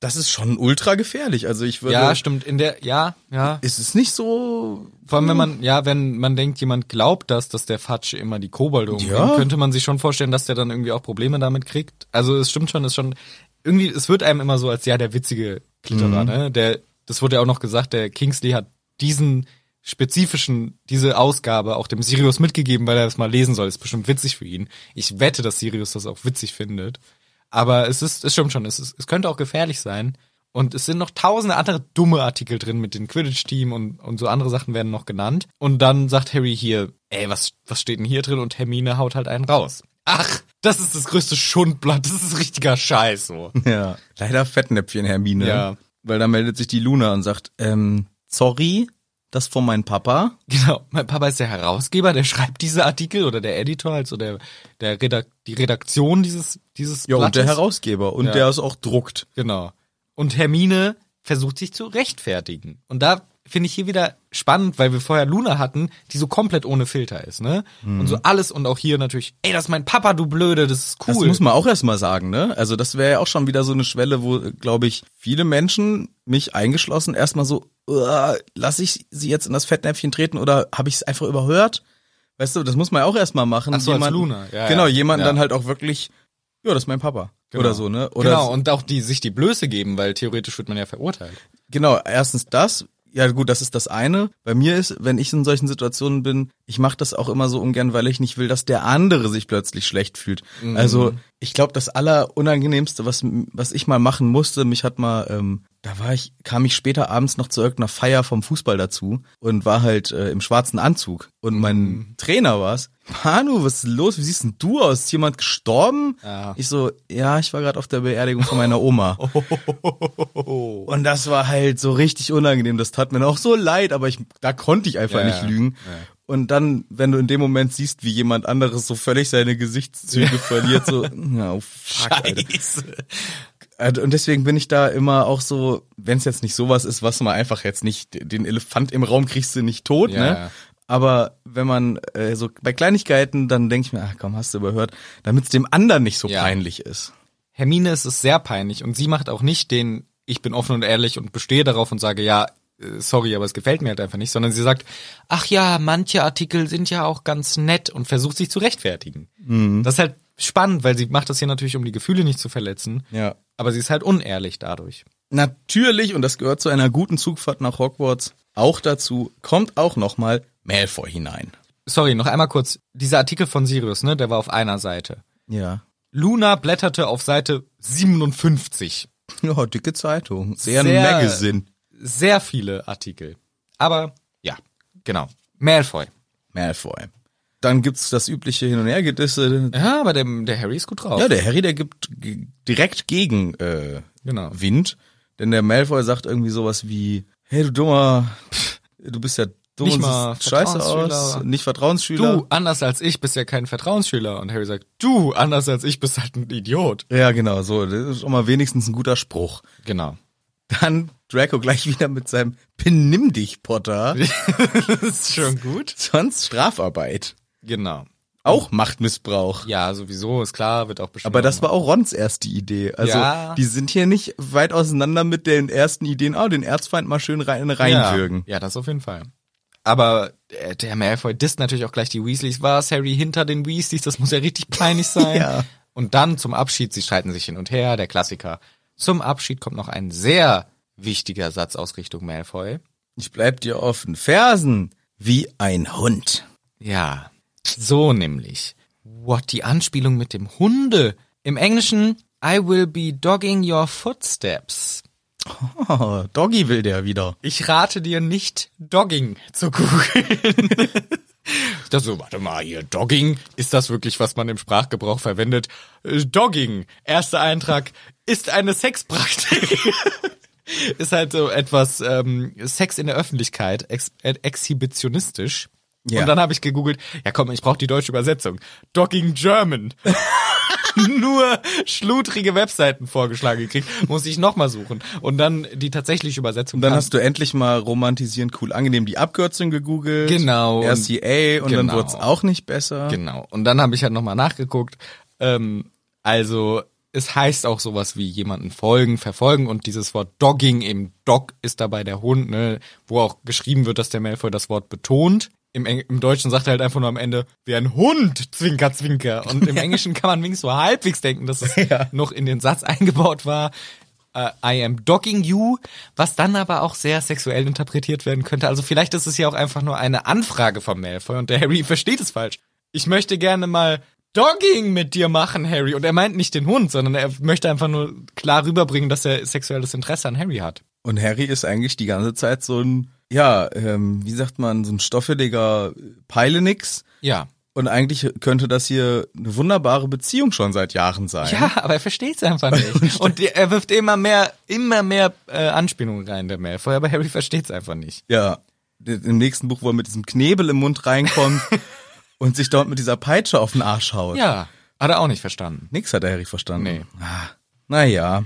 [SPEAKER 1] Das ist schon ultra gefährlich. Also ich würde.
[SPEAKER 2] Ja, stimmt, in der, ja, ja.
[SPEAKER 1] es ist nicht so.
[SPEAKER 2] Vor allem, wenn man, ja, wenn man denkt, jemand glaubt das, dass der Fatsch immer die Kobolde umbringt,
[SPEAKER 1] Ja.
[SPEAKER 2] könnte man sich schon vorstellen, dass der dann irgendwie auch Probleme damit kriegt. Also es stimmt schon, es ist schon, irgendwie, es wird einem immer so als, ja, der witzige Klitterer, ne? Der, das wurde ja auch noch gesagt, der Kingsley hat diesen spezifischen, diese Ausgabe auch dem Sirius mitgegeben, weil er das mal lesen soll. Ist bestimmt witzig für ihn. Ich wette, dass Sirius das auch witzig findet. Aber es ist, es stimmt schon, es, ist, es könnte auch gefährlich sein. Und es sind noch tausende andere dumme Artikel drin mit dem Quidditch-Team und, und so andere Sachen werden noch genannt. Und dann sagt Harry hier, ey, was, was steht denn hier drin? Und Hermine haut halt einen raus. Ach, das ist das größte Schundblatt, das ist richtiger Scheiß, so. [laughs]
[SPEAKER 1] Ja. Leider Fettnäpfchen, Hermine.
[SPEAKER 2] Ja.
[SPEAKER 1] Weil da meldet sich die Luna und sagt, ähm, sorry, das von meinem Papa.
[SPEAKER 2] Genau, mein Papa ist der Herausgeber, der schreibt diese Artikel oder der Editor, also der, der Redak die Redaktion dieses, dieses
[SPEAKER 1] Ja, und der
[SPEAKER 2] Blattes.
[SPEAKER 1] Herausgeber. Und
[SPEAKER 2] Ja.
[SPEAKER 1] der es auch druckt.
[SPEAKER 2] Genau. Und Hermine versucht sich zu rechtfertigen. Und da finde ich hier wieder spannend, weil wir vorher Luna hatten, die so komplett ohne Filter ist, ne?
[SPEAKER 1] Mhm.
[SPEAKER 2] Und so alles und auch hier natürlich, ey, das ist mein Papa, du Blöde, das ist cool.
[SPEAKER 1] Das muss man auch erstmal sagen, ne? Also das wäre ja auch schon wieder so eine Schwelle, wo, glaube ich, viele Menschen, mich eingeschlossen, erstmal so, "Uah, lass ich sie jetzt in das Fettnäpfchen treten oder habe ich es einfach überhört? Weißt du, das muss man ja auch erstmal machen.
[SPEAKER 2] Ach so, als
[SPEAKER 1] Jemanden-
[SPEAKER 2] Luna, ja,
[SPEAKER 1] genau,
[SPEAKER 2] ja.
[SPEAKER 1] jemanden
[SPEAKER 2] Ja.
[SPEAKER 1] dann halt auch wirklich, ja, das ist mein Papa. Oder so, ne? Oder
[SPEAKER 2] genau, und auch die sich die Blöße geben, weil theoretisch wird man ja verurteilt.
[SPEAKER 1] Genau, erstens das. Ja gut, das ist das eine. Bei mir ist, wenn ich in solchen Situationen bin, ich mache das auch immer so ungern, weil ich nicht will, dass der andere sich plötzlich schlecht fühlt. Also ich glaube, das Allerunangenehmste, was, was ich mal machen musste, mich hat mal, ähm, da war ich, kam ich später abends noch zu irgendeiner Feier vom Fußball dazu und war halt äh, im schwarzen Anzug. Und mein Trainer war's. Manu, was ist los? Wie siehst denn du aus? Ist jemand gestorben?
[SPEAKER 2] Ja.
[SPEAKER 1] Ich so, ja, ich war gerade auf der Beerdigung von meiner Oma. Und das war halt so richtig unangenehm. Das tat mir auch so leid, aber ich, da konnte ich einfach
[SPEAKER 2] Ja,
[SPEAKER 1] nicht
[SPEAKER 2] ja,
[SPEAKER 1] lügen.
[SPEAKER 2] ja.
[SPEAKER 1] Und dann, wenn du in dem Moment siehst, wie jemand anderes so völlig seine
[SPEAKER 2] [laughs]
[SPEAKER 1] Gesichtszüge verliert, so, ja, oh, fuck, Alter. Also, Und deswegen bin ich da immer auch so, wenn es jetzt nicht sowas ist, was man einfach jetzt nicht, den Elefant im Raum kriegst du nicht tot,
[SPEAKER 2] Ja,
[SPEAKER 1] ne?
[SPEAKER 2] ja.
[SPEAKER 1] Aber wenn man äh, so bei Kleinigkeiten, dann denke ich mir, ach komm, hast du überhört, damit es dem anderen nicht so
[SPEAKER 2] Ja.
[SPEAKER 1] peinlich ist.
[SPEAKER 2] Hermine ist es sehr peinlich und sie macht auch nicht den, ich bin offen und ehrlich und bestehe darauf und sage, ja, äh, sorry, aber es gefällt mir halt einfach nicht, sondern sie sagt, ach ja, manche Artikel sind ja auch ganz nett und versucht sich zu rechtfertigen. Das ist halt spannend, weil sie macht das hier natürlich, um die Gefühle nicht zu verletzen,
[SPEAKER 1] Ja.
[SPEAKER 2] aber sie ist halt unehrlich dadurch.
[SPEAKER 1] Natürlich, und das gehört zu einer guten Zugfahrt nach Hogwarts, auch dazu kommt auch nochmal Malfoy hinein.
[SPEAKER 2] Sorry, noch einmal kurz, dieser Artikel von Sirius, ne, der war auf einer Seite.
[SPEAKER 1] Ja.
[SPEAKER 2] Luna blätterte auf Seite 57.
[SPEAKER 1] [laughs] Ja, dicke Zeitung. Sehr,
[SPEAKER 2] Sehr-
[SPEAKER 1] ein Magazine.
[SPEAKER 2] Sehr viele Artikel. Aber ja, genau. Malfoy.
[SPEAKER 1] Malfoy. Dann gibt's das übliche Hin- und Hergedisse.
[SPEAKER 2] Ja, aber der, der Harry ist gut drauf.
[SPEAKER 1] Ja, der Harry, der gibt g- direkt gegen äh,
[SPEAKER 2] Genau.
[SPEAKER 1] Wind. Denn der Malfoy sagt irgendwie sowas wie, hey du dummer, pff, du bist ja dumm
[SPEAKER 2] Nicht
[SPEAKER 1] und
[SPEAKER 2] mal
[SPEAKER 1] siehst scheiße aus,
[SPEAKER 2] Vertrauensschüler.
[SPEAKER 1] nicht Vertrauensschüler.
[SPEAKER 2] du, anders als ich, bist ja kein Vertrauensschüler. Und Harry sagt, du, anders als ich, bist halt ein Idiot.
[SPEAKER 1] Ja, genau, so. Das ist schon mal wenigstens ein guter Spruch.
[SPEAKER 2] Genau.
[SPEAKER 1] Dann Draco gleich wieder mit seinem Benimm dich,
[SPEAKER 2] [laughs]
[SPEAKER 1] Potter.
[SPEAKER 2] Das ist schon gut.
[SPEAKER 1] Sonst Strafarbeit.
[SPEAKER 2] Genau.
[SPEAKER 1] Auch Machtmissbrauch.
[SPEAKER 2] Ja, sowieso, ist klar, wird auch bestimmt.
[SPEAKER 1] Aber das
[SPEAKER 2] nochmal-
[SPEAKER 1] war auch Rons erste Idee. Also
[SPEAKER 2] Ja.
[SPEAKER 1] die sind hier nicht weit auseinander mit den ersten Ideen. Ah, den Erzfeind mal schön rein, reinwürgen.
[SPEAKER 2] Ja, ja, das auf jeden Fall. Aber äh, der Malfoy disst natürlich auch gleich die Weasleys. War es Harry hinter den Weasleys? Das muss ja richtig
[SPEAKER 1] [laughs]
[SPEAKER 2] peinlich sein.
[SPEAKER 1] Ja.
[SPEAKER 2] Und dann zum Abschied, sie streiten sich hin und her, der Klassiker. Zum Abschied kommt noch ein sehr wichtiger Satz aus Richtung Malfoy.
[SPEAKER 1] Ich bleib dir auf den Fersen wie ein Hund.
[SPEAKER 2] Ja, so nämlich. What, die Anspielung mit dem Hunde? Im Englischen, I will be dogging your footsteps.
[SPEAKER 1] Oh, Doggy will der wieder.
[SPEAKER 2] Ich rate dir nicht, Dogging
[SPEAKER 1] [laughs]
[SPEAKER 2] zu googeln. Ich dachte so, warte mal, hier, Dogging, ist das wirklich, was man im Sprachgebrauch verwendet? Äh, Dogging, erster Eintrag, ist eine
[SPEAKER 1] [laughs]
[SPEAKER 2] Sexpraktik. ist halt so etwas ähm, Sex in der Öffentlichkeit, ex äh, exhibitionistisch.
[SPEAKER 1] Ja.
[SPEAKER 2] Und dann habe ich gegoogelt, ja komm, ich brauche die deutsche Übersetzung.
[SPEAKER 1] [laughs]
[SPEAKER 2] Dogging German. Nur schludrige Webseiten vorgeschlagen gekriegt. Muss ich nochmal suchen. Und dann die tatsächliche Übersetzung.
[SPEAKER 1] Und dann
[SPEAKER 2] kam.
[SPEAKER 1] hast du endlich mal romantisierend cool angenehm die Abkürzung gegoogelt.
[SPEAKER 2] Genau.
[SPEAKER 1] Erst die A und dann
[SPEAKER 2] Genau.
[SPEAKER 1] wurde es auch nicht besser.
[SPEAKER 2] Genau. Und dann habe ich halt nochmal nachgeguckt. Ähm, also es heißt auch sowas wie jemanden folgen, verfolgen und dieses Wort Dogging im Dog ist dabei der Hund, ne, wo auch geschrieben wird, dass der Malfoy das Wort betont. Im, Eng Im Deutschen sagt er halt einfach nur am Ende, wie ein Hund, Zwinker, Zwinker. Und im Englischen kann man wenigstens so halbwegs denken, dass es noch in den Satz eingebaut war. äh, I am dogging you, was dann aber auch sehr sexuell interpretiert werden könnte. Also vielleicht ist es ja auch einfach nur eine Anfrage von Malfoy und der Harry versteht es falsch. Ich möchte gerne mal Dogging mit dir machen, Harry. Und er meint nicht den Hund, sondern er möchte einfach nur klar rüberbringen, dass er sexuelles Interesse an Harry hat.
[SPEAKER 1] Und Harry ist eigentlich die ganze Zeit so ein, ja, ähm, wie sagt man, so ein stoffeliger Peilenix.
[SPEAKER 2] Ja.
[SPEAKER 1] Und eigentlich könnte das hier eine wunderbare Beziehung schon seit Jahren sein.
[SPEAKER 2] Ja, aber er versteht es einfach nicht. Ähm. [laughs] Und die- er wirft immer mehr, immer mehr äh, Anspielungen rein, der Malfoy, aber Harry versteht es einfach nicht.
[SPEAKER 1] Ja. Im nächsten Buch, wo er mit diesem Knebel im Mund
[SPEAKER 2] [laughs]
[SPEAKER 1] reinkommt und sich dort mit dieser Peitsche auf den Arsch haut.
[SPEAKER 2] Ja, hat er auch nicht verstanden.
[SPEAKER 1] Nix hat der Harry verstanden.
[SPEAKER 2] Nee.
[SPEAKER 1] Ah, naja.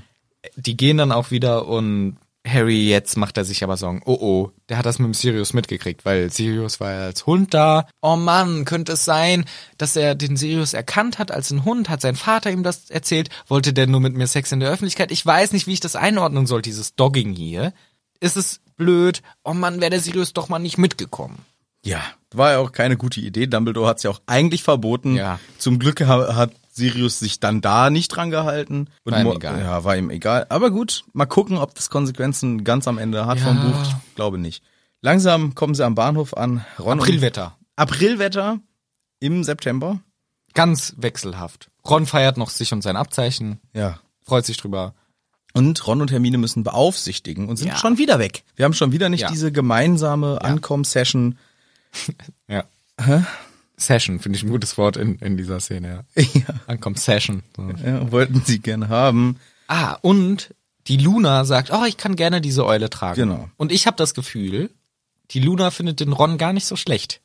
[SPEAKER 2] die gehen dann auch wieder und Harry, jetzt macht er sich aber Sorgen. Oh oh, der hat das mit dem Sirius mitgekriegt, weil Sirius war ja als Hund da. Oh Mann, könnte es sein, dass er den Sirius erkannt hat als einen Hund? Hat sein Vater ihm das erzählt? Wollte der nur mit mir Sex in der Öffentlichkeit? Ich weiß nicht, wie ich das einordnen soll, dieses Dogging hier. Ist es blöd? Oh Mann, wäre der Sirius doch mal nicht mitgekommen.
[SPEAKER 1] Ja. War ja auch keine gute Idee. Dumbledore hat es ja auch eigentlich verboten.
[SPEAKER 2] Ja.
[SPEAKER 1] Zum Glück ha hat Sirius sich dann da nicht dran gehalten. Und
[SPEAKER 2] War ihm
[SPEAKER 1] Mo-
[SPEAKER 2] egal.
[SPEAKER 1] Ja, war ihm egal. Aber gut, mal gucken, ob das Konsequenzen ganz am Ende hat vom
[SPEAKER 2] Ja.
[SPEAKER 1] Buch. Ich glaube nicht. Langsam kommen sie am Bahnhof an. Ron und-
[SPEAKER 2] Aprilwetter.
[SPEAKER 1] Aprilwetter im September.
[SPEAKER 2] Ganz wechselhaft. Ron feiert noch sich und sein Abzeichen,
[SPEAKER 1] Ja.
[SPEAKER 2] freut sich drüber.
[SPEAKER 1] Und Ron und Hermine müssen beaufsichtigen und sind
[SPEAKER 2] Ja.
[SPEAKER 1] schon wieder weg. Wir haben schon wieder nicht
[SPEAKER 2] Ja.
[SPEAKER 1] diese gemeinsame Ankommen-Session.
[SPEAKER 2] Ja. Session, finde ich ein gutes Wort in, in dieser Szene, [laughs] ja.
[SPEAKER 1] Ja.
[SPEAKER 2] Ankommt Session. So.
[SPEAKER 1] ja, wollten sie gerne haben.
[SPEAKER 2] Ah, und die Luna sagt, oh, ich kann gerne diese Eule tragen.
[SPEAKER 1] Genau.
[SPEAKER 2] Und ich habe das Gefühl, die Luna findet den Ron gar nicht so schlecht.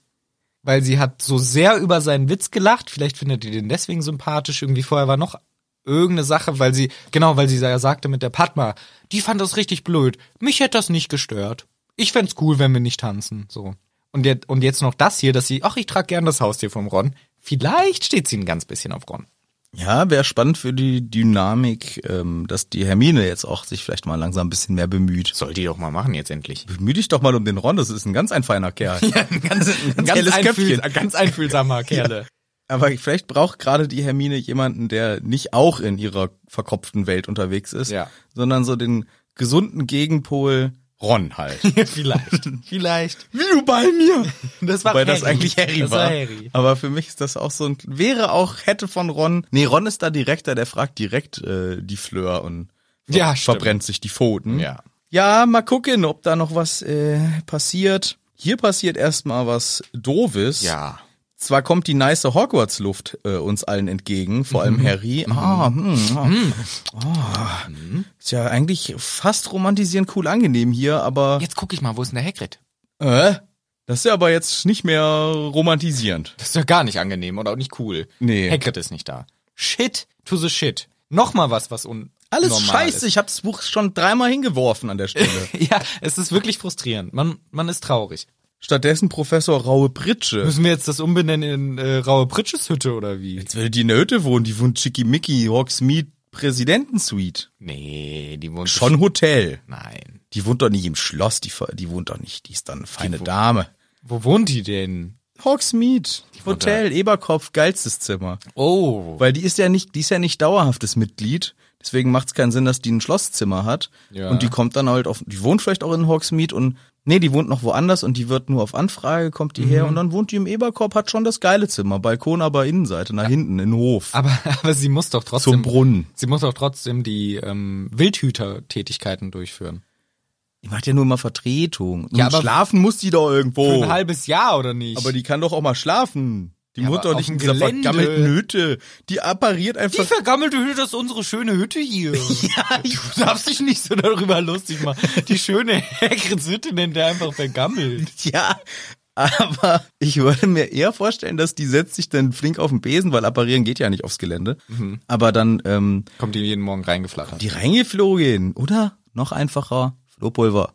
[SPEAKER 2] Weil sie hat so sehr über seinen Witz gelacht. Vielleicht findet die den deswegen sympathisch. Irgendwie vorher war noch irgendeine Sache, weil sie, genau, weil sie ja sagte mit der Padma, die fand das richtig blöd. Mich hätte das nicht gestört. Ich fänd's cool, wenn wir nicht tanzen. So. Und jetzt, und jetzt noch das hier, dass sie, ach, ich trage gern das Haustier vom Ron. Vielleicht steht sie ein ganz bisschen auf Ron.
[SPEAKER 1] Ja, wäre spannend für die Dynamik, ähm, dass die Hermine jetzt auch sich vielleicht mal langsam ein bisschen mehr bemüht.
[SPEAKER 2] Soll die doch mal machen jetzt endlich.
[SPEAKER 1] Bemühe dich doch mal um den Ron, das ist ein ganz ein feiner
[SPEAKER 2] [laughs]
[SPEAKER 1] Kerl.
[SPEAKER 2] ein ganz, ein
[SPEAKER 1] ganz einfühl-
[SPEAKER 2] ganz [laughs] einfühlsamer Kerle.
[SPEAKER 1] Aber vielleicht braucht gerade die Hermine jemanden, der nicht auch in ihrer verkopften Welt unterwegs ist,
[SPEAKER 2] Ja.
[SPEAKER 1] sondern so den gesunden Gegenpol Ron halt.
[SPEAKER 2] vielleicht. Vielleicht.
[SPEAKER 1] Wie du bei
[SPEAKER 2] [laughs]
[SPEAKER 1] mir?
[SPEAKER 2] Das war
[SPEAKER 1] Wobei das
[SPEAKER 2] Harry.
[SPEAKER 1] eigentlich Harry
[SPEAKER 2] Das
[SPEAKER 1] war.
[SPEAKER 2] war Harry.
[SPEAKER 1] Aber für mich ist das auch so ein, wäre auch, hätte von Ron, nee, Ron ist da direkter, der fragt direkt äh, die Fleur und ver-
[SPEAKER 2] Ja, stimmt.
[SPEAKER 1] verbrennt sich die Pfoten.
[SPEAKER 2] Ja.
[SPEAKER 1] Ja, mal gucken, ob da noch was äh, passiert. Hier passiert erstmal was Doofes.
[SPEAKER 2] Ja.
[SPEAKER 1] Zwar kommt die nice Hogwarts-Luft äh, uns allen entgegen, vor
[SPEAKER 2] Mhm.
[SPEAKER 1] allem Harry. Ah, hm, ah, ah.
[SPEAKER 2] Mhm.
[SPEAKER 1] Ist ja eigentlich fast romantisieren cool angenehm hier, aber
[SPEAKER 2] Jetzt guck ich mal, wo ist denn der Hagrid?
[SPEAKER 1] äh, das ist ja aber jetzt nicht mehr romantisierend.
[SPEAKER 2] Das ist ja gar nicht angenehm oder auch nicht cool.
[SPEAKER 1] Nee.
[SPEAKER 2] Hagrid ist nicht da. Shit to the shit. Nochmal was, was un
[SPEAKER 1] Alles
[SPEAKER 2] normal
[SPEAKER 1] scheiße,
[SPEAKER 2] Ist.
[SPEAKER 1] ich habe das Buch schon dreimal hingeworfen an der
[SPEAKER 2] [laughs]
[SPEAKER 1] Stelle.
[SPEAKER 2] Ja, es ist wirklich frustrierend. Man, man ist traurig.
[SPEAKER 1] Stattdessen Professor Raue Pritsche.
[SPEAKER 2] Müssen wir jetzt das umbenennen in äh, Raue Pritsches Hütte oder wie?
[SPEAKER 1] Jetzt würde die in der Hütte wohnen, die wohnt Chickimicki, Hogsmeade, Präsidentensuite.
[SPEAKER 2] Nee, die wohnt [laughs]
[SPEAKER 1] Schon Hotel.
[SPEAKER 2] Nein.
[SPEAKER 1] Die wohnt doch nicht im Schloss, die, ver- die wohnt doch nicht, die ist dann eine feine
[SPEAKER 2] wohnt-
[SPEAKER 1] Dame.
[SPEAKER 2] Wo wohnt die denn?
[SPEAKER 1] Hogsmeade,
[SPEAKER 2] wohnt
[SPEAKER 1] Hotel, Eberkopf, geilstes Zimmer.
[SPEAKER 2] Oh.
[SPEAKER 1] Weil die ist ja nicht, die ist ja nicht dauerhaftes Mitglied. Deswegen macht es keinen Sinn, dass die ein Schlosszimmer hat.
[SPEAKER 2] Ja.
[SPEAKER 1] Und die kommt dann halt auf, die wohnt vielleicht auch in Hogsmeade und nee, die wohnt noch woanders und die wird nur auf Anfrage, kommt die
[SPEAKER 2] Mhm.
[SPEAKER 1] her und dann wohnt die im Eberkorb, hat schon das geile Zimmer. Balkon aber Innenseite, nach hinten, in den Hof.
[SPEAKER 2] Aber, [laughs] aber sie muss doch trotzdem.
[SPEAKER 1] Zum Brunnen.
[SPEAKER 2] Sie muss doch trotzdem die ähm, Wildhüter-Tätigkeiten durchführen.
[SPEAKER 1] Die macht ja nur mal Vertretung.
[SPEAKER 2] Ja,
[SPEAKER 1] und
[SPEAKER 2] aber-
[SPEAKER 1] schlafen muss die doch
[SPEAKER 2] Für
[SPEAKER 1] irgendwo.
[SPEAKER 2] ein halbes Jahr oder nicht?
[SPEAKER 1] Aber die kann doch auch mal schlafen. Die
[SPEAKER 2] Ja,
[SPEAKER 1] muss
[SPEAKER 2] aber
[SPEAKER 1] doch
[SPEAKER 2] auf
[SPEAKER 1] nicht
[SPEAKER 2] dem
[SPEAKER 1] in dieser
[SPEAKER 2] Gelände.
[SPEAKER 1] vergammelten Hütte. Die appariert
[SPEAKER 2] die
[SPEAKER 1] einfach.
[SPEAKER 2] vergammelte Hütte ist unsere schöne Hütte [laughs] hier. [laughs] ja, du darfst dich nicht so darüber lustig machen. Die schöne Hagrids Hütte nennt er einfach vergammelt.
[SPEAKER 1] [laughs] Ja, aber ich würde mir eher vorstellen, dass die setzt sich dann flink auf den Besen, weil apparieren geht ja nicht aufs Gelände.
[SPEAKER 2] Mhm.
[SPEAKER 1] Aber dann ähm,
[SPEAKER 2] Kommt die jeden Morgen reingeflattert.
[SPEAKER 1] die reingeflogen, oder? Noch einfacher, Flohpulver.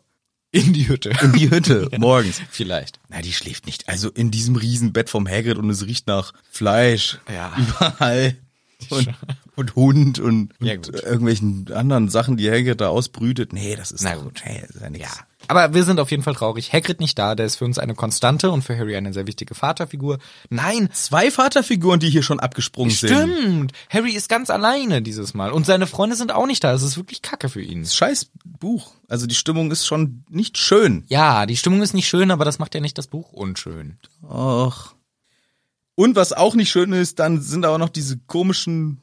[SPEAKER 2] In die Hütte.
[SPEAKER 1] In die
[SPEAKER 2] [laughs]
[SPEAKER 1] Hütte morgens.
[SPEAKER 2] Vielleicht.
[SPEAKER 1] Na, die schläft nicht. Also in diesem Riesenbett vom Hagrid und es riecht nach Fleisch.
[SPEAKER 2] Ja.
[SPEAKER 1] Überall.
[SPEAKER 2] [laughs]
[SPEAKER 1] Und, und Hund und,
[SPEAKER 2] Ja,
[SPEAKER 1] und
[SPEAKER 2] gut.
[SPEAKER 1] irgendwelchen anderen Sachen, die Hagrid da ausbrütet. Nee, das ist
[SPEAKER 2] Na
[SPEAKER 1] doch-
[SPEAKER 2] gut.
[SPEAKER 1] Nee, das ist ja nix.
[SPEAKER 2] Ja. Aber wir sind auf jeden Fall traurig. Hagrid nicht da, der ist für uns eine Konstante und für Harry eine sehr wichtige Vaterfigur. Nein,
[SPEAKER 1] Zwei Vaterfiguren, die hier schon abgesprungen sind.
[SPEAKER 2] Stimmt. Harry ist ganz alleine dieses Mal. Und seine Freunde sind auch nicht da. Es ist wirklich kacke für ihn.
[SPEAKER 1] scheiß Buch. Also die Stimmung ist schon nicht schön.
[SPEAKER 2] Ja, die Stimmung ist nicht schön, aber das macht ja nicht das Buch unschön.
[SPEAKER 1] Och. Und was auch nicht schön ist, dann sind aber noch diese komischen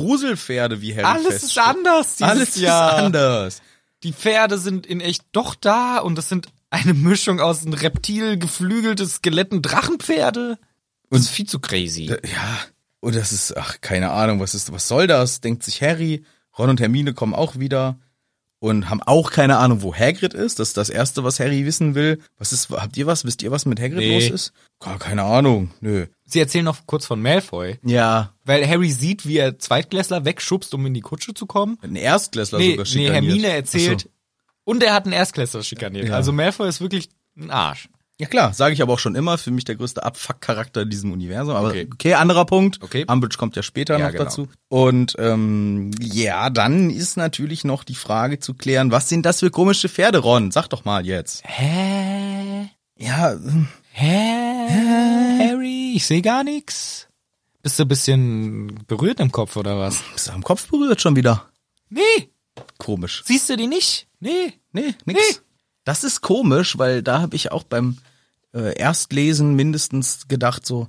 [SPEAKER 1] Gruselpferde, wie Harry
[SPEAKER 2] Alles ist
[SPEAKER 1] feststellt.
[SPEAKER 2] anders dieses
[SPEAKER 1] Alles
[SPEAKER 2] Jahr.
[SPEAKER 1] ist anders.
[SPEAKER 2] Die Pferde sind in echt doch da und das sind eine Mischung aus ein Reptil, geflügeltes Skeletten, Drachenpferde. Das ist viel zu crazy.
[SPEAKER 1] Ja. Und das ist, ach, keine Ahnung, was ist, was soll das? Denkt sich Harry. Ron und Hermine kommen auch wieder und haben auch keine Ahnung, wo Hagrid ist. Das ist das Erste, was Harry wissen will. Was ist, habt ihr was? Wisst ihr, was mit Hagrid
[SPEAKER 2] Nee.
[SPEAKER 1] los ist? Gar keine Ahnung. Nö.
[SPEAKER 2] Sie erzählen noch kurz von Malfoy,
[SPEAKER 1] Ja.
[SPEAKER 2] weil Harry sieht, wie er Zweitklässler wegschubst, um in die Kutsche zu kommen.
[SPEAKER 1] Ein Erstklässler
[SPEAKER 2] Nee,
[SPEAKER 1] sogar
[SPEAKER 2] nee
[SPEAKER 1] schikaniert.
[SPEAKER 2] Hermine
[SPEAKER 1] Ach
[SPEAKER 2] erzählt.
[SPEAKER 1] so.
[SPEAKER 2] Und er hat einen Erstklässler schikaniert. Also Malfoy ist wirklich ein Arsch.
[SPEAKER 1] Ja klar, sage ich aber auch schon immer, für mich der größte Abfuck-Charakter in diesem Universum. Aber okay,
[SPEAKER 2] Okay.
[SPEAKER 1] anderer Punkt.
[SPEAKER 2] Okay.
[SPEAKER 1] Umbridge kommt ja später
[SPEAKER 2] Ja,
[SPEAKER 1] noch
[SPEAKER 2] genau.
[SPEAKER 1] dazu. Und ähm, ja, dann ist natürlich noch die Frage zu klären, was sind das für komische Pferde, Ron? Sag doch mal jetzt.
[SPEAKER 2] Hä?
[SPEAKER 1] Ja, ähm,
[SPEAKER 2] Hä? Harry, ich sehe gar nix. Bist du ein bisschen berührt im Kopf oder was?
[SPEAKER 1] bist du am Kopf berührt schon wieder?
[SPEAKER 2] Nee,
[SPEAKER 1] Komisch.
[SPEAKER 2] siehst du die nicht? Nee.
[SPEAKER 1] Nee, nix.
[SPEAKER 2] Nee.
[SPEAKER 1] Das ist komisch, weil da habe ich auch beim äh, Erstlesen mindestens gedacht so,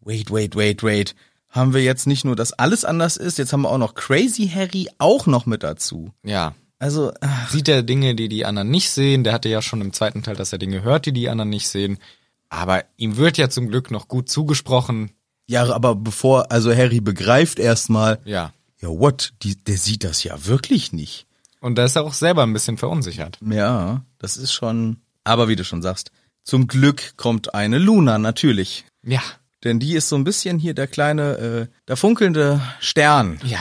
[SPEAKER 1] wait, wait, wait, wait. Haben wir jetzt nicht nur, dass alles anders ist, jetzt haben wir auch noch Crazy Harry auch noch mit dazu.
[SPEAKER 2] Ja.
[SPEAKER 1] Also, ah,
[SPEAKER 2] Sieht er Dinge, die die anderen nicht sehen? Der hatte ja schon im zweiten Teil, dass er Dinge hört, die die anderen nicht sehen. Aber ihm wird ja zum Glück noch gut zugesprochen.
[SPEAKER 1] Ja, aber bevor, also Harry begreift erstmal,
[SPEAKER 2] Ja.
[SPEAKER 1] ja, what, die, der sieht das ja wirklich nicht.
[SPEAKER 2] Und da ist er auch selber ein bisschen verunsichert.
[SPEAKER 1] Ja, das ist schon, aber wie du schon sagst, zum Glück kommt eine Luna, natürlich.
[SPEAKER 2] Ja.
[SPEAKER 1] Denn die ist so ein bisschen hier der kleine, äh, der funkelnde Stern
[SPEAKER 2] Ja.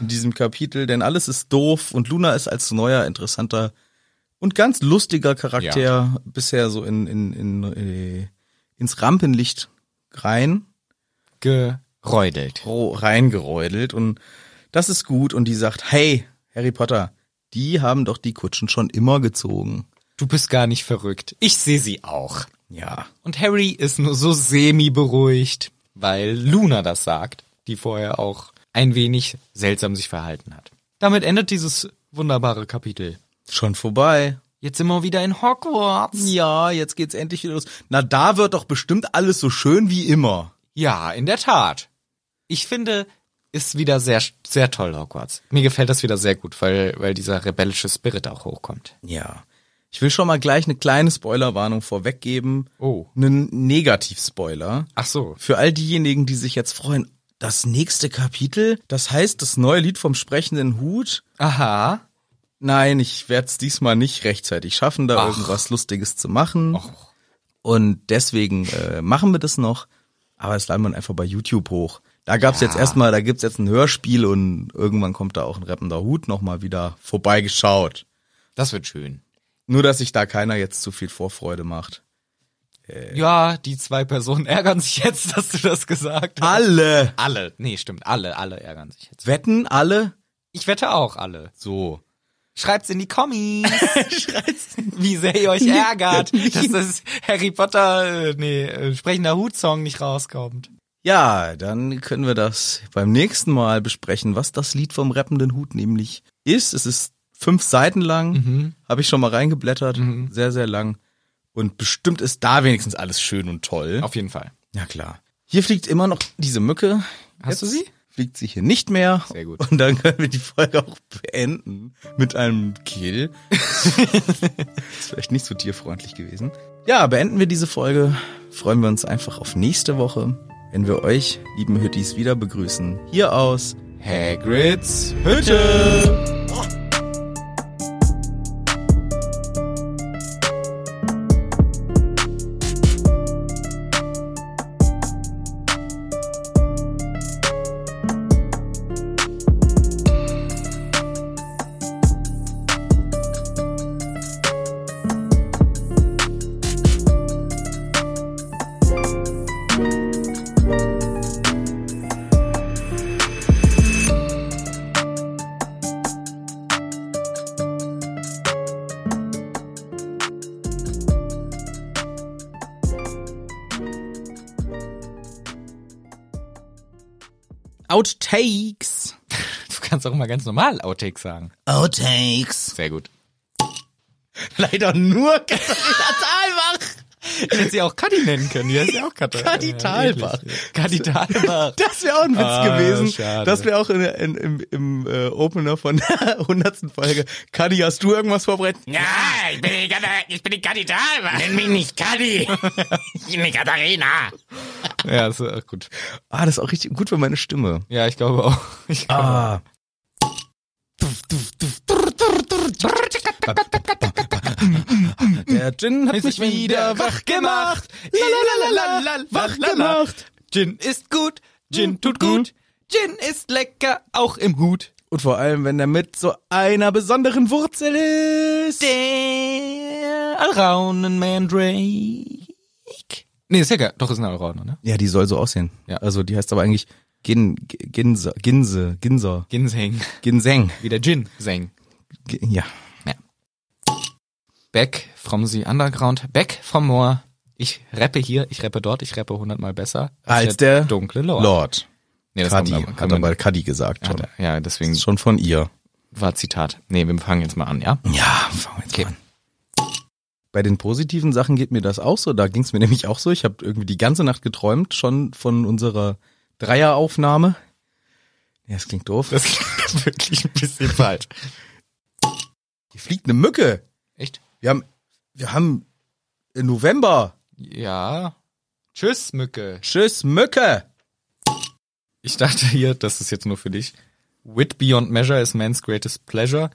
[SPEAKER 1] in diesem Kapitel, denn alles ist doof und Luna ist als neuer, interessanter und ganz lustiger Charakter bisher so in, in, in, äh, ins Rampenlicht rein.
[SPEAKER 2] Geräudelt.
[SPEAKER 1] ro- reingeräudelt und das ist gut und die sagt, hey, Harry Potter, die haben doch die Kutschen schon immer gezogen.
[SPEAKER 2] Du bist gar nicht verrückt. Ich sehe sie auch.
[SPEAKER 1] Ja.
[SPEAKER 2] Und Harry ist nur so semi-beruhigt, weil Luna das sagt, die vorher auch ein wenig seltsam sich verhalten hat. Damit endet dieses wunderbare Kapitel.
[SPEAKER 1] Schon vorbei.
[SPEAKER 2] Jetzt sind wir wieder in Hogwarts.
[SPEAKER 1] Ja, jetzt geht's endlich wieder los. Na, da wird doch bestimmt alles so schön wie immer.
[SPEAKER 2] Ja, in der Tat. Ich finde, ist wieder sehr, sehr toll Hogwarts. Mir gefällt das wieder sehr gut, weil, weil dieser rebellische Spirit auch hochkommt.
[SPEAKER 1] Ja. Ich will schon mal gleich eine kleine Spoilerwarnung vorweggeben.
[SPEAKER 2] Oh.
[SPEAKER 1] Einen Negativ-Spoiler.
[SPEAKER 2] Ach so.
[SPEAKER 1] Für all diejenigen, die sich jetzt freuen, das nächste Kapitel, das heißt das neue Lied vom sprechenden Hut,
[SPEAKER 2] Aha.
[SPEAKER 1] Nein, ich werde es diesmal nicht rechtzeitig schaffen, da
[SPEAKER 2] Ach.
[SPEAKER 1] irgendwas Lustiges zu machen.
[SPEAKER 2] Och.
[SPEAKER 1] Und deswegen äh, machen wir das noch. Aber es laden wir einfach bei YouTube hoch. Da gab's jetzt erstmal, da gibt's jetzt ein Hörspiel und irgendwann kommt da auch ein rappender Hut nochmal wieder vorbeigeschaut.
[SPEAKER 2] Das wird schön.
[SPEAKER 1] Nur, dass sich da keiner jetzt zu viel Vorfreude macht.
[SPEAKER 2] Äh. Ja, die zwei Personen [laughs] ärgern sich jetzt, dass du das gesagt hast.
[SPEAKER 1] Alle!
[SPEAKER 2] Alle. Nee, stimmt. Alle, alle ärgern sich jetzt.
[SPEAKER 1] Wetten alle?
[SPEAKER 2] Ich wette auch alle.
[SPEAKER 1] So.
[SPEAKER 2] Schreibt's in die [laughs] Kommis. wie sehr ihr euch [laughs] ärgert, dass das Harry Potter, äh, nee, äh, sprechender Hutsong nicht rauskommt.
[SPEAKER 1] Ja, dann können wir das beim nächsten Mal besprechen, was das Lied vom rappenden Hut nämlich ist. Es ist fünf Seiten lang, habe ich schon mal reingeblättert, sehr, sehr lang. Und bestimmt ist da wenigstens alles schön und toll.
[SPEAKER 2] Auf jeden Fall.
[SPEAKER 1] Ja klar. Hier fliegt immer noch diese Mücke.
[SPEAKER 2] Hast du sie?
[SPEAKER 1] Fliegt sie hier nicht mehr.
[SPEAKER 2] Sehr gut.
[SPEAKER 1] Und dann können wir die Folge auch beenden mit einem
[SPEAKER 2] [laughs]
[SPEAKER 1] Kill. ist vielleicht nicht so tierfreundlich gewesen. Ja, beenden wir diese Folge. Freuen wir uns einfach auf nächste Woche, wenn wir euch, lieben Hüttis, wieder begrüßen. Hier aus
[SPEAKER 2] Hagrids
[SPEAKER 1] Hütte! Outtakes!
[SPEAKER 2] Du kannst auch immer ganz normal Outtakes sagen.
[SPEAKER 3] Outtakes.
[SPEAKER 2] Sehr gut.
[SPEAKER 1] Leider nur
[SPEAKER 2] Ich hätte sie auch Kadi nennen können. Die heißt ja auch [laughs] Kadi.
[SPEAKER 1] Kadi Thalbach.
[SPEAKER 2] Kadi Thalbach.
[SPEAKER 1] Das wäre auch ein Witz
[SPEAKER 2] Ah,
[SPEAKER 1] gewesen.
[SPEAKER 2] schade.
[SPEAKER 1] Das wäre auch in, in, im, im äh, Opener von der [laughs] 100. Folge. Kadi, hast du irgendwas vorbereitet?
[SPEAKER 3] [laughs] Ja, ich bin die, Kat- ich bin die Kandidatin. Nenn mich nicht Kadi. [laughs] Ich bin die Katharina.
[SPEAKER 2] Ja, ist auch gut.
[SPEAKER 1] Ah, das ist auch richtig gut für meine Stimme.
[SPEAKER 2] Ja, ich glaube auch. Ich glaube
[SPEAKER 1] Ah. Der Gin hat mich wieder wach gemacht.
[SPEAKER 2] Lalalala,
[SPEAKER 1] Wach gemacht.
[SPEAKER 2] Gin ist gut. Gin tut gut. Gin ist lecker, auch im Hut.
[SPEAKER 1] Und vor allem, wenn er mit so einer besonderen Wurzel ist.
[SPEAKER 2] Der Alraunen Äh, Mandrake. Nee, ist ja geil. Doch, ist ein Alraunen, ne?
[SPEAKER 1] Ja, die soll so aussehen.
[SPEAKER 2] Ja.
[SPEAKER 1] Also die heißt aber eigentlich Gin, Ginse, Ginse, Ginser,
[SPEAKER 2] Ginseng.
[SPEAKER 1] Ginseng.
[SPEAKER 2] Wie der Gin. Seng.
[SPEAKER 1] G- Ja.
[SPEAKER 2] Back from the underground. Back from more. Ich rappe hier, ich rappe dort, ich rappe hundertmal besser
[SPEAKER 1] Als der
[SPEAKER 2] dunkle Lord.
[SPEAKER 1] Lord.
[SPEAKER 2] Nee, das
[SPEAKER 1] Kadi.
[SPEAKER 2] kommt aber-
[SPEAKER 1] Hat
[SPEAKER 2] kommt
[SPEAKER 1] aber Kadi gesagt schon.
[SPEAKER 2] Hat er- Ja, deswegen
[SPEAKER 1] Ist schon von ihr.
[SPEAKER 2] war Zitat. Nee, wir fangen jetzt mal
[SPEAKER 1] [laughs]
[SPEAKER 2] an, ja?
[SPEAKER 1] Ja, fangen wir jetzt
[SPEAKER 2] Okay.
[SPEAKER 1] mal an. Bei den positiven Sachen geht mir das auch so. Da ging es mir [laughs] nämlich auch so. Ich habe irgendwie die ganze Nacht geträumt, schon von unserer Dreieraufnahme. Ja, das klingt doof.
[SPEAKER 2] klingt wirklich ein bisschen falsch.
[SPEAKER 1] Hier fliegt eine Mücke.
[SPEAKER 2] Echt?
[SPEAKER 1] Wir haben, wir haben im November.
[SPEAKER 2] Ja. Tschüss, Mücke.
[SPEAKER 1] Tschüss, Mücke.
[SPEAKER 2] Ich dachte hier, das ist jetzt nur für dich. Wit beyond measure is man's greatest pleasure.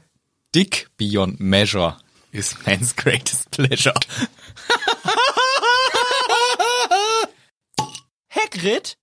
[SPEAKER 2] Dick beyond measure is man's greatest pleasure. [laughs] Hagrid